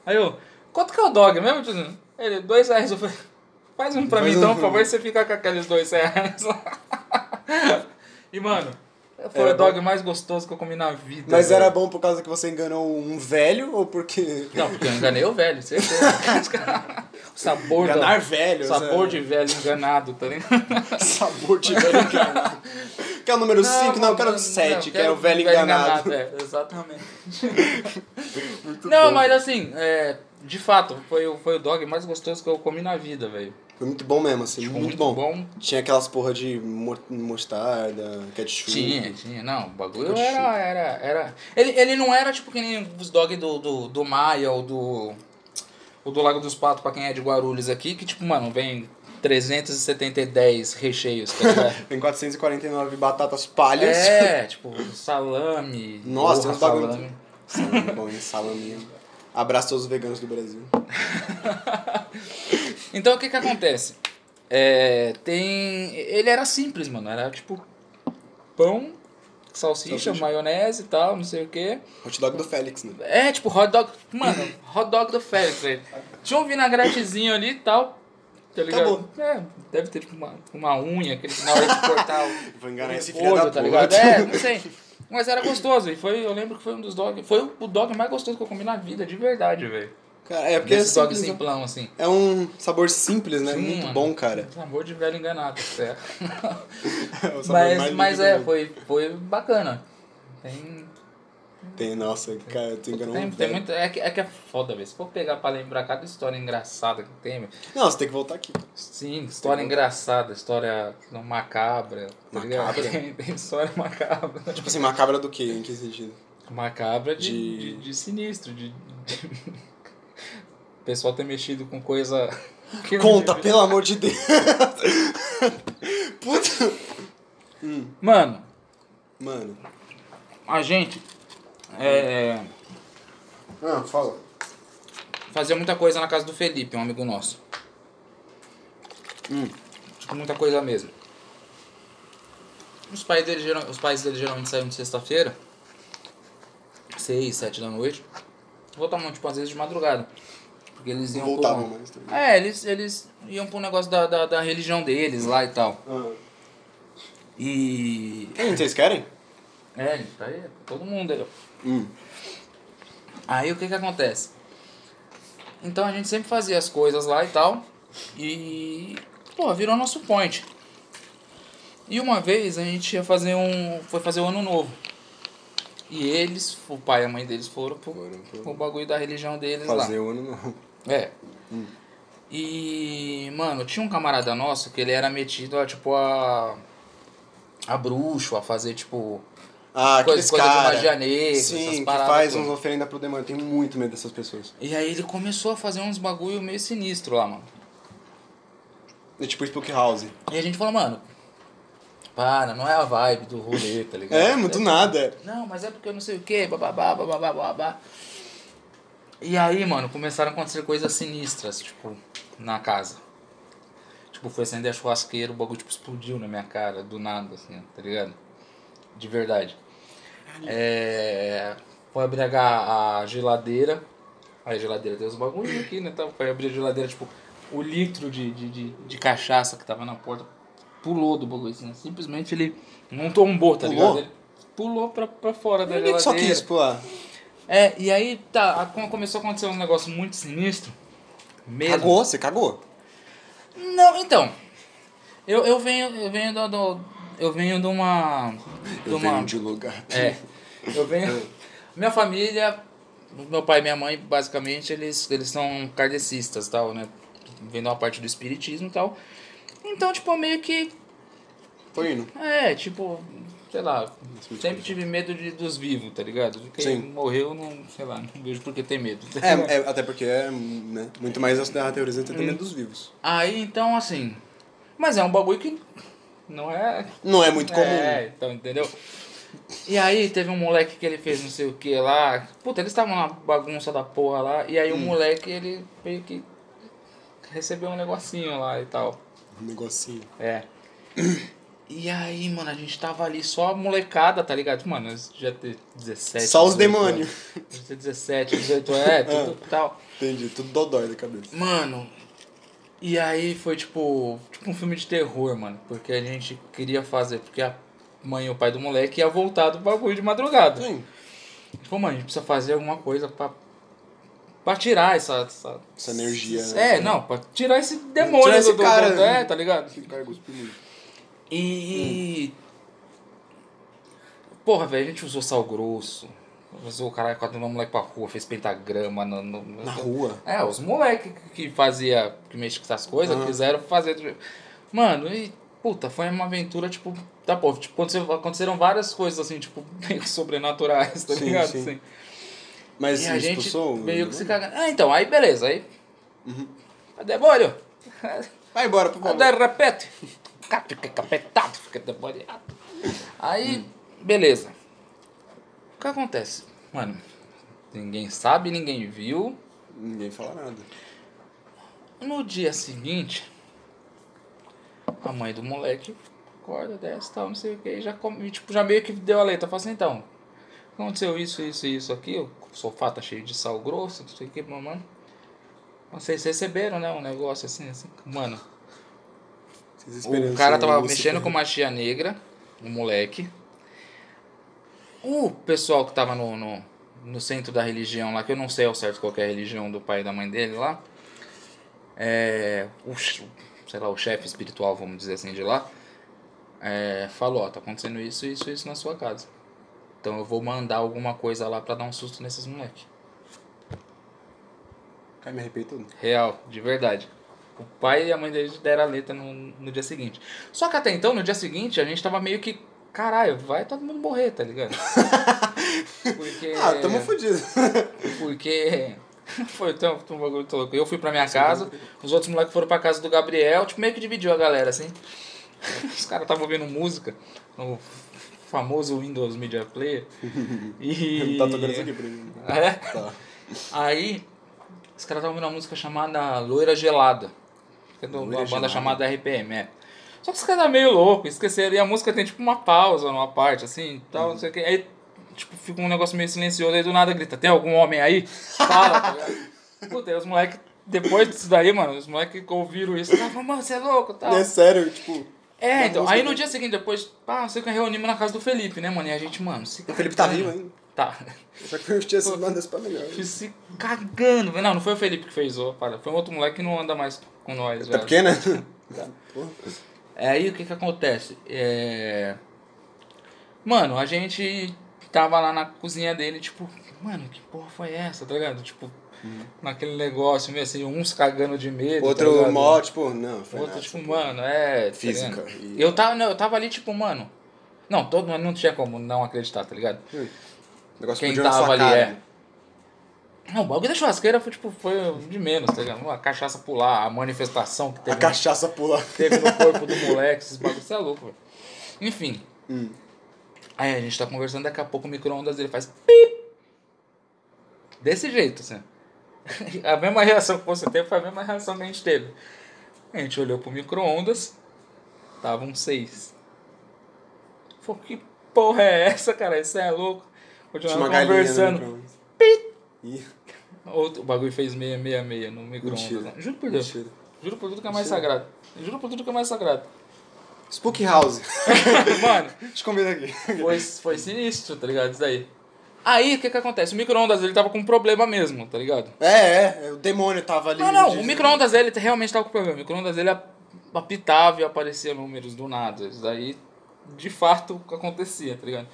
Speaker 2: Aí eu, quanto que é o dog mesmo, tiozinho? Ele, dois reais. Eu falei, faz um pra
Speaker 1: Faz
Speaker 2: mim
Speaker 1: um
Speaker 2: então,
Speaker 1: pra
Speaker 2: por
Speaker 1: mim.
Speaker 2: favor, você fica com aqueles dois reais lá. E, mano, foi
Speaker 1: Era
Speaker 2: o dog mais gostoso que eu comi na vida.
Speaker 1: Mas
Speaker 2: velho.
Speaker 1: era Tá bom por causa que você enganou um velho ou porque.
Speaker 2: Não, porque eu enganei o velho, certeza. o sabor da-
Speaker 1: Enganar velho.
Speaker 2: Sabor de
Speaker 1: sabe?
Speaker 2: velho enganado, tá ligado?
Speaker 1: Sabor de velho enganado. Quer o número 5? Não, eu quero o
Speaker 2: não,
Speaker 1: 7,
Speaker 2: quero
Speaker 1: quero o velho enganado.
Speaker 2: é, exatamente.
Speaker 1: Muito
Speaker 2: Não,
Speaker 1: bom.
Speaker 2: mas assim, é, de fato, foi, o- foi o dog mais gostoso que eu comi na vida, velho. Tipo,
Speaker 1: Foi muito bom mesmo, assim. Muito,
Speaker 2: muito
Speaker 1: bom.
Speaker 2: bom.
Speaker 1: Tinha aquelas porra de mor- mostarda, ketchup.
Speaker 2: Tinha, tinha. Não, o bagulho
Speaker 1: Ficou de
Speaker 2: era. era, era ele, ele não era tipo que nem os dog do, do, do Maia ou do. Ou do Lago dos Patos, pra quem é de Guarulhos aqui, que tipo, mano, vem 370 recheios, tá ligado?
Speaker 1: Tem 449 batatas palhas.
Speaker 2: É, tipo, salame.
Speaker 1: Nossa, tem
Speaker 2: porra,
Speaker 1: uns bagulho.
Speaker 2: salame.
Speaker 1: muito- Salame bom, hein? Salame. Abraço aos veganos do Brasil.
Speaker 2: Então o que que acontece? É, tem. Ele era simples, mano. Era tipo pão, salsicha,
Speaker 1: Salsicha.
Speaker 2: maionese e tal, não sei o que.
Speaker 1: Hot dog do Félix, né?
Speaker 2: É, tipo hot dog. Mano, hot dog do Félix, velho. Tinha um vinagratezinho ali e tal. Tá ligado?
Speaker 1: Acabou.
Speaker 2: É, deve ter tipo uma, uma unha, aquele na hora de cortar o.
Speaker 1: Vou enganar
Speaker 2: o
Speaker 1: esse filho da
Speaker 2: tá
Speaker 1: puta.
Speaker 2: ligado? É, não sei. Mas era gostoso, e foi, eu lembro que foi um dos dog, foi o dog mais gostoso que eu comi na vida, de verdade, velho.
Speaker 1: Cara, é porque é,
Speaker 2: Desse dog
Speaker 1: simples, né?
Speaker 2: simplão, assim.
Speaker 1: é um sabor simples, né?
Speaker 2: Sim,
Speaker 1: muito
Speaker 2: mano.
Speaker 1: bom, cara.
Speaker 2: Amor de velho enganado, tá certo?
Speaker 1: É o sabor mais
Speaker 2: mas
Speaker 1: lindo
Speaker 2: mas
Speaker 1: do
Speaker 2: é,
Speaker 1: mundo.
Speaker 2: foi, foi bacana. Tem,
Speaker 1: Tem, nossa, cara, tu enganou
Speaker 2: tem,
Speaker 1: um
Speaker 2: tem
Speaker 1: velho.
Speaker 2: muito. É que, é que é foda, velho. Se for pegar pra lembrar cada história engraçada que tem, velho.
Speaker 1: Não, você tem que voltar aqui.
Speaker 2: Sim, história engraçada, história macabra. Tá ligado?
Speaker 1: Macabra?
Speaker 2: Tem, tem história macabra.
Speaker 1: Tipo assim, macabra do quê? Em que sentido?
Speaker 2: Macabra de,
Speaker 1: De-
Speaker 2: de... de sinistro, de. de... O pessoal ter mexido com coisa. que-
Speaker 1: Conta, pelo amor de Deus. Puta.
Speaker 2: Mano,
Speaker 1: Mano.
Speaker 2: a gente. É.
Speaker 1: Ah, fala.
Speaker 2: fazia muita coisa na casa do Felipe, um amigo nosso.
Speaker 1: Hum.
Speaker 2: Tipo, muita coisa mesmo. Os pais dele, geral- os pais dele geralmente saíam de sexta-feira. Seis, sete da noite. Voltavam, tipo, às vezes de madrugada. Porque eles iam
Speaker 1: Voltavam
Speaker 2: pro...
Speaker 1: mais também.
Speaker 2: É, eles, eles iam pro negócio da, da, da religião deles lá e tal.
Speaker 1: Ah.
Speaker 2: E...
Speaker 1: Hum, Vocês querem?
Speaker 2: É, tá aí, todo mundo aí, ó.
Speaker 1: Hum.
Speaker 2: Aí o que que acontece? Então a gente sempre fazia as coisas lá e tal. E. Pô, virou nosso point. E uma vez a gente ia fazer um. Foi fazer o ano novo. E eles, o pai e a mãe deles foram pro,
Speaker 1: Foram pro-
Speaker 2: pro bagulho da religião deles
Speaker 1: Fazer Hum. o ano não.
Speaker 2: lá. É. E, mano, tinha um camarada nosso que ele era metido a, tipo, a. a bruxo, a fazer, tipo.
Speaker 1: Ah, aqueles
Speaker 2: Coisa, coisa de
Speaker 1: caras.
Speaker 2: magia negra, essas
Speaker 1: Sim, que
Speaker 2: paradas.
Speaker 1: faz
Speaker 2: todas.
Speaker 1: uns oferenda pro demônio. Eu tenho muito medo dessas pessoas.
Speaker 2: E aí ele começou a fazer uns bagulho meio sinistro lá, mano.
Speaker 1: É tipo Spook House.
Speaker 2: E a gente falou, mano, para, não é a vibe do rolê, tá ligado?
Speaker 1: É, muito nada.
Speaker 2: Não, mas é porque eu não sei o que, bababá, bababá, babá. E aí, mano, começaram a acontecer coisas sinistras, tipo, na casa. Tipo, foi acender a churrasqueira, o bagulho tipo, explodiu na minha cara, do nada, assim, tá ligado? De verdade. É... Foi abrir a, a geladeira. Aí a geladeira tem os bagulhos aqui, né? Tá? Foi abrir a geladeira, tipo, o litro de, de, de, de cachaça que tava na porta pulou do bagulho, assim. Simplesmente ele não tombou, tá
Speaker 1: Pulou?
Speaker 2: ligado? Ele pulou pra, pra fora da
Speaker 1: Ninguém
Speaker 2: geladeira.
Speaker 1: só quis pular.
Speaker 2: É, e aí tá, a- como começou a acontecer uns negócios muito sinistros. Mesmo.
Speaker 1: Cagou, você cagou.
Speaker 2: Não, então. Eu, eu venho, eu venho do, do- eu venho de uma de
Speaker 1: Eu
Speaker 2: uma
Speaker 1: venho de um lugar.
Speaker 2: é. Eu venho minha família, meu pai e minha mãe, basicamente, eles eles são kardecistas, tal, né? vendo uma parte do espiritismo e tal. Então, tipo, meio que
Speaker 1: Foi indo.
Speaker 2: é, tipo, sei lá,
Speaker 1: muito
Speaker 2: sempre tive medo de, dos vivos, tá ligado? De quem
Speaker 1: Sim.
Speaker 2: morreu, não, sei lá, não vejo por que ter medo.
Speaker 1: É, é, até porque é né, muito mais a teoria do tratamento dos vivos.
Speaker 2: Aí, então, assim, mas é um bagulho que não é...
Speaker 1: Não é muito comum.
Speaker 2: É, então, entendeu? E aí teve um moleque que ele fez não sei o que lá, puta, eles estavam na bagunça da porra lá, e aí
Speaker 1: Hum.
Speaker 2: o moleque, ele meio que recebeu um negocinho lá e tal.
Speaker 1: Um negocinho.
Speaker 2: É. E aí, mano, a gente tava ali só molecada, tá ligado? Mano, eu já ter 17.
Speaker 1: Só os Ah.
Speaker 2: 18
Speaker 1: demônios.
Speaker 2: anos. Já ter 17, 18, é, tudo tal.
Speaker 1: Entendi, tudo dodói da cabeça.
Speaker 2: Mano, e aí foi tipo, tipo um filme de terror, mano. Porque a gente queria fazer, porque a mãe e o pai do moleque ia voltar do bagulho de madrugada.
Speaker 1: Sim.
Speaker 2: Tipo, mano, a gente precisa fazer alguma coisa pra, pra tirar essa. Essa,
Speaker 1: Essa energia, né?
Speaker 2: É, não, pra tirar esse demônio
Speaker 1: Tirar esse
Speaker 2: do, do-
Speaker 1: cara,
Speaker 2: do-
Speaker 1: né?
Speaker 2: é, tá ligado?
Speaker 1: Ficar cuspindo.
Speaker 2: E. Porra, velho, a gente usou sal grosso. Usou o caralho quatro mandou um moleque pra rua, fez pentagrama no, no-
Speaker 1: Na rua?
Speaker 2: É, os moleque que fazia, que mexia com essas coisas,
Speaker 1: Ah.
Speaker 2: quiseram fazer. do- Mano, e puta, foi uma aventura, tipo, tá porra. Tipo, aconteceu- aconteceram várias coisas assim, tipo, meio que sobrenaturais, tá
Speaker 1: Sim,
Speaker 2: ligado?
Speaker 1: sim.
Speaker 2: Assim.
Speaker 1: Mas
Speaker 2: E a gente
Speaker 1: expulsou? o
Speaker 2: meio que se
Speaker 1: demônio?
Speaker 2: cagando. Ah, então, aí beleza, aí.
Speaker 1: Uhum.
Speaker 2: Cadê Demônio!
Speaker 1: Vai embora, por
Speaker 2: Até
Speaker 1: favor.
Speaker 2: repete. Cá, Fica capetado, fica demoniado.
Speaker 1: Hum.
Speaker 2: Aí, beleza. O que acontece? Mano, ninguém sabe, ninguém viu.
Speaker 1: Ninguém fala nada.
Speaker 2: No dia seguinte, a mãe do moleque acorda, desce, tal, não sei o que, e já, come, e, tipo, já meio que deu a letra. Fala assim, então, aconteceu isso, isso e isso aqui, o sofá tá cheio de sal grosso, não sei o que, mamãe. Vocês receberam, né, um negócio assim, assim. Mano,
Speaker 1: Vocês esperam
Speaker 2: O cara
Speaker 1: ser
Speaker 2: tava
Speaker 1: um
Speaker 2: mexendo
Speaker 1: super-
Speaker 2: com uma chia negra, um moleque. O pessoal que tava no, no, no centro da religião lá, que eu não sei ao certo qual que é a religião do pai e da mãe dele lá. É, o, che- sei lá, o chefe espiritual, vamos dizer assim, de lá. é, falou, ó, tá acontecendo isso, isso, isso na sua casa. Então eu vou mandar alguma coisa lá pra dar um susto nesses moleques.
Speaker 1: Cara, me arrepiei todo.
Speaker 2: Real, de verdade. O pai e a mãe dele deram a letra no, no dia seguinte. Só que até então, no dia seguinte, a gente tava meio que. Caralho, vai todo mundo morrer, tá ligado? Porque.
Speaker 1: Ah, tamo fudido.
Speaker 2: Porque. Foi tão, tão bagulho tão louco. Eu fui pra minha casa, os outros moleques foram pra casa do Gabriel, tipo, meio que dividiu a galera, assim. Os caras estavam ouvindo música no famoso Windows Media Player. E.
Speaker 1: Tá tocando isso aqui pra mim.
Speaker 2: É?
Speaker 1: Tá.
Speaker 2: Aí, os caras estavam ouvindo uma música chamada Loira Gelada. Que é de uma
Speaker 1: Loira
Speaker 2: banda
Speaker 1: Gelada?
Speaker 2: chamada RPM, é. Só que os caras meio loucos, esqueceram. E a música tem tipo uma pausa numa parte, assim, tal, não sei o que. Aí, tipo, fica um negócio meio silencioso. Aí do nada grita, tem algum homem aí? Fala, tá ligado? Puta, aí os moleques, depois disso daí, mano, os moleques que ouviram isso, falaram, mano, você é louco, tal.
Speaker 1: É sério, tipo.
Speaker 2: É,
Speaker 1: Da
Speaker 2: então,
Speaker 1: música
Speaker 2: aí
Speaker 1: do-
Speaker 2: no dia seguinte, depois, pá, não sei o que, reunimos na casa do Felipe, né, mano? E a gente, mano, se...
Speaker 1: O Felipe tá vivo ainda.
Speaker 2: Tá.
Speaker 1: Só que eu tinha sido mandado pra melhor.
Speaker 2: Fui se cagando. Não, não foi o Felipe que fez, ô, para. Foi um outro moleque que não anda mais com nós.
Speaker 1: Tá
Speaker 2: já.
Speaker 1: pequena? Porra.
Speaker 2: Aí o que que acontece? É... Mano, a gente tava lá na cozinha dele, tipo, mano, que porra foi essa, tá ligado? Tipo, naquele negócio meio assim, uns cagando de medo. tá
Speaker 1: Uhum. Outro
Speaker 2: ligado?
Speaker 1: mó, tipo, não, foi
Speaker 2: Outro,
Speaker 1: nada.
Speaker 2: tipo, mano, é. tá
Speaker 1: Física
Speaker 2: ligado?
Speaker 1: e-
Speaker 2: Eu, tava, não, eu tava ali, tipo, mano. Não, todo mundo não tinha como não acreditar, tá ligado?
Speaker 1: Hum. O negócio
Speaker 2: Quem
Speaker 1: explodiu na
Speaker 2: tava
Speaker 1: sua
Speaker 2: ali
Speaker 1: cara.
Speaker 2: é. Não, o bagulho da churrasqueira foi tipo, foi o de menos, tá ligado? A cachaça pular, a manifestação que teve, um-
Speaker 1: A cachaça pula.
Speaker 2: teve no corpo do moleque, esses bagulhos, você é louco, velho. Enfim.
Speaker 1: Hum.
Speaker 2: Aí a gente tá conversando, daqui a pouco o micro-ondas ele faz pip. Desse jeito, assim. A mesma reação que você teve foi a mesma reação que a gente teve. A gente olhou pro micro-ondas, estavam seis. Falou, que porra é essa, cara? Isso é louco.
Speaker 1: Tinha uma
Speaker 2: Continuamos
Speaker 1: galinha né,
Speaker 2: conversando.
Speaker 1: no micro-ondas. Ih,
Speaker 2: Outro, o bagulho fez 666 no micro-ondas.
Speaker 1: Mentira.
Speaker 2: né? Juro por Deus.
Speaker 1: mentira.
Speaker 2: Juro por tudo que é mais sagrado. Juro por tudo que é mais sagrado.
Speaker 1: Spook House.
Speaker 2: Mano,
Speaker 1: Deixa eu convidar aqui.
Speaker 2: foi, foi sinistro, tá ligado? Isso daí. Aí, o que que acontece? O micro-ondas, ele tava com um problema mesmo, tá ligado?
Speaker 1: É, é, o demônio tava ali. tipo,
Speaker 2: Não, Ah, não,
Speaker 1: diz-
Speaker 2: o micro-ondas, ele realmente tava com problema. O micro-ondas, ele ap- apitava e aparecia números do nada. Isso daí, de fato, acontecia, tá ligado?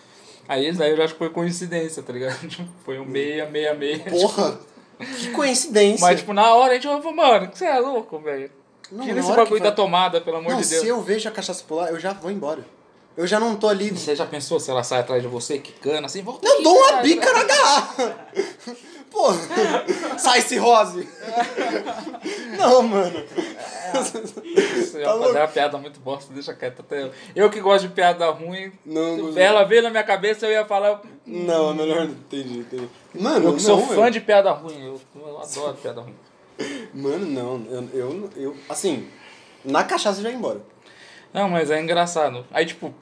Speaker 2: Aí, isso daí eu já acho que foi coincidência, tá ligado? Tipo, Foi um 666.
Speaker 1: Porra! é- Que coincidência.
Speaker 2: Mas, tipo, na hora a gente falou, mano, você é louco, velho.
Speaker 1: Não,
Speaker 2: Tira
Speaker 1: na
Speaker 2: esse
Speaker 1: hora que
Speaker 2: bagulho
Speaker 1: vai-
Speaker 2: da tomada, pelo amor
Speaker 1: não,
Speaker 2: de Deus.
Speaker 1: se eu vejo a cachaça pular, eu já vou embora. Eu já não tô ali.
Speaker 2: Você já pensou se ela sai atrás de você, quicando né?" assim? Volta
Speaker 1: Eu
Speaker 2: aqui,
Speaker 1: dou uma
Speaker 2: cara.
Speaker 1: bica na garrafa. Pô, sai cirrose. Não, mano.
Speaker 2: Isso, eu ia
Speaker 1: Tá
Speaker 2: fazer
Speaker 1: louco?
Speaker 2: uma piada muito bosta, deixa quieto. Até eu. eu que gosto de piada ruim,
Speaker 1: Não, não-
Speaker 2: ela veio na minha cabeça, eu ia falar.
Speaker 1: Não, é melhor. Entendi, entendi. Mano,
Speaker 2: Eu
Speaker 1: não,
Speaker 2: que sou fã
Speaker 1: velho.
Speaker 2: de piada ruim, eu, eu adoro piada ruim.
Speaker 1: Mano, não. Eu, eu, eu- Assim, na cachaça eu já ia embora.
Speaker 2: Não, mas é engraçado. Aí, tipo.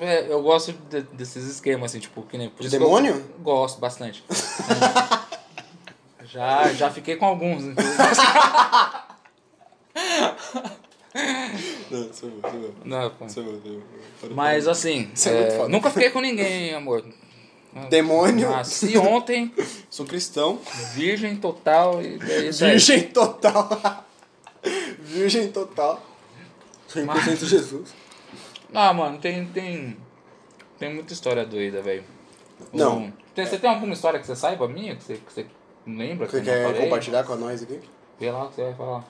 Speaker 2: é, Eu gosto de- desses esquemas, assim, tipo, que nem. por
Speaker 1: De
Speaker 2: isso que eu
Speaker 1: demônio?
Speaker 2: gosto bastante. já, já fiquei com alguns, então, inclusive.
Speaker 1: Não, sou eu, sou eu.
Speaker 2: Não, pô.
Speaker 1: Sou eu, sou eu. Para-
Speaker 2: Mas assim,
Speaker 1: Isso é muito
Speaker 2: é,
Speaker 1: foda.
Speaker 2: nunca fiquei com ninguém, amor.
Speaker 1: Demônio.
Speaker 2: Nasci ontem,
Speaker 1: para. Sou cristão.
Speaker 2: virgem total e é isso aí.
Speaker 1: Virgem total. Virgem total. 100% Jesus.
Speaker 2: Ah, mano, tem, tem, tem muita história doida, velho.
Speaker 1: Não.
Speaker 2: O- Tem, você tem alguma história que você saiba minha, que você, que você lembra?
Speaker 1: Você
Speaker 2: que eu não
Speaker 1: quer
Speaker 2: falei?
Speaker 1: compartilhar com nós aqui?
Speaker 2: Vê lá o que você vai falar.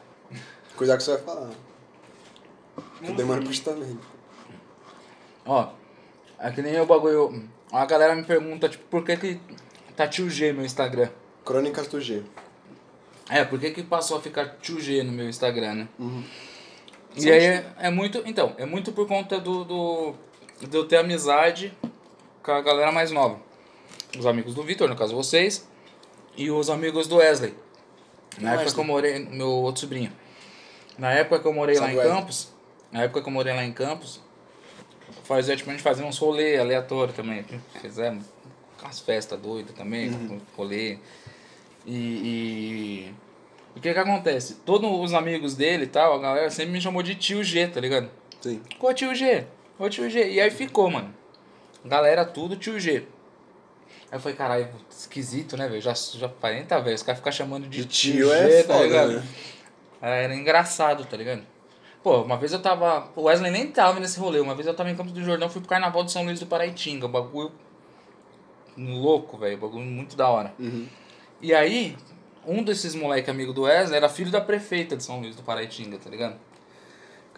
Speaker 1: Cuidado que você vai falar. Eu demoro pra estar vendo.
Speaker 2: Ó, é que nem o bagulho. A galera me pergunta, tipo, por que que tá tio G no Instagram?
Speaker 1: Crônicas do G.
Speaker 2: É, por que que passou a ficar tio G no meu Instagram, né?
Speaker 1: Uhum.
Speaker 2: E aí é, é muito. Então, é muito por conta do, do. de eu ter amizade com a galera mais nova. Os amigos do Vitor, no caso vocês, e os amigos do Wesley. Na época que eu morei. Meu outro sobrinho. Na época que eu morei lá
Speaker 1: Sabe
Speaker 2: em
Speaker 1: Wesley?
Speaker 2: Campos. Na época que eu morei lá em Campos, fazia tipo a gente fazia uns rolê aleatório também. Fizemos umas festas doidas também, rolê. E, e- e o que que acontece? Todos os amigos dele e tal, a galera sempre me chamou de tio G, tá ligado?
Speaker 1: Sim.
Speaker 2: Ô tio G, ô tio G. E aí ficou, mano. Galera, tudo tio G. Aí eu falei, caralho, esquisito, né, velho? Já, já 40 velho, os caras ficam chamando de,
Speaker 1: De tio é foda, né?
Speaker 2: Aí Era engraçado, tá ligado? Pô, uma vez eu tava. O Wesley nem tava nesse rolê. Uma vez eu tava em Campos do Jordão, fui pro carnaval de São Luís do Paraitinga. Um Bagulho louco, velho. Um Bagulho muito da hora.
Speaker 1: Uhum.
Speaker 2: E aí, um desses moleque amigo do Wesley era filho da prefeita de São Luís do Paraitinga, tá ligado?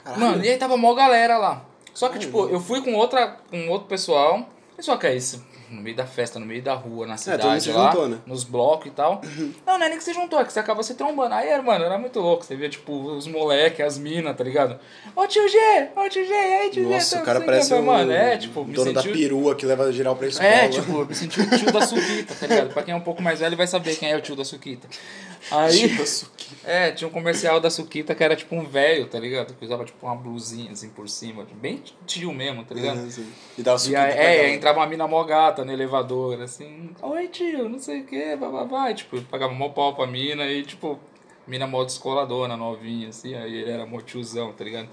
Speaker 1: Caralho.
Speaker 2: Mano, e aí tava mó galera lá. Só que, tipo, eu fui com outra com outro pessoal. E só que é isso. No meio da festa, no meio da rua, na cidade,
Speaker 1: É, todo mundo se
Speaker 2: lá,
Speaker 1: juntou, né? Uhum.
Speaker 2: nos blocos e tal. Não, não é nem que se juntou, é que você acaba se trombando. Aí, era, mano, era muito louco. Você via, tipo, os moleques, as minas, tá ligado? Ô tio G, ô tio G, e aí tio G.
Speaker 1: Nossa,
Speaker 2: tá-
Speaker 1: o cara
Speaker 2: sei
Speaker 1: parece
Speaker 2: que,
Speaker 1: o
Speaker 2: Mano, é, tipo, me
Speaker 1: dono da
Speaker 2: sentiu...
Speaker 1: perua que leva geral pra escola.
Speaker 2: É, tipo, eu me senti o tio da Suquita, tá ligado? Pra quem é um pouco mais velho vai saber quem é o tio da Suquita. Aí...
Speaker 1: Tio da suquita.
Speaker 2: É, tinha um comercial da Suquita que era tipo um velho, tá ligado? Que usava tipo uma blusinha assim por cima, bem tio mesmo, tá ligado?
Speaker 1: É, assim. E dá
Speaker 2: E
Speaker 1: suquita
Speaker 2: aí,
Speaker 1: pra
Speaker 2: é,
Speaker 1: galera.
Speaker 2: entrava uma mina mó gata no elevador, assim, oi tio, não sei o que, bababá, e, tipo, pagava mó pau pra mina e tipo, mina mó descoladona, novinha, assim, aí ele era mó tiozão, tá ligado?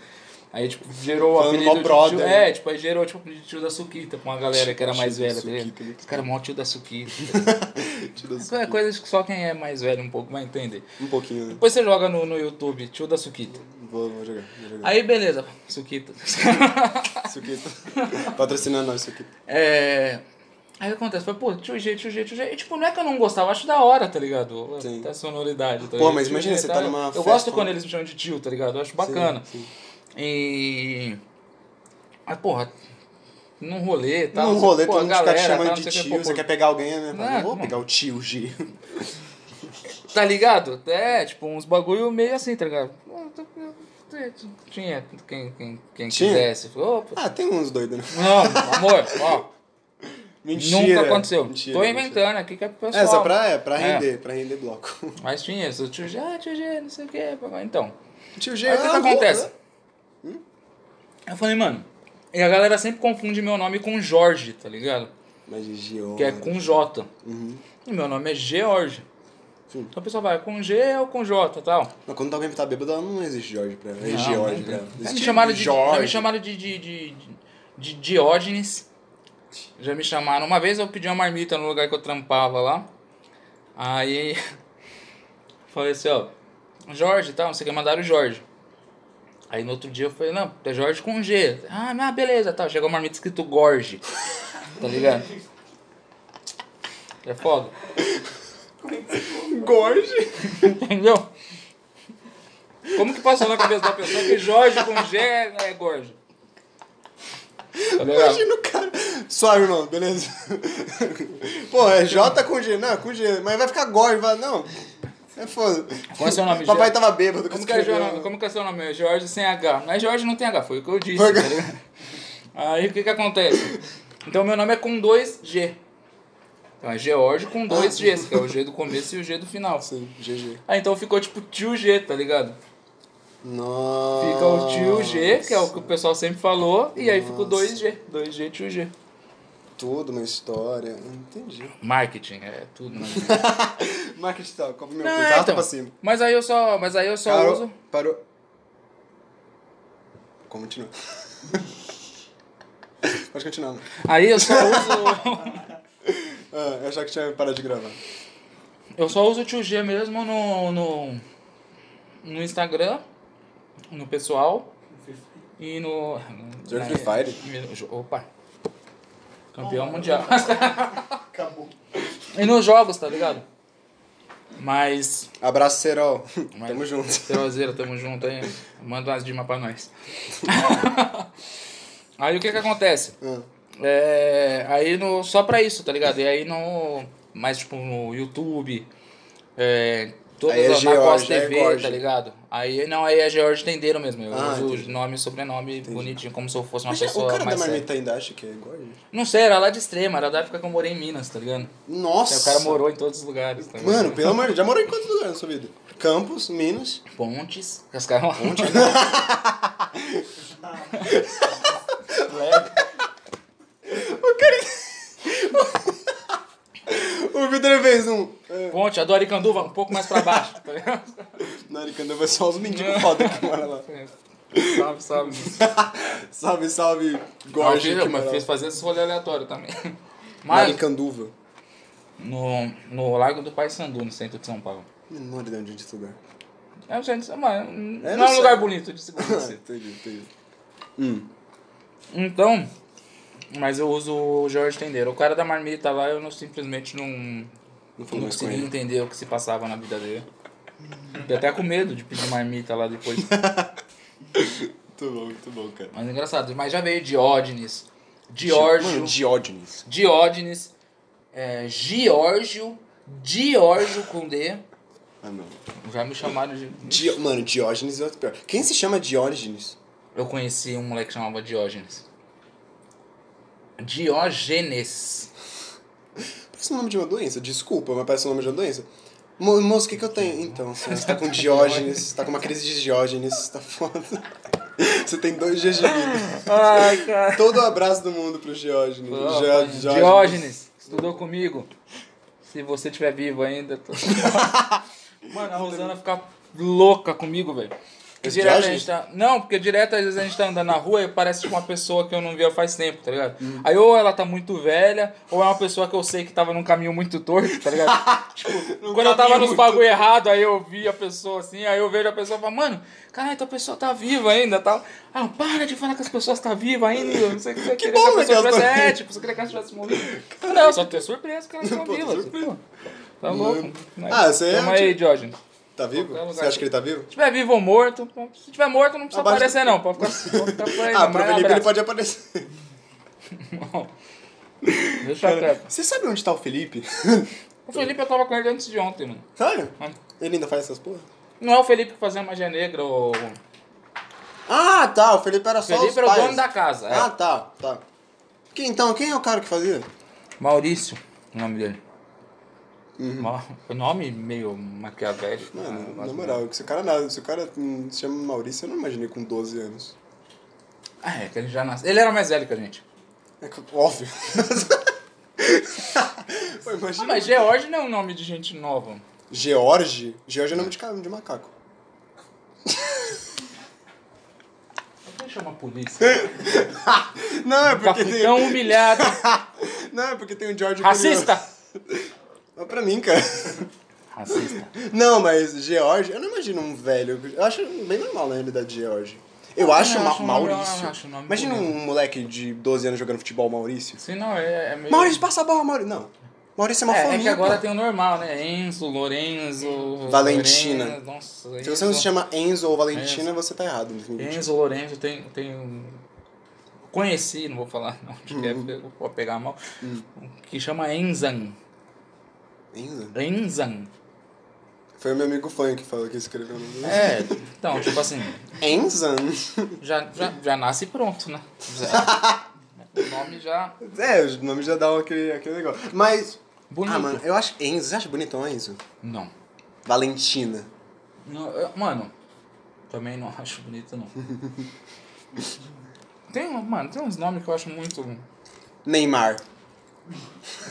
Speaker 2: Aí, tipo, gerou o
Speaker 1: Falando
Speaker 2: apelido
Speaker 1: mó
Speaker 2: de
Speaker 1: brother. né?
Speaker 2: tio, é, tipo, aí gerou, tipo, de tio da Suquita pra uma galera que era mais
Speaker 1: Tio da
Speaker 2: velha, tá
Speaker 1: Suquita, né?
Speaker 2: ligado? Os caras mó tio da Suquita.
Speaker 1: Tio da
Speaker 2: Isso é
Speaker 1: suquita.
Speaker 2: coisas que só quem é mais velho um pouco vai entender.
Speaker 1: Um pouquinho, né?
Speaker 2: Depois você joga no, no YouTube, tio da Suquita.
Speaker 1: Vou, vou jogar. Vou jogar.
Speaker 2: Aí beleza, Suquita.
Speaker 1: Suquita. Patrocina nós, Suquita.
Speaker 2: é... Aí o que acontece? Foi, pô, tio G, tio G, tio G. E tipo, não é que eu não gostava, eu acho da hora, tá ligado?
Speaker 1: Sim.
Speaker 2: A sonoridade. Tá
Speaker 1: Pô,
Speaker 2: ligado?
Speaker 1: mas
Speaker 2: Tio
Speaker 1: imagina,
Speaker 2: G,
Speaker 1: você tá numa
Speaker 2: Eu
Speaker 1: festa,
Speaker 2: gosto quando
Speaker 1: né?
Speaker 2: eles me chamam de tio, tá ligado? Eu acho bacana.
Speaker 1: Sim, sim.
Speaker 2: E. Mas, porra, num rolê e tal.
Speaker 1: Num
Speaker 2: não sei-
Speaker 1: rolê,
Speaker 2: assim, pô,
Speaker 1: todo
Speaker 2: a
Speaker 1: mundo fica te
Speaker 2: galera,
Speaker 1: chamando
Speaker 2: tal, não
Speaker 1: de
Speaker 2: sei o
Speaker 1: tio,
Speaker 2: quê, pô,
Speaker 1: você
Speaker 2: pô,
Speaker 1: quer pegar alguém, né? Fala,
Speaker 2: Ah,
Speaker 1: Não vou
Speaker 2: mano.
Speaker 1: pegar o tio G.
Speaker 2: Tá ligado? É, tipo, uns bagulho meio assim, tá ligado? Tinha quem, quem, quem
Speaker 1: Tinha?
Speaker 2: quisesse. Opa.
Speaker 1: Ah, tem uns doidos, né?
Speaker 2: Não, amor, ó.
Speaker 1: Mentira.
Speaker 2: Nunca aconteceu.
Speaker 1: Mentira,
Speaker 2: Tô
Speaker 1: mentira.
Speaker 2: inventando aqui que é pro pessoal.
Speaker 1: É, só pra, é, pra
Speaker 2: É.
Speaker 1: render, pra render bloco.
Speaker 2: Mas tinha isso. Tio G, ah, tio G, não sei o que. Então,
Speaker 1: Tio G,
Speaker 2: aí o que, que
Speaker 1: ah, né? Hum? vou-
Speaker 2: acontece? Eu falei, mano... E a galera sempre confunde meu nome com Jorge, tá ligado?
Speaker 1: Mas Gio.
Speaker 2: Que é com J.
Speaker 1: Uhum.
Speaker 2: E meu nome é George.
Speaker 1: Sim.
Speaker 2: Então a pessoa vai com G ou com J e tal.
Speaker 1: Não, quando alguém tá bêbado, ela não existe Jorge pra ela. É
Speaker 2: Não,
Speaker 1: George
Speaker 2: não
Speaker 1: pra
Speaker 2: tem.
Speaker 1: ela.
Speaker 2: Já me
Speaker 1: Existe
Speaker 2: chamaram de, já me
Speaker 1: Jorge.
Speaker 2: chamaram de, de, de, de Diógenes. Já me chamaram. Uma vez eu pedi uma marmita no lugar que eu trampava lá. Aí falei assim, ó, Jorge e tal, você quer mandar o Jorge. Aí no outro dia eu falei, não, é Jorge com G. Ah, não, beleza, tal. Chegou uma marmita escrito Gorge. tá ligado? É foda.
Speaker 1: Gorge.
Speaker 2: Entendeu? Como que passou na cabeça da pessoa que Jorge com G é, é Gorge? Tá ligado?
Speaker 1: Imagina o cara. Suave, irmão, beleza? Pô, é J com G. Não, com G. Mas vai ficar Gorge. Vai... Não. É foda.
Speaker 2: Qual é seu nome,
Speaker 1: Papai
Speaker 2: Jorge?
Speaker 1: tava bêbado.
Speaker 2: Como que, é
Speaker 1: escreveu.
Speaker 2: seu nome? Como que é seu nome? Jorge sem H. Mas Jorge não tem H, foi o que eu disse,
Speaker 1: Foi-
Speaker 2: tá ligado? Aí o que que acontece? Então meu nome é com dois G. Então é George com dois Gs, que é o G do começo e o G do final.
Speaker 1: Sim, GG.
Speaker 2: Ah, então ficou tipo tio G, tá ligado?
Speaker 1: Nossa.
Speaker 2: Fica o tio G, que é o que o pessoal sempre falou, e aí fica o 2G. 2G, tio G.
Speaker 1: Tudo uma história. Entendi.
Speaker 2: Marketing, é tudo, né?
Speaker 1: Marketing tal, compra meu
Speaker 2: Não,
Speaker 1: cu.
Speaker 2: é,
Speaker 1: Arrasta
Speaker 2: então.
Speaker 1: pra cima.
Speaker 2: Mas aí eu só, mas aí eu só
Speaker 1: Parou,
Speaker 2: uso.
Speaker 1: Parou. Continua. Pode continuar. mano.
Speaker 2: Aí eu só uso.
Speaker 1: Ah, eu achava que tinha parado de gravar.
Speaker 2: eu só uso o tio G mesmo no, no. No Instagram, no pessoal. E no.
Speaker 1: Jogo
Speaker 2: na- é,
Speaker 1: Free Fire.
Speaker 2: e no- Opa! Campeão mundial.
Speaker 1: Acabou.
Speaker 2: e nos jogos, tá ligado? Mas.
Speaker 1: Abraço, Serol.
Speaker 2: Mas-
Speaker 1: Tamo junto.
Speaker 2: Cerozeira, tamo junto aí. Manda umas dimas pra nós. aí o que que acontece?
Speaker 1: Ah,
Speaker 2: É, aí no, só pra isso, tá ligado? E aí no. Mais tipo no YouTube. É, todas
Speaker 1: Aí é
Speaker 2: as, na
Speaker 1: George,
Speaker 2: Costa
Speaker 1: aí é
Speaker 2: TV,
Speaker 1: George.
Speaker 2: tá ligado? Aí não, aí é George Tendeiro mesmo. Eu
Speaker 1: Ah,
Speaker 2: uso
Speaker 1: entendi.
Speaker 2: nome e sobrenome bonitinho, como se eu fosse uma
Speaker 1: Mas o
Speaker 2: pessoa
Speaker 1: cara é da
Speaker 2: mais. séria.
Speaker 1: marmita ainda acha que é gorge?
Speaker 2: Não sei, era lá de extrema, era da época que eu morei em Minas, tá ligado?
Speaker 1: Nossa!
Speaker 2: Aí o cara morou em todos os lugares, tá ligado?
Speaker 1: Mano, pelo amor de Deus, já morou em quantos lugares na sua vida? Campos, Minas.
Speaker 2: Pontes, Cascavel. Pontes?
Speaker 1: O Vitor fez um. É,
Speaker 2: Ponte, Adoricanduva, um pouco mais pra baixo, tá ligado?
Speaker 1: Naricanda vai só os mendigos foda que moram lá.
Speaker 2: Salve, salve.
Speaker 1: Salve, salve,
Speaker 2: Não,
Speaker 1: Gorge.
Speaker 2: fiz,
Speaker 1: que
Speaker 2: mas
Speaker 1: mora
Speaker 2: fiz
Speaker 1: lá.
Speaker 2: fazer esse rolê aleatório também. Mas
Speaker 1: Naricanduva.
Speaker 2: no, no Largo do Paissandu, no centro de São Paulo.
Speaker 1: Menor ideia onde é esse lugar.
Speaker 2: É um centro de São Paulo. Não
Speaker 1: É,
Speaker 2: é
Speaker 1: não
Speaker 2: um
Speaker 1: sei.
Speaker 2: lugar bonito de se
Speaker 1: Ah,
Speaker 2: conhecer.
Speaker 1: entendi, entendi. Hum.
Speaker 2: Então, mas eu uso o Jorge Tendeiro. O cara da marmita lá, eu não, simplesmente não,
Speaker 1: Não falou
Speaker 2: não
Speaker 1: mais com
Speaker 2: conseguia
Speaker 1: ele.
Speaker 2: entender o que se passava na vida dele. Fiquei até com medo de pedir marmita lá depois.
Speaker 1: Muito bom, muito bom, cara.
Speaker 2: Mas é engraçado. Mas já veio Diógenes, Diórgio,
Speaker 1: Mano, Diógenes.
Speaker 2: Diógenes, é, Giorgio, Diórgio com D.
Speaker 1: Ah, não.
Speaker 2: Já me chamaram de.
Speaker 1: Di... Mano, Diógenes é o pior. Quem se chama Diógenes?
Speaker 2: Eu conheci um moleque que chamava Diógenes. Diógenes.
Speaker 1: Parece o nome de uma doença. Desculpa, mas parece o nome de uma doença. Mo- Moço, o que, que eu tenho? Então, senhora, você tá com Diógenes, você tá com uma crise de Diógenes, você tá foda. Você tem dois dias de vida.
Speaker 2: Ai, cara.
Speaker 1: Todo o abraço do mundo pro Diógenes. Geo-
Speaker 2: Diógenes. Diógenes, estudou comigo. Se você estiver vivo ainda. tô- Mano, a Rosana fica louca comigo, velho. Porque
Speaker 1: Esse
Speaker 2: Direto a
Speaker 1: É Diógenes?
Speaker 2: gente tá... Não, porque direto às vezes a gente tá andando na rua e parece com uma pessoa que eu não via faz tempo, tá ligado?
Speaker 1: Uhum.
Speaker 2: Aí ou ela tá muito velha, ou é uma pessoa que eu sei que tava num caminho muito torto, tá ligado? tipo,
Speaker 1: Num
Speaker 2: quando eu tava
Speaker 1: caminho
Speaker 2: nos
Speaker 1: muito
Speaker 2: bagulho errado, aí eu vi a pessoa assim, aí eu vejo a pessoa e falo, mano, caralho, tua pessoa tá viva ainda tal. Ah, para de falar que as pessoas tá viva ainda, não sei o que você queria que
Speaker 1: bom,
Speaker 2: a
Speaker 1: né,
Speaker 2: pessoa
Speaker 1: que ela
Speaker 2: tivesse.
Speaker 1: tá
Speaker 2: É, tipo, você queria que ela tivesse morrido. Não, só ter surpresa que ela tá
Speaker 1: Pô,
Speaker 2: viva.
Speaker 1: surpresa.
Speaker 2: Pô, Tá louco.
Speaker 1: Ah, você é
Speaker 2: Toma
Speaker 1: um
Speaker 2: aí, Diógenes.
Speaker 1: Tá vivo?
Speaker 2: Qualquer lugar
Speaker 1: Você acha
Speaker 2: que-
Speaker 1: que ele tá vivo?
Speaker 2: Se tiver vivo ou morto, se tiver morto não precisa
Speaker 1: Abaixo do-
Speaker 2: aparecer não, pode ficar, pode ficar por aí.
Speaker 1: Ah,
Speaker 2: não,
Speaker 1: pro
Speaker 2: mas
Speaker 1: Felipe ele
Speaker 2: um abraço.
Speaker 1: pode aparecer.
Speaker 2: Deixa quieto.
Speaker 1: Você sabe onde tá o Felipe?
Speaker 2: O Felipe eu tava com ele antes de ontem, mano.
Speaker 1: Sério?
Speaker 2: Mano,
Speaker 1: Ele ainda faz essas porra?
Speaker 2: Não é o Felipe que fazia magia negra, o
Speaker 1: Ah, tá. O Felipe era só os
Speaker 2: Felipe era o
Speaker 1: pais.
Speaker 2: dono da casa. é.
Speaker 1: Ah, tá, tá. Quem, então, quem é o cara que fazia?
Speaker 2: Maurício, o nome dele. Ma- O nome meio maquiavélico. né?
Speaker 1: Mano, Uhum. na
Speaker 2: Mas-
Speaker 1: moral, se o cara, nada- se o cara hum, se chama Maurício, eu não imaginei com 12 anos.
Speaker 2: Ah, é, que ele já nasceu. Ele era mais velho que a gente.
Speaker 1: É que- óbvio. Pô,
Speaker 2: Ah,
Speaker 1: imagina.
Speaker 2: mas George não é um nome de gente nova.
Speaker 1: George? George é nome de, ca- de macaco.
Speaker 2: Deixa eu chamar a polícia.
Speaker 1: Não, é
Speaker 2: Tá
Speaker 1: porque
Speaker 2: fui
Speaker 1: tem.
Speaker 2: tão humilhado.
Speaker 1: Não, é porque tem o George
Speaker 2: Racista!
Speaker 1: coreano. Mas pra mim, cara.
Speaker 2: Racista.
Speaker 1: Não, mas George, eu não imagino um velho. Eu acho bem normal na realidade George. Eu acho,
Speaker 2: eu
Speaker 1: Ma-
Speaker 2: acho o nome- eu
Speaker 1: Maurício.
Speaker 2: acho o nome
Speaker 1: Imagina um moleque de 12 anos jogando futebol Maurício.
Speaker 2: Se não, é, é meio.
Speaker 1: Maurício, passa a bola, Maurício. Não. Maurício é uma
Speaker 2: é,
Speaker 1: família.
Speaker 2: é que agora
Speaker 1: pô.
Speaker 2: tem o normal, né? Enzo, Lorenzo.
Speaker 1: Valentina.
Speaker 2: Lorenzo, nossa,
Speaker 1: Se você não se chama Enzo ou Valentina,
Speaker 2: Enzo.
Speaker 1: você tá errado. em 2021.
Speaker 2: Enzo Lorenzo tem, tem um. Conheci, não vou falar não, acho que é,
Speaker 1: Uhum.
Speaker 2: eu vou pegar mal. Um Que chama Enzan.
Speaker 1: Enzo?
Speaker 2: Enzan.
Speaker 1: Foi o meu amigo fã que falou que escreveu o nome.
Speaker 2: É, então, tipo assim,
Speaker 1: Enzan?
Speaker 2: já, já, já nasce pronto, né? Já- o nome já.
Speaker 1: É, o nome já dá aquele, aquele negócio. Mas.
Speaker 2: Bonito.
Speaker 1: Ah, mano, eu acho. Enzo, você acha bonitão Enzo?
Speaker 2: Não.
Speaker 1: Valentina.
Speaker 2: Não, eu- Mano, também não acho bonito, não. Tem, um- mano, tem uns nomes que eu acho muito.
Speaker 1: Neymar.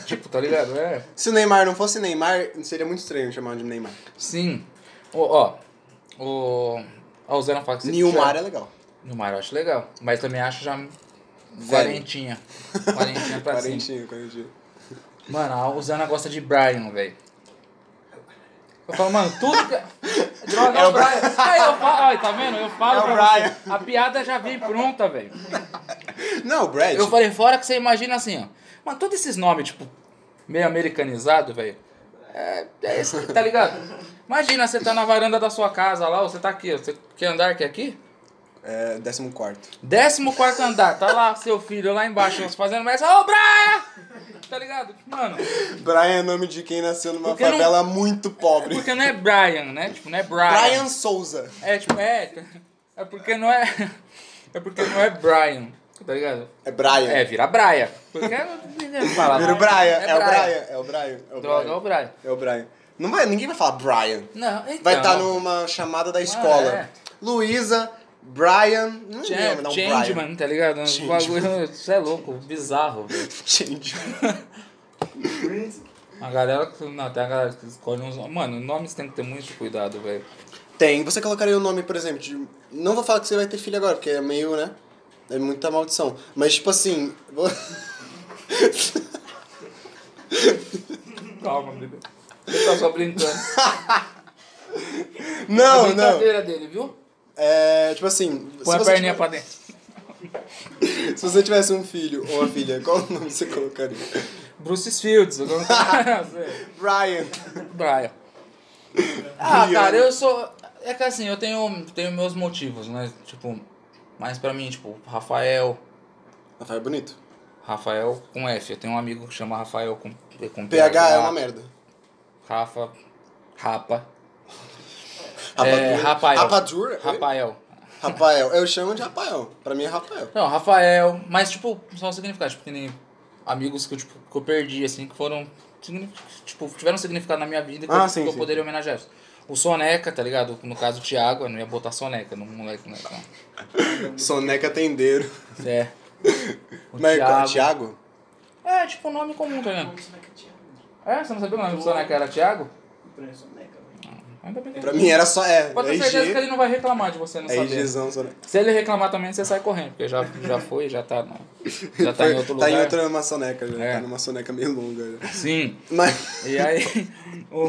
Speaker 2: Tipo, tá ligado? É.
Speaker 1: Se o Neymar não fosse Neymar, seria muito estranho chamar de Neymar.
Speaker 2: Sim. Ó, ó. O. Ó, o Zé não fala que você né?
Speaker 1: Nilmar é legal.
Speaker 2: Nilmar eu acho legal. Mas também acho já. Quarentinha. Quarentinha pra cima.
Speaker 1: Quarentinho, quarentinho.
Speaker 2: Mano, a Usana gosta de Brian, velho. Eu falo, mano, tudo que. Droga, é o Brian. Aí eu falo, ai, tá vendo? Eu falo
Speaker 1: É o
Speaker 2: pra
Speaker 1: Brian.
Speaker 2: você. A piada já vem pronta, velho.
Speaker 1: Não, o Brad.
Speaker 2: Eu falei, fora que você imagina assim, ó. Mano, todos esses nomes, tipo, meio americanizado, velho. É, é esse, tá ligado? Imagina, você tá na varanda da sua casa lá, ou você tá aqui, ó, você quer andar que é aqui?
Speaker 1: É, décimo quarto.
Speaker 2: Décimo quarto andar, tá lá seu filho lá embaixo, você fazendo essa, ô Brian! Tá ligado? Mano,
Speaker 1: Brian é nome de quem nasceu numa
Speaker 2: Porque não-
Speaker 1: favela muito pobre.
Speaker 2: porque não é Brian, né? Tipo, não é Brian.
Speaker 1: Brian Souza.
Speaker 2: É, tipo, é. É porque não é. É porque não é Brian, tá ligado?
Speaker 1: É Brian.
Speaker 2: É, vira Brian. Porque é.
Speaker 1: Vira
Speaker 2: Vira
Speaker 1: o Brian. É, o Brian. É o Brian. É o
Speaker 2: Droga, é
Speaker 1: Brian.
Speaker 2: o Brian.
Speaker 1: É o Brian. Não vai, ninguém vai falar Brian.
Speaker 2: Não, então.
Speaker 1: Vai tá estar numa chamada da escola.
Speaker 2: é.
Speaker 1: Luísa, Brian. Não
Speaker 2: Ch-
Speaker 1: lembro, não, Brian.
Speaker 2: Changeman, tá ligado? Um bagulho, isso é louco, bizarro. velho.
Speaker 1: Change.
Speaker 2: A galera que. Não, tem a galera que escolhe uns. Mano, nomes tem que ter muito cuidado, velho.
Speaker 1: Tem. Você colocaria o nome, por exemplo, de... Não vou falar que você vai ter filho agora, porque é meio, né? É muita maldição. Mas, tipo assim... vou-
Speaker 2: Calma, bebê. Ele tá só brincando. É
Speaker 1: Não, não.
Speaker 2: brincadeira dele, viu?
Speaker 1: É, tipo assim...
Speaker 2: Põe
Speaker 1: se
Speaker 2: a
Speaker 1: você
Speaker 2: perninha
Speaker 1: tiver-
Speaker 2: pra dentro.
Speaker 1: Se você tivesse um filho ou uma filha, qual nome você colocaria?
Speaker 2: Bruce Fields, eu não sei.
Speaker 1: Brian.
Speaker 2: Brian. Ah,
Speaker 1: Brian.
Speaker 2: cara, eu sou. É que assim, eu tenho, tenho meus motivos, né? Tipo, mas pra mim, tipo, Rafael.
Speaker 1: Rafael é bonito.
Speaker 2: Rafael com F. Eu tenho um amigo que chama Rafael com, com
Speaker 1: PH é uma merda.
Speaker 2: Rafa. Rapa.
Speaker 1: Rapadura.
Speaker 2: É, Rafael.
Speaker 1: Rapadura? Oi?
Speaker 2: Rafael.
Speaker 1: Rafael. Eu chamo de Rafael. Pra mim é Rafael.
Speaker 2: Não, Rafael. Mas, tipo, são significados. Tipo, que nem amigos que eu, tipo, que eu perdi, assim, que foram. signi- Tipo, tiveram significado na minha vida que,
Speaker 1: Ah,
Speaker 2: eu,
Speaker 1: sim,
Speaker 2: que eu
Speaker 1: sim.
Speaker 2: poderia homenagear. O Soneca, tá ligado? No caso, o Thiago. Eu não ia botar Soneca no moleque, né? Não.
Speaker 1: Soneca Tendeiro.
Speaker 2: É. O
Speaker 1: Mas é,
Speaker 2: Thiago.
Speaker 1: Thiago?
Speaker 2: É, tipo, um nome comum, tá ligado? É, você não sabia o nome do Soneca era Thiago?
Speaker 4: é um
Speaker 2: Ainda bem que
Speaker 1: Pra mim era só. É,
Speaker 2: Pode
Speaker 1: é
Speaker 2: ter certeza que
Speaker 1: IG.
Speaker 2: ele não vai reclamar de você não
Speaker 1: É
Speaker 2: saber.
Speaker 1: IGzão, Soneca.
Speaker 2: Se ele reclamar também, você sai correndo, porque já, já foi, já tá, no, já tá
Speaker 1: Foi-
Speaker 2: em outro
Speaker 1: Tá
Speaker 2: lugar.
Speaker 1: em outra maçoneca, já.
Speaker 2: É.
Speaker 1: Tá numa soneca meio longa. já.
Speaker 2: Sim.
Speaker 1: Mas.
Speaker 2: E aí, o.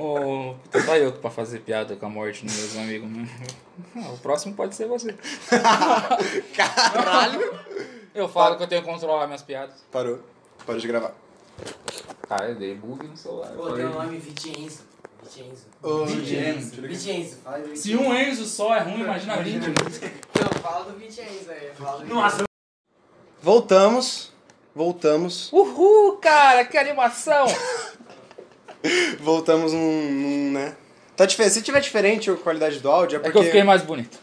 Speaker 2: o puta, só eu pra fazer piada com a morte dos meus amigos. né? Ah, o próximo pode ser você.
Speaker 1: Caralho!
Speaker 2: Eu falo que eu tenho que controlar minhas piadas.
Speaker 1: Parou. Parou de gravar.
Speaker 2: Cara, eu dei bug no celular. eu
Speaker 3: Pô, tem
Speaker 2: falei.
Speaker 3: o nome Vicenzo. Vicenzo.
Speaker 1: Ô,
Speaker 2: gente.
Speaker 3: Vicenzo, fala do
Speaker 2: Se um Enzo só é ruim, imagina 20.
Speaker 3: Não, fala do Vicenzo aí. Fala do Nossa,
Speaker 1: Voltamos. Voltamos.
Speaker 2: Uhul, cara, que animação! É
Speaker 1: Voltamos num. num, né? Tá diferente. Se tiver diferente a qualidade do áudio, é
Speaker 2: É
Speaker 1: porque.
Speaker 2: que eu fiquei mais bonito.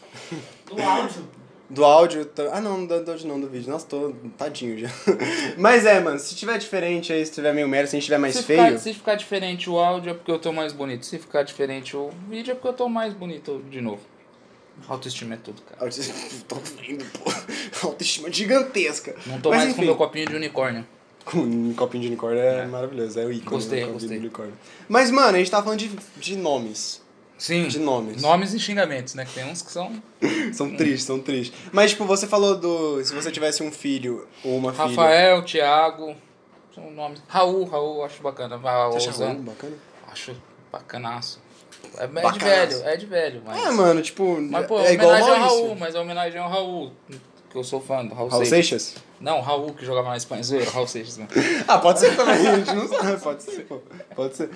Speaker 3: do áudio.
Speaker 1: Do áudio. tá- Ah, não, do do áudio não, do vídeo. Nossa, tô tadinho já. Mas é, mano, se tiver diferente aí, se tiver meio merda, se a gente tiver mais
Speaker 2: se,
Speaker 1: feio.
Speaker 2: Ficar, se ficar diferente o áudio é porque eu tô mais bonito. Se ficar diferente o vídeo é porque eu tô mais bonito de novo. Autoestima é tudo, cara.
Speaker 1: Autoestima, tô vendo, pô. Autoestima gigantesca.
Speaker 2: Não tô
Speaker 1: Mas,
Speaker 2: mais com
Speaker 1: enfim.
Speaker 2: meu copinho de unicórnio.
Speaker 1: Um copinho de unicórnio é, maravilhoso, é o ícone
Speaker 2: Gostei,
Speaker 1: do copinho
Speaker 2: gostei.
Speaker 1: de unicórnio. Mas, mano, a gente tava falando de, de nomes.
Speaker 2: Sim.
Speaker 1: De nomes.
Speaker 2: Nomes e xingamentos, né? Que tem uns que são.
Speaker 1: São tristes, são tristes. Mas, tipo, você falou do. Se você tivesse um filho ou uma filha.
Speaker 2: Rafael, Thiago. São nomes. Raul, Raul, eu acho bacana. Ah,
Speaker 1: Você acha
Speaker 2: Ozan,
Speaker 1: ruim, bacana?
Speaker 2: Acho bacanaço. É, é de
Speaker 1: Bacanaço.
Speaker 2: velho, é de velho, mas.
Speaker 1: É, mano, tipo.
Speaker 2: Mas, pô,
Speaker 1: é igual
Speaker 2: homenagem ao
Speaker 1: Maurício.
Speaker 2: Raul, mas é homenagem ao Raul. Que eu sou fã do Raul,
Speaker 1: Raul
Speaker 2: Seixas.
Speaker 1: Seixas?
Speaker 2: Não, o Raul que jogava na Espanha. Zoeira, Raul Seixas. né?
Speaker 1: Ah, pode ser também, a gente não sabe. Pode ser, pô. Pode ser.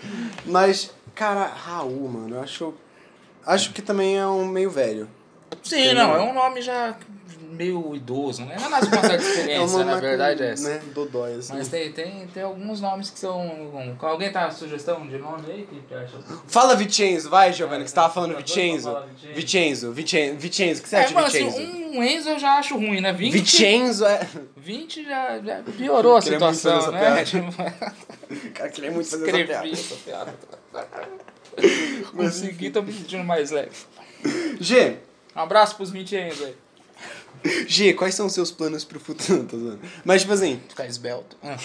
Speaker 1: Mas, cara, Raul, mano, eu acho. Acho que também é um meio velho.
Speaker 2: Sim, não, é um nome já meio idoso, não é nada mais quanto a
Speaker 1: É
Speaker 2: experiência,
Speaker 1: uma
Speaker 2: na
Speaker 1: uma-
Speaker 2: verdade é essa.
Speaker 1: Né, Dodói, assim.
Speaker 2: Mas tem, tem, tem alguns nomes que são. Alguém tá sugestão de nome aí que acha?
Speaker 1: Fala Vicenzo, vai, Giovanni, que você tava falando
Speaker 2: Eu tô
Speaker 1: Vicenzo.
Speaker 2: falando É, Vicenzo.
Speaker 1: Vicenzo, Vicenzo, Vicenzo, o que você
Speaker 2: É,
Speaker 1: acha,
Speaker 2: mano, assim,
Speaker 1: Vicenzo?
Speaker 2: um Enzo eu já acho ruim, né? 20,
Speaker 1: Vicenzo é.
Speaker 2: 20 já, já piorou a
Speaker 1: Queria muito
Speaker 2: situação,
Speaker 1: fazer
Speaker 2: né?
Speaker 1: essa
Speaker 2: Tipo,
Speaker 1: Cara, queria muito fazer essa
Speaker 2: Escrevi
Speaker 1: piada.
Speaker 2: essa piada. Consegui, tô me sentindo mais leve.
Speaker 1: G,
Speaker 2: Um abraço pros 20 Enzo aí.
Speaker 1: G, quais são os seus planos pro futuro? Tô zoando. Mas, tipo assim,
Speaker 2: Ficar esbelto. Ah,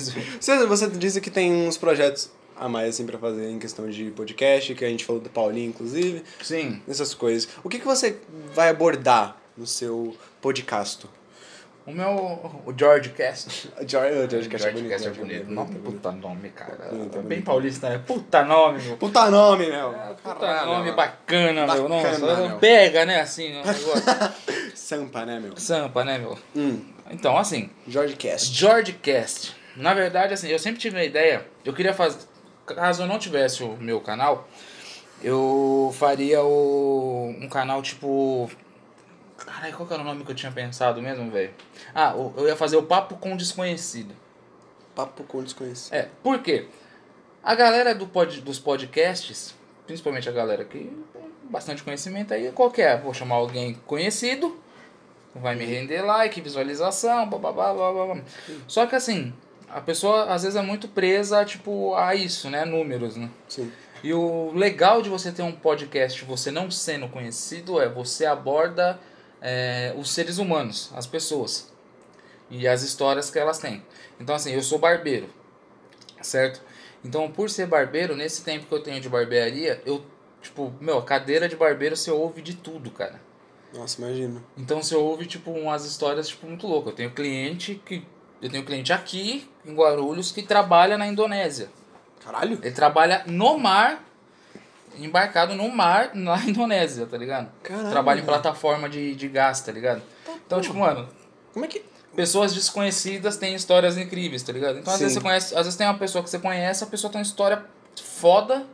Speaker 2: zoeira.
Speaker 1: você, você disse que tem uns projetos a mais, assim, pra fazer em questão de podcast, que a gente falou do Paulinho, inclusive,
Speaker 2: Sim.
Speaker 1: essas coisas. O que, que você vai abordar no seu podcast?
Speaker 2: O meu. O George Cast.
Speaker 1: O George, o George, Cast é
Speaker 2: George
Speaker 1: bonito,
Speaker 2: Cast é
Speaker 1: George é
Speaker 2: bonito.
Speaker 1: bonito,
Speaker 2: Não,
Speaker 1: bonito, bonito.
Speaker 2: puta nome, cara.
Speaker 1: Bonito,
Speaker 2: Bem
Speaker 1: bonito.
Speaker 2: paulista, né? Puta nome, meu.
Speaker 1: Puta nome, meu!
Speaker 2: É, Puta
Speaker 1: Caralho,
Speaker 2: nome
Speaker 1: mano.
Speaker 2: bacana, meu.
Speaker 1: Bacana,
Speaker 2: Nossa,
Speaker 1: meu.
Speaker 2: pega, né? Assim, o negócio.
Speaker 1: Sampa, né, meu?
Speaker 2: Sampa, né, meu?
Speaker 1: Hum,
Speaker 2: Então, assim.
Speaker 1: George Cast.
Speaker 2: George Cast. Na verdade, assim, eu sempre tive a ideia. Eu queria fazer. Caso eu não tivesse o meu canal, eu faria o, um canal tipo. Caralho, qual que era o nome que eu tinha pensado mesmo, velho? Ah, o- eu ia fazer o Papo com Desconhecido.
Speaker 1: Papo com desconhecido.
Speaker 2: É, por quê? A galera do pod, dos podcasts, principalmente a galera que tem bastante conhecimento aí, qual que é? Vou chamar alguém conhecido, vai me render like, visualização, bababá, babá. Só que assim, a pessoa às vezes é muito presa, tipo, a isso, né? Números, né?
Speaker 1: Sim.
Speaker 2: E o legal de você ter um podcast, você não sendo conhecido, é você aborda é, os seres humanos, as pessoas. E as histórias que elas têm. Então, assim, eu sou barbeiro, certo? Então, por ser barbeiro, nesse tempo que eu tenho de barbearia, eu, tipo, meu, cadeira de barbeiro você ouve de tudo, cara.
Speaker 1: Nossa, imagino.
Speaker 2: Então você ouve, tipo, umas histórias, tipo, muito loucas. Eu tenho cliente que. Eu tenho cliente aqui, em Guarulhos, que trabalha na Indonésia.
Speaker 1: Caralho?
Speaker 2: Ele trabalha no mar, embarcado no mar na Indonésia, tá ligado?
Speaker 1: Caralho.
Speaker 2: Trabalha em plataforma de, de gás, tá ligado? Então, tipo, mano,
Speaker 1: Como é que.
Speaker 2: pessoas desconhecidas têm histórias incríveis, tá ligado? Então, às
Speaker 1: Sim.
Speaker 2: vezes você conhece, às vezes tem uma pessoa que você conhece, a pessoa tem uma história foda,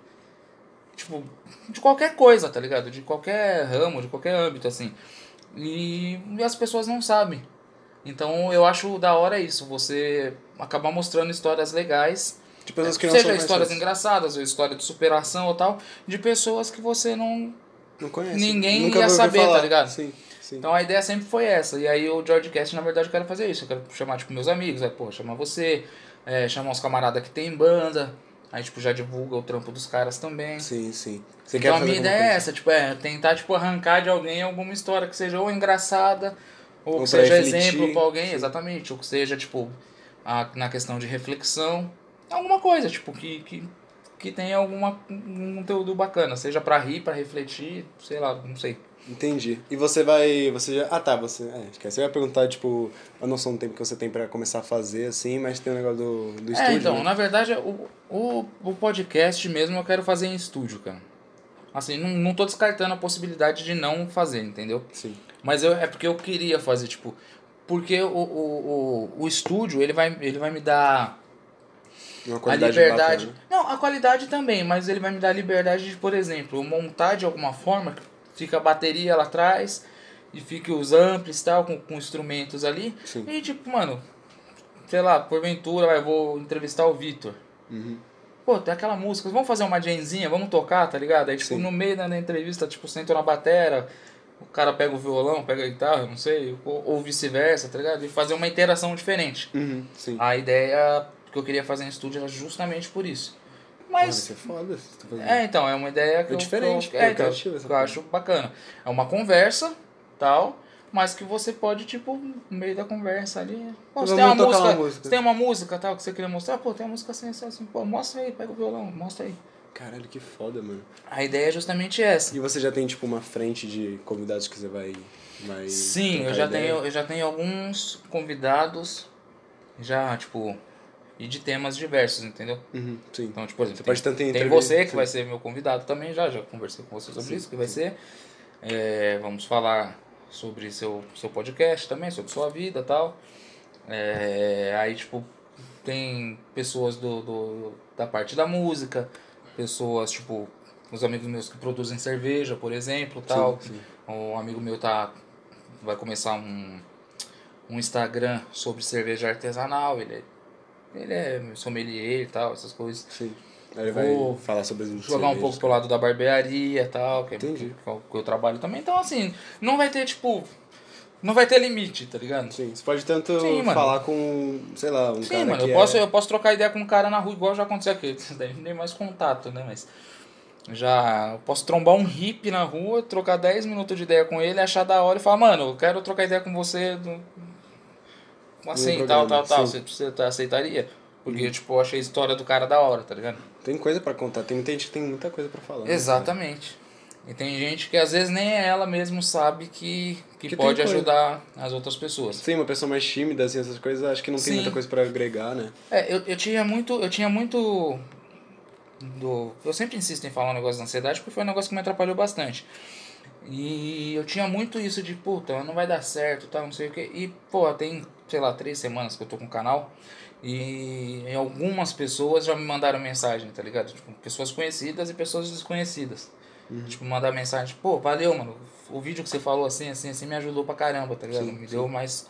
Speaker 2: tipo, de qualquer coisa, tá ligado? De qualquer ramo, de qualquer âmbito, assim. E, e as pessoas não sabem. Então, eu acho da hora isso, você acabar mostrando histórias legais
Speaker 1: De pessoas que não
Speaker 2: É, Seja
Speaker 1: são
Speaker 2: histórias
Speaker 1: conhecidas.
Speaker 2: engraçadas, ou história de superação ou tal, de pessoas que você não.
Speaker 1: Não conhece.
Speaker 2: Ninguém
Speaker 1: Nunca
Speaker 2: ia
Speaker 1: ouviu
Speaker 2: saber,
Speaker 1: falar.
Speaker 2: tá ligado?
Speaker 1: Sim, sim.
Speaker 2: Então a ideia sempre foi essa. E aí o George Cast, na verdade, eu quero fazer isso. Eu quero chamar, tipo, meus amigos, aí, pô, chamar você, é, chamar uns camaradas que tem banda, aí, tipo, já divulga o trampo dos caras também.
Speaker 1: Sim, sim. Você quer
Speaker 2: Então a
Speaker 1: fazer alguma
Speaker 2: minha ideia é
Speaker 1: coisa?
Speaker 2: essa, tipo, é tentar, tipo, arrancar de alguém alguma história que seja ou engraçada, ou,
Speaker 1: Ou
Speaker 2: que
Speaker 1: pra
Speaker 2: seja
Speaker 1: refletir,
Speaker 2: exemplo pra alguém,
Speaker 1: sim.
Speaker 2: exatamente, ou que seja, tipo, a- na questão de reflexão, alguma coisa, tipo, que, que, que tenha alguma, um conteúdo bacana, seja pra rir, pra refletir, sei lá, não sei.
Speaker 1: Entendi. E você vai. Você já. Ah tá, você. É, esquece. Eu ia perguntar, tipo, a noção do tempo que você tem pra começar a fazer, assim, mas tem o negócio do, do
Speaker 2: É,
Speaker 1: estúdio.
Speaker 2: então,
Speaker 1: né?
Speaker 2: na verdade, o, o, o podcast mesmo eu quero fazer em estúdio, cara. Assim, não, não tô descartando a possibilidade de não fazer, entendeu?
Speaker 1: Sim.
Speaker 2: Mas eu, é porque eu queria fazer, tipo. Porque o, o, o, o estúdio, ele vai, ele vai me dar
Speaker 1: Uma
Speaker 2: a
Speaker 1: qualidade
Speaker 2: liberdade.
Speaker 1: bacana. né?
Speaker 2: Não, a qualidade também, mas ele vai me dar a liberdade de, por exemplo, eu montar de alguma forma, que fica a bateria lá atrás, e fica os amplos e tal, com, com instrumentos ali.
Speaker 1: Sim.
Speaker 2: E tipo, mano, sei lá, porventura eu vou entrevistar o Vitor.
Speaker 1: Uhum.
Speaker 2: Pô, tem aquela música, vamos fazer uma jamzinha, vamos tocar, tá ligado? Aí, tipo,
Speaker 1: Sim.
Speaker 2: no meio da, da entrevista, tipo, senta na batera, o cara pega o violão, pega a guitarra, não sei, ou, ou vice-versa, tá ligado? E fazer uma interação diferente.
Speaker 1: Uhum. Sim.
Speaker 2: A ideia que eu queria fazer em estúdio era justamente por isso. Mas,
Speaker 1: Você é foda, você tá fazendo.
Speaker 2: é, então, é uma ideia que
Speaker 1: É
Speaker 2: eu-
Speaker 1: diferente,
Speaker 2: que eu,
Speaker 1: pô,
Speaker 2: é, que eu,
Speaker 1: criativa essa
Speaker 2: que eu acho bacana. É uma conversa, tal, mas que você pode, tipo, no meio da conversa ali. Pô,
Speaker 1: Vamos
Speaker 2: você tem uma
Speaker 1: tocar
Speaker 2: música,
Speaker 1: uma música.
Speaker 2: você tem uma música tal que você queria mostrar, pô, tem uma música assim, assim, assim, pô, mostra aí, pega o violão, mostra aí.
Speaker 1: Caralho, que foda, mano.
Speaker 2: A ideia é justamente essa.
Speaker 1: E você já tem, tipo, uma frente de convidados que você vai. vai
Speaker 2: Sim,
Speaker 1: trocar
Speaker 2: eu já,
Speaker 1: ideia?
Speaker 2: tenho, eu já tenho alguns convidados, já, tipo, e de temas diversos, entendeu?
Speaker 1: Uhum, sim.
Speaker 2: Então, tipo, por exemplo,
Speaker 1: Você pode tanto
Speaker 2: tem, tem
Speaker 1: entrevista-
Speaker 2: você que
Speaker 1: sim.
Speaker 2: vai ser meu convidado também, já, já conversei com você sobre
Speaker 1: Sim,
Speaker 2: isso, que vai ser. É, vamos falar sobre seu, seu podcast também, sobre sua vida e tal. É, aí, tipo, tem pessoas do, do- da parte da música, pessoas, tipo, os amigos meus que produzem cerveja, por exemplo, tal.
Speaker 1: Sim, sim.
Speaker 2: Um amigo meu tá vai começar um, um Instagram sobre cerveja artesanal, ele é, ele é sommelier e tal, essas coisas.
Speaker 1: Sim. Aí ele
Speaker 2: Vou
Speaker 1: vai falar sobre as
Speaker 2: Jogar um
Speaker 1: cervejas.
Speaker 2: pouco pro lado da barbearia e tal, que, é-
Speaker 1: Entendi.
Speaker 2: que é o que eu trabalho também. Então, assim, não vai ter, tipo, não vai ter limite, tá ligado?
Speaker 1: Sim, você pode tanto
Speaker 2: Sim, mano.
Speaker 1: falar com, sei lá, um cara
Speaker 2: Sim, mano,
Speaker 1: que é-
Speaker 2: eu, posso, eu posso trocar ideia com um cara na rua, igual já aconteceu aqui. Daí nem mais contato, né? Mas. Já eu posso trombar um hippie na rua, trocar 10 minutos de ideia com ele, achar da hora e falar, mano, eu quero trocar ideia com você. Do... Assim,
Speaker 1: No
Speaker 2: tal,
Speaker 1: programa,
Speaker 2: tal, tal. Você,
Speaker 1: sim.
Speaker 2: você tá- aceitaria? Porque, tipo, eu achei a história do cara da hora, tá ligado?
Speaker 1: Tem coisa pra contar, tem, tem gente que tem muita coisa pra falar. né,
Speaker 2: Exatamente. E tem gente que às vezes nem ela mesmo sabe que, que,
Speaker 1: Que tem
Speaker 2: pode
Speaker 1: coisa.
Speaker 2: ajudar as outras
Speaker 1: cara?
Speaker 2: pessoas.
Speaker 1: Sim, uma pessoa mais tímida, assim, essas coisas, acho que não tem
Speaker 2: Sim.
Speaker 1: muita coisa pra agregar, né?
Speaker 2: É, eu, eu tinha muito. Eu tinha muito. Do, eu sempre insisto em falar um negócio da ansiedade porque foi um negócio que me atrapalhou bastante. E eu tinha muito isso de, puta, não vai dar certo, tá, não sei o que. E, pô, tem, sei lá, três semanas que eu tô com o canal. E algumas pessoas já me mandaram mensagem, tá ligado? Tipo, pessoas conhecidas e pessoas desconhecidas.
Speaker 1: Uhum.
Speaker 2: Tipo, mandar mensagem, pô, valeu, mano. O vídeo que você falou assim, assim, assim, me ajudou pra caramba, tá ligado?
Speaker 1: Sim,
Speaker 2: me deu mais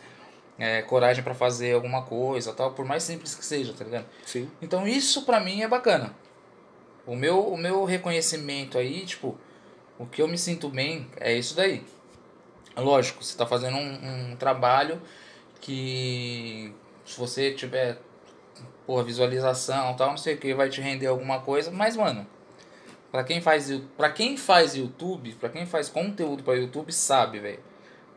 Speaker 2: é, coragem pra fazer alguma coisa tal, por mais simples que seja, tá ligado?
Speaker 1: Sim.
Speaker 2: Então isso pra mim é bacana. O meu, o meu reconhecimento aí, tipo, o que eu me sinto bem é isso daí. Lógico, você tá fazendo um, um trabalho que se você tiver porra, visualização tal, não sei o que, vai te render alguma coisa, mas mano, pra quem faz para quem faz YouTube, pra quem faz conteúdo pra YouTube, sabe, velho.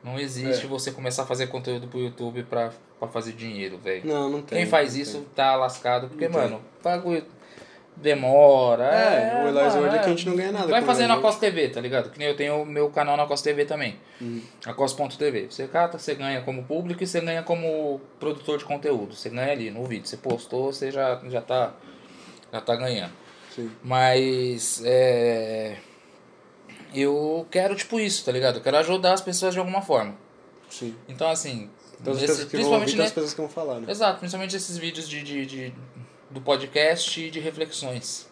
Speaker 2: Não existe
Speaker 1: É.
Speaker 2: você começar a fazer conteúdo pro YouTube pra, pra fazer dinheiro, velho.
Speaker 1: Não, não tem.
Speaker 2: Quem faz
Speaker 1: não
Speaker 2: isso
Speaker 1: tem.
Speaker 2: tá lascado, porque,
Speaker 1: Não tem.
Speaker 2: mano, o bagulho demora.
Speaker 1: É, o Elias
Speaker 2: mano,
Speaker 1: Word
Speaker 2: é.
Speaker 1: aqui a gente não ganha nada.
Speaker 2: Vai
Speaker 1: com
Speaker 2: fazer
Speaker 1: ele,
Speaker 2: na
Speaker 1: né?
Speaker 2: Cos TV, tá ligado? Que nem eu tenho o meu canal na Cos TV também.
Speaker 1: Uhum.
Speaker 2: A Cos.tv. Você cata, você ganha como público e você ganha como produtor de conteúdo. Você ganha ali no vídeo. Você postou, você já, já, tá, já tá ganhando.
Speaker 1: Sim.
Speaker 2: Mas é. Eu quero, tipo, isso, tá ligado? Eu quero ajudar as pessoas de alguma forma.
Speaker 1: Sim.
Speaker 2: Então, assim.
Speaker 1: Então as
Speaker 2: nesse-
Speaker 1: pessoas que vão ouvir, então
Speaker 2: ne-
Speaker 1: as pessoas que vão falar, né?
Speaker 2: Exato, principalmente esses vídeos de, de, de- do podcast e de reflexões.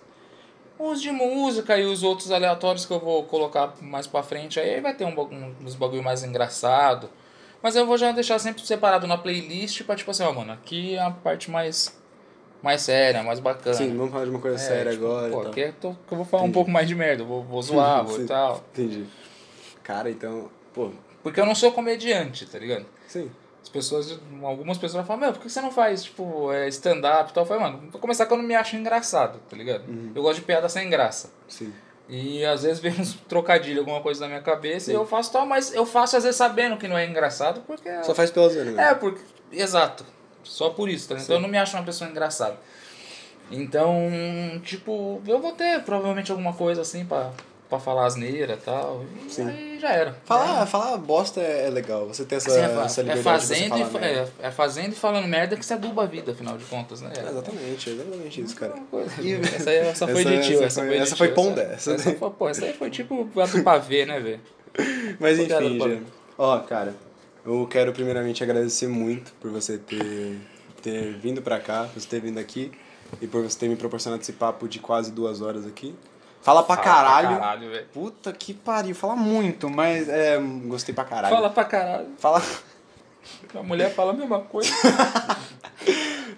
Speaker 2: Os de música e os outros aleatórios que eu vou colocar mais pra frente, aí vai ter um, bagu- um- uns bagulho mais engraçado. Mas eu vou já deixar sempre separado na playlist pra tipo assim, ó, mano, aqui é a parte mais, mais séria, mais bacana.
Speaker 1: Sim, vamos falar de uma coisa
Speaker 2: É,
Speaker 1: séria
Speaker 2: tipo,
Speaker 1: agora
Speaker 2: Pô,
Speaker 1: e tal.
Speaker 2: aqui é to- que eu vou falar um
Speaker 1: Entendi.
Speaker 2: pouco mais de merda, eu vou, vou zoar, vou
Speaker 1: Sim.
Speaker 2: e tal.
Speaker 1: Entendi. Cara, então, pô,
Speaker 2: Porque eu não sou comediante, tá ligado?
Speaker 1: sim.
Speaker 2: As pessoas, algumas pessoas falam, meu, por que você não faz, tipo, é, stand-up e tal? Eu falei, mano, vou começar que eu não me acho engraçado, tá ligado?
Speaker 1: Uhum.
Speaker 2: Eu gosto de piada sem graça.
Speaker 1: Sim.
Speaker 2: E às vezes vem uns trocadilho, alguma coisa na minha cabeça e eu faço tal, mas eu faço às vezes sabendo que não é engraçado, porque.
Speaker 1: Só faz pela zona, né?
Speaker 2: É, porque. Exato. Só por isso, tá ligado? Então eu não me acho uma pessoa engraçada. Então, tipo, eu vou ter provavelmente alguma coisa assim pra, pra falar asneira e tal. E
Speaker 1: Sim.
Speaker 2: aí já era.
Speaker 1: Falar, falar bosta é é legal. Você tem essa,
Speaker 2: Assim, é, fa-
Speaker 1: essa
Speaker 2: é,
Speaker 1: liberdade de
Speaker 2: fazendo
Speaker 1: você
Speaker 2: e,
Speaker 1: falar né?
Speaker 2: fa-
Speaker 1: merda.
Speaker 2: é, é fazendo e falando merda que você aduba a vida, afinal de contas, né? É.
Speaker 1: Exatamente, exatamente isso, cara.
Speaker 2: E- Essa, aí- essa foi
Speaker 1: Essa-
Speaker 2: de tio,
Speaker 1: essa
Speaker 2: essa
Speaker 1: foi-
Speaker 2: foi de
Speaker 1: essa
Speaker 2: tio,
Speaker 1: foi ponda, essa
Speaker 2: essa, foi- pô, essa aí foi tipo a do pavê, né, velho?
Speaker 1: Mas
Speaker 2: Qual que era
Speaker 1: enfim,
Speaker 2: o plano?
Speaker 1: Jean. Ó, cara, eu quero primeiramente agradecer muito por você ter, ter vindo pra cá, por você ter vindo aqui e por você ter me proporcionado esse papo de quase duas horas aqui. Fala pra
Speaker 2: Fala
Speaker 1: caralho.
Speaker 2: Pra caralho, velho.
Speaker 1: Puta que pariu, fala muito, mas é, gostei pra caralho.
Speaker 2: Fala pra caralho.
Speaker 1: Fala.
Speaker 2: A mulher fala a mesma coisa.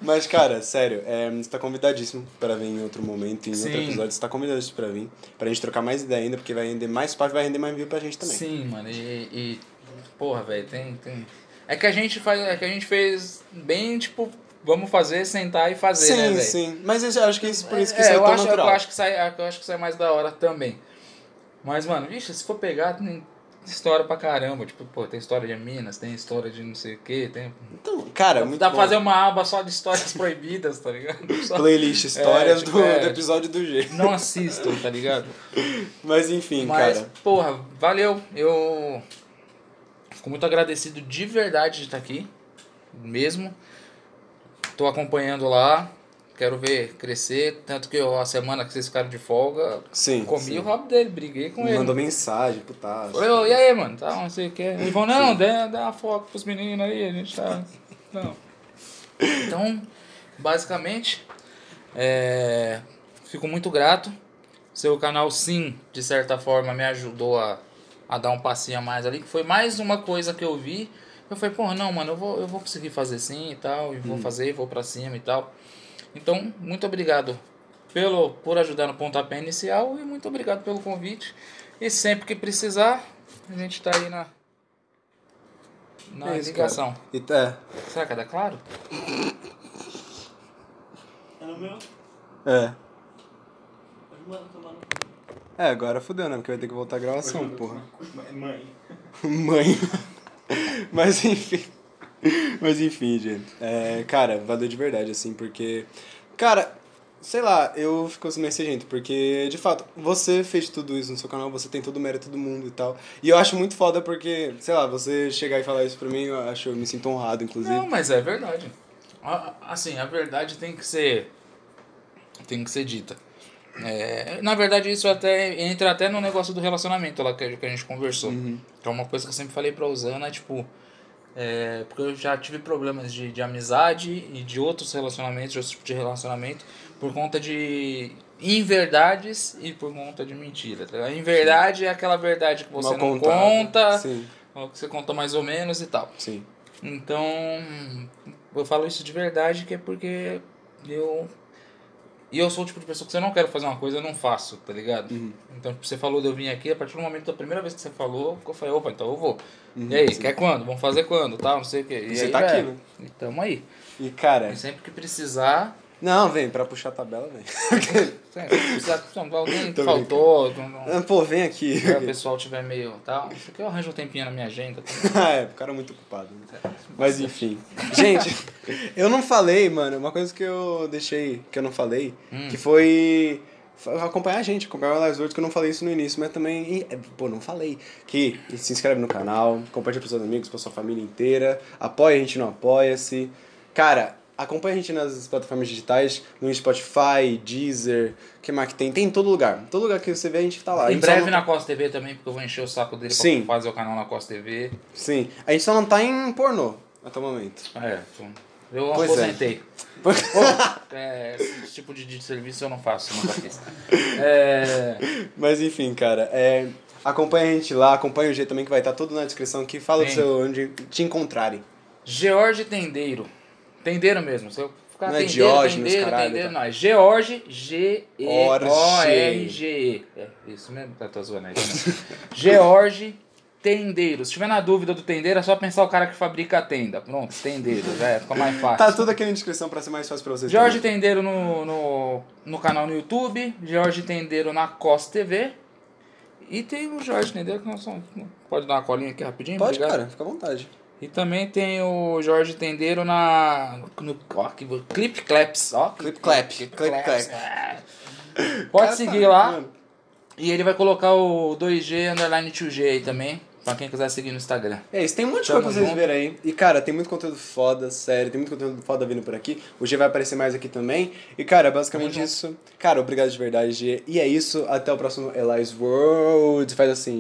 Speaker 1: Mas, cara, sério, é, você tá convidadíssimo pra vir em outro momento, em outro
Speaker 2: Sim.
Speaker 1: episódio. Você tá convidadíssimo pra vir, pra gente trocar mais ideia ainda, porque vai render mais papo e vai render mais view pra gente também.
Speaker 2: Sim, mano, e. e- porra, velho, tem, tem. É que a gente faz. É que a gente fez bem, tipo, vamos fazer, sentar e fazer, né,
Speaker 1: sim.
Speaker 2: velho?
Speaker 1: sim. Mas eu acho que isso, por isso que
Speaker 2: É,
Speaker 1: isso é
Speaker 2: eu,
Speaker 1: tão
Speaker 2: acho, eu
Speaker 1: natural.
Speaker 2: acho que sai, eu acho que sai mais da hora também. Mas, mano, vixe, se for pegar, tem história pra caramba. Tipo, pô, tem história de Minas, tem história de não sei o que, tem.
Speaker 1: Então, cara, muito
Speaker 2: Dá
Speaker 1: bom.
Speaker 2: pra fazer uma aba só de histórias proibidas, tá ligado? Só-
Speaker 1: um playlist histórias
Speaker 2: É, tipo,
Speaker 1: do,
Speaker 2: é,
Speaker 1: do episódio do G.
Speaker 2: Não assistam, tá ligado?
Speaker 1: Mas enfim,
Speaker 2: Mas,
Speaker 1: cara.
Speaker 2: porra, valeu. Eu fico muito agradecido de verdade de estar aqui. Mesmo. Tô acompanhando lá. Quero ver crescer. Tanto que eu, a semana que vocês ficaram de folga,
Speaker 1: Sim.
Speaker 2: comi
Speaker 1: sim.
Speaker 2: o rabo dele, briguei com ele.
Speaker 1: Mandou mensagem, putaço.
Speaker 2: Oi, ô, e aí, mano? Tá, não sei o que. Eles vão, não, dá, dá uma foca pros meninos aí, a gente tá. Não. Então, basicamente, é, fico muito grato. Seu canal, sim, de certa forma, me ajudou a, a dar um passinho a mais ali. Que foi mais uma coisa que eu vi. Eu falei, porra, não, mano, eu vou, eu vou conseguir fazer sim e tal. E vou
Speaker 1: Hum.
Speaker 2: fazer, vou pra cima e tal. Então, muito obrigado pelo, por ajudar no pontapé inicial. E muito obrigado pelo convite. E sempre que precisar, a gente tá aí na, na
Speaker 1: É isso, cara.
Speaker 2: né? ligação.
Speaker 1: E, é,
Speaker 2: Será que é da Claro?
Speaker 4: É no meu?
Speaker 1: é.
Speaker 4: Mas manda tomar no cu.
Speaker 1: É, agora fudeu, né? Porque vai ter que voltar a gravação,
Speaker 4: Mas manda
Speaker 1: porra.
Speaker 4: tomar no cu. Mãe.
Speaker 1: Mãe. Mas enfim. Mas enfim, gente. É, cara, valeu de verdade, assim, porque. Cara, sei lá, eu fico assim meio sem jeito, porque, de fato, você fez tudo isso no seu canal, você tem todo o mérito do mundo e tal. E eu acho muito foda porque, sei lá, você chegar e falar isso pra mim, eu acho, eu me sinto honrado, inclusive.
Speaker 2: Não, mas é verdade. A- a- Assim, a verdade tem que ser. Tem que ser dita. É, na verdade, isso até entra até no negócio do relacionamento lá que, a- que a gente conversou.
Speaker 1: Uhum.
Speaker 2: Que é uma coisa que eu sempre falei pra Usana, é tipo. é, porque eu já tive problemas de, de amizade e de outros relacionamentos, de outros tipos de relacionamento, por conta de inverdades e por conta de mentira. tá ligado? A inverdade é aquela verdade que
Speaker 1: Mal
Speaker 2: você não
Speaker 1: contado.
Speaker 2: conta,
Speaker 1: Sim,
Speaker 2: ou que você conta mais ou menos e tal.
Speaker 1: sim.
Speaker 2: Então, eu falo isso de verdade que é porque eu. E eu sou o tipo de pessoa que se eu não quero fazer uma coisa, eu não faço, tá ligado?
Speaker 1: Uhum.
Speaker 2: Então, tipo, você falou de eu vir aqui, a partir do momento da primeira vez que você falou, eu falei, opa, então eu vou. e aí, quer quando? Vamos fazer quando? Tal, não sei o quê. E
Speaker 1: Uhum, Você
Speaker 2: aí,
Speaker 1: tá aqui,
Speaker 2: velho,
Speaker 1: né? É.
Speaker 2: E tamo aí.
Speaker 1: E, cara.
Speaker 2: E sempre que precisar.
Speaker 1: Não, vem, pra puxar a tabela, vem.
Speaker 2: Sempre que precisar alguém
Speaker 1: Tô
Speaker 2: faltou, não- não-
Speaker 1: Ah, Pô, vem aqui.
Speaker 2: se o pessoal tiver meio tal. Isso aqui eu arranjo um tempinho na minha agenda.
Speaker 1: ah, é, o cara é muito ocupado. Né? Mas enfim. Gente, eu não falei, mano, uma coisa que eu deixei, que eu não falei,
Speaker 2: Hum.
Speaker 1: que foi fa- acompanhar a gente, acompanhar o Live World, que eu não falei isso no início, mas também, e, é, pô, não falei, que se inscreve no canal, compartilha pros seus amigos, pra sua família inteira, apoia a gente no Apoia-se. Cara, acompanha a gente nas plataformas digitais, no Spotify, Deezer, que mais que tem? Tem em todo lugar. Todo lugar que você vê, a gente tá lá. A
Speaker 2: em
Speaker 1: gente só
Speaker 2: breve
Speaker 1: não-
Speaker 2: na Costa TV também, porque eu vou encher o saco dele
Speaker 1: Sim.
Speaker 2: pra fazer o canal na Costa TV.
Speaker 1: Sim, a gente só não tá em pornô até o momento.
Speaker 2: É, eu
Speaker 1: Ah, Pois é.
Speaker 2: aposentei. É, esse tipo de, de serviço eu não faço, nunca fiz. É,
Speaker 1: Mas enfim, cara, é, acompanha a gente lá, acompanha o G também que vai estar tudo na descrição que fala do
Speaker 2: Sim.
Speaker 1: seu onde te encontrarem.
Speaker 2: George Tendeiro. Tendeiro mesmo. Se eu ficar
Speaker 1: Não é
Speaker 2: tendeiro,
Speaker 1: Diógenes,
Speaker 2: tendeiro,
Speaker 1: caralho,
Speaker 2: tendeiro,
Speaker 1: tá?
Speaker 2: não. É George G-E-O-R-G-E.
Speaker 1: Orge.
Speaker 2: É isso mesmo? Tá, tô zoando aí. tá zoando. George Tendeiro. Se tiver na dúvida do tendeiro, é só pensar o cara que fabrica a tenda. Pronto, tendeiro. Já é, fica mais fácil.
Speaker 1: Tá tudo aqui na descrição pra ser mais fácil pra vocês.
Speaker 2: Jorge
Speaker 1: também.
Speaker 2: Tendeiro no, no, no canal no YouTube, Jorge Tendeiro na Costa TV. E tem o Jorge Tendeiro que nós somos. Pode dar uma colinha aqui rapidinho?
Speaker 1: Pode,
Speaker 2: Obrigado.
Speaker 1: cara, fica à vontade.
Speaker 2: E também tem o Jorge Tendeiro na. No, ó, que, Clip Claps, ó.
Speaker 1: Clip clap, clip clap.
Speaker 2: Ah. Pode
Speaker 1: Cara,
Speaker 2: seguir
Speaker 1: tá,
Speaker 2: lá.
Speaker 1: mano.
Speaker 2: E ele vai colocar o 2G underline 2G aí também. Pra quem quiser seguir no Instagram.
Speaker 1: É isso, tem um monte de
Speaker 2: Tamo
Speaker 1: coisa pra vocês
Speaker 2: junto.
Speaker 1: verem aí. E, cara, tem muito conteúdo foda, sério, tem muito conteúdo foda vindo por aqui. O G vai aparecer mais aqui também. E, cara, é basicamente
Speaker 2: Tamo junto.
Speaker 1: isso. Cara, obrigado de verdade, G. E é isso. Até o próximo Eli's World. Faz assim.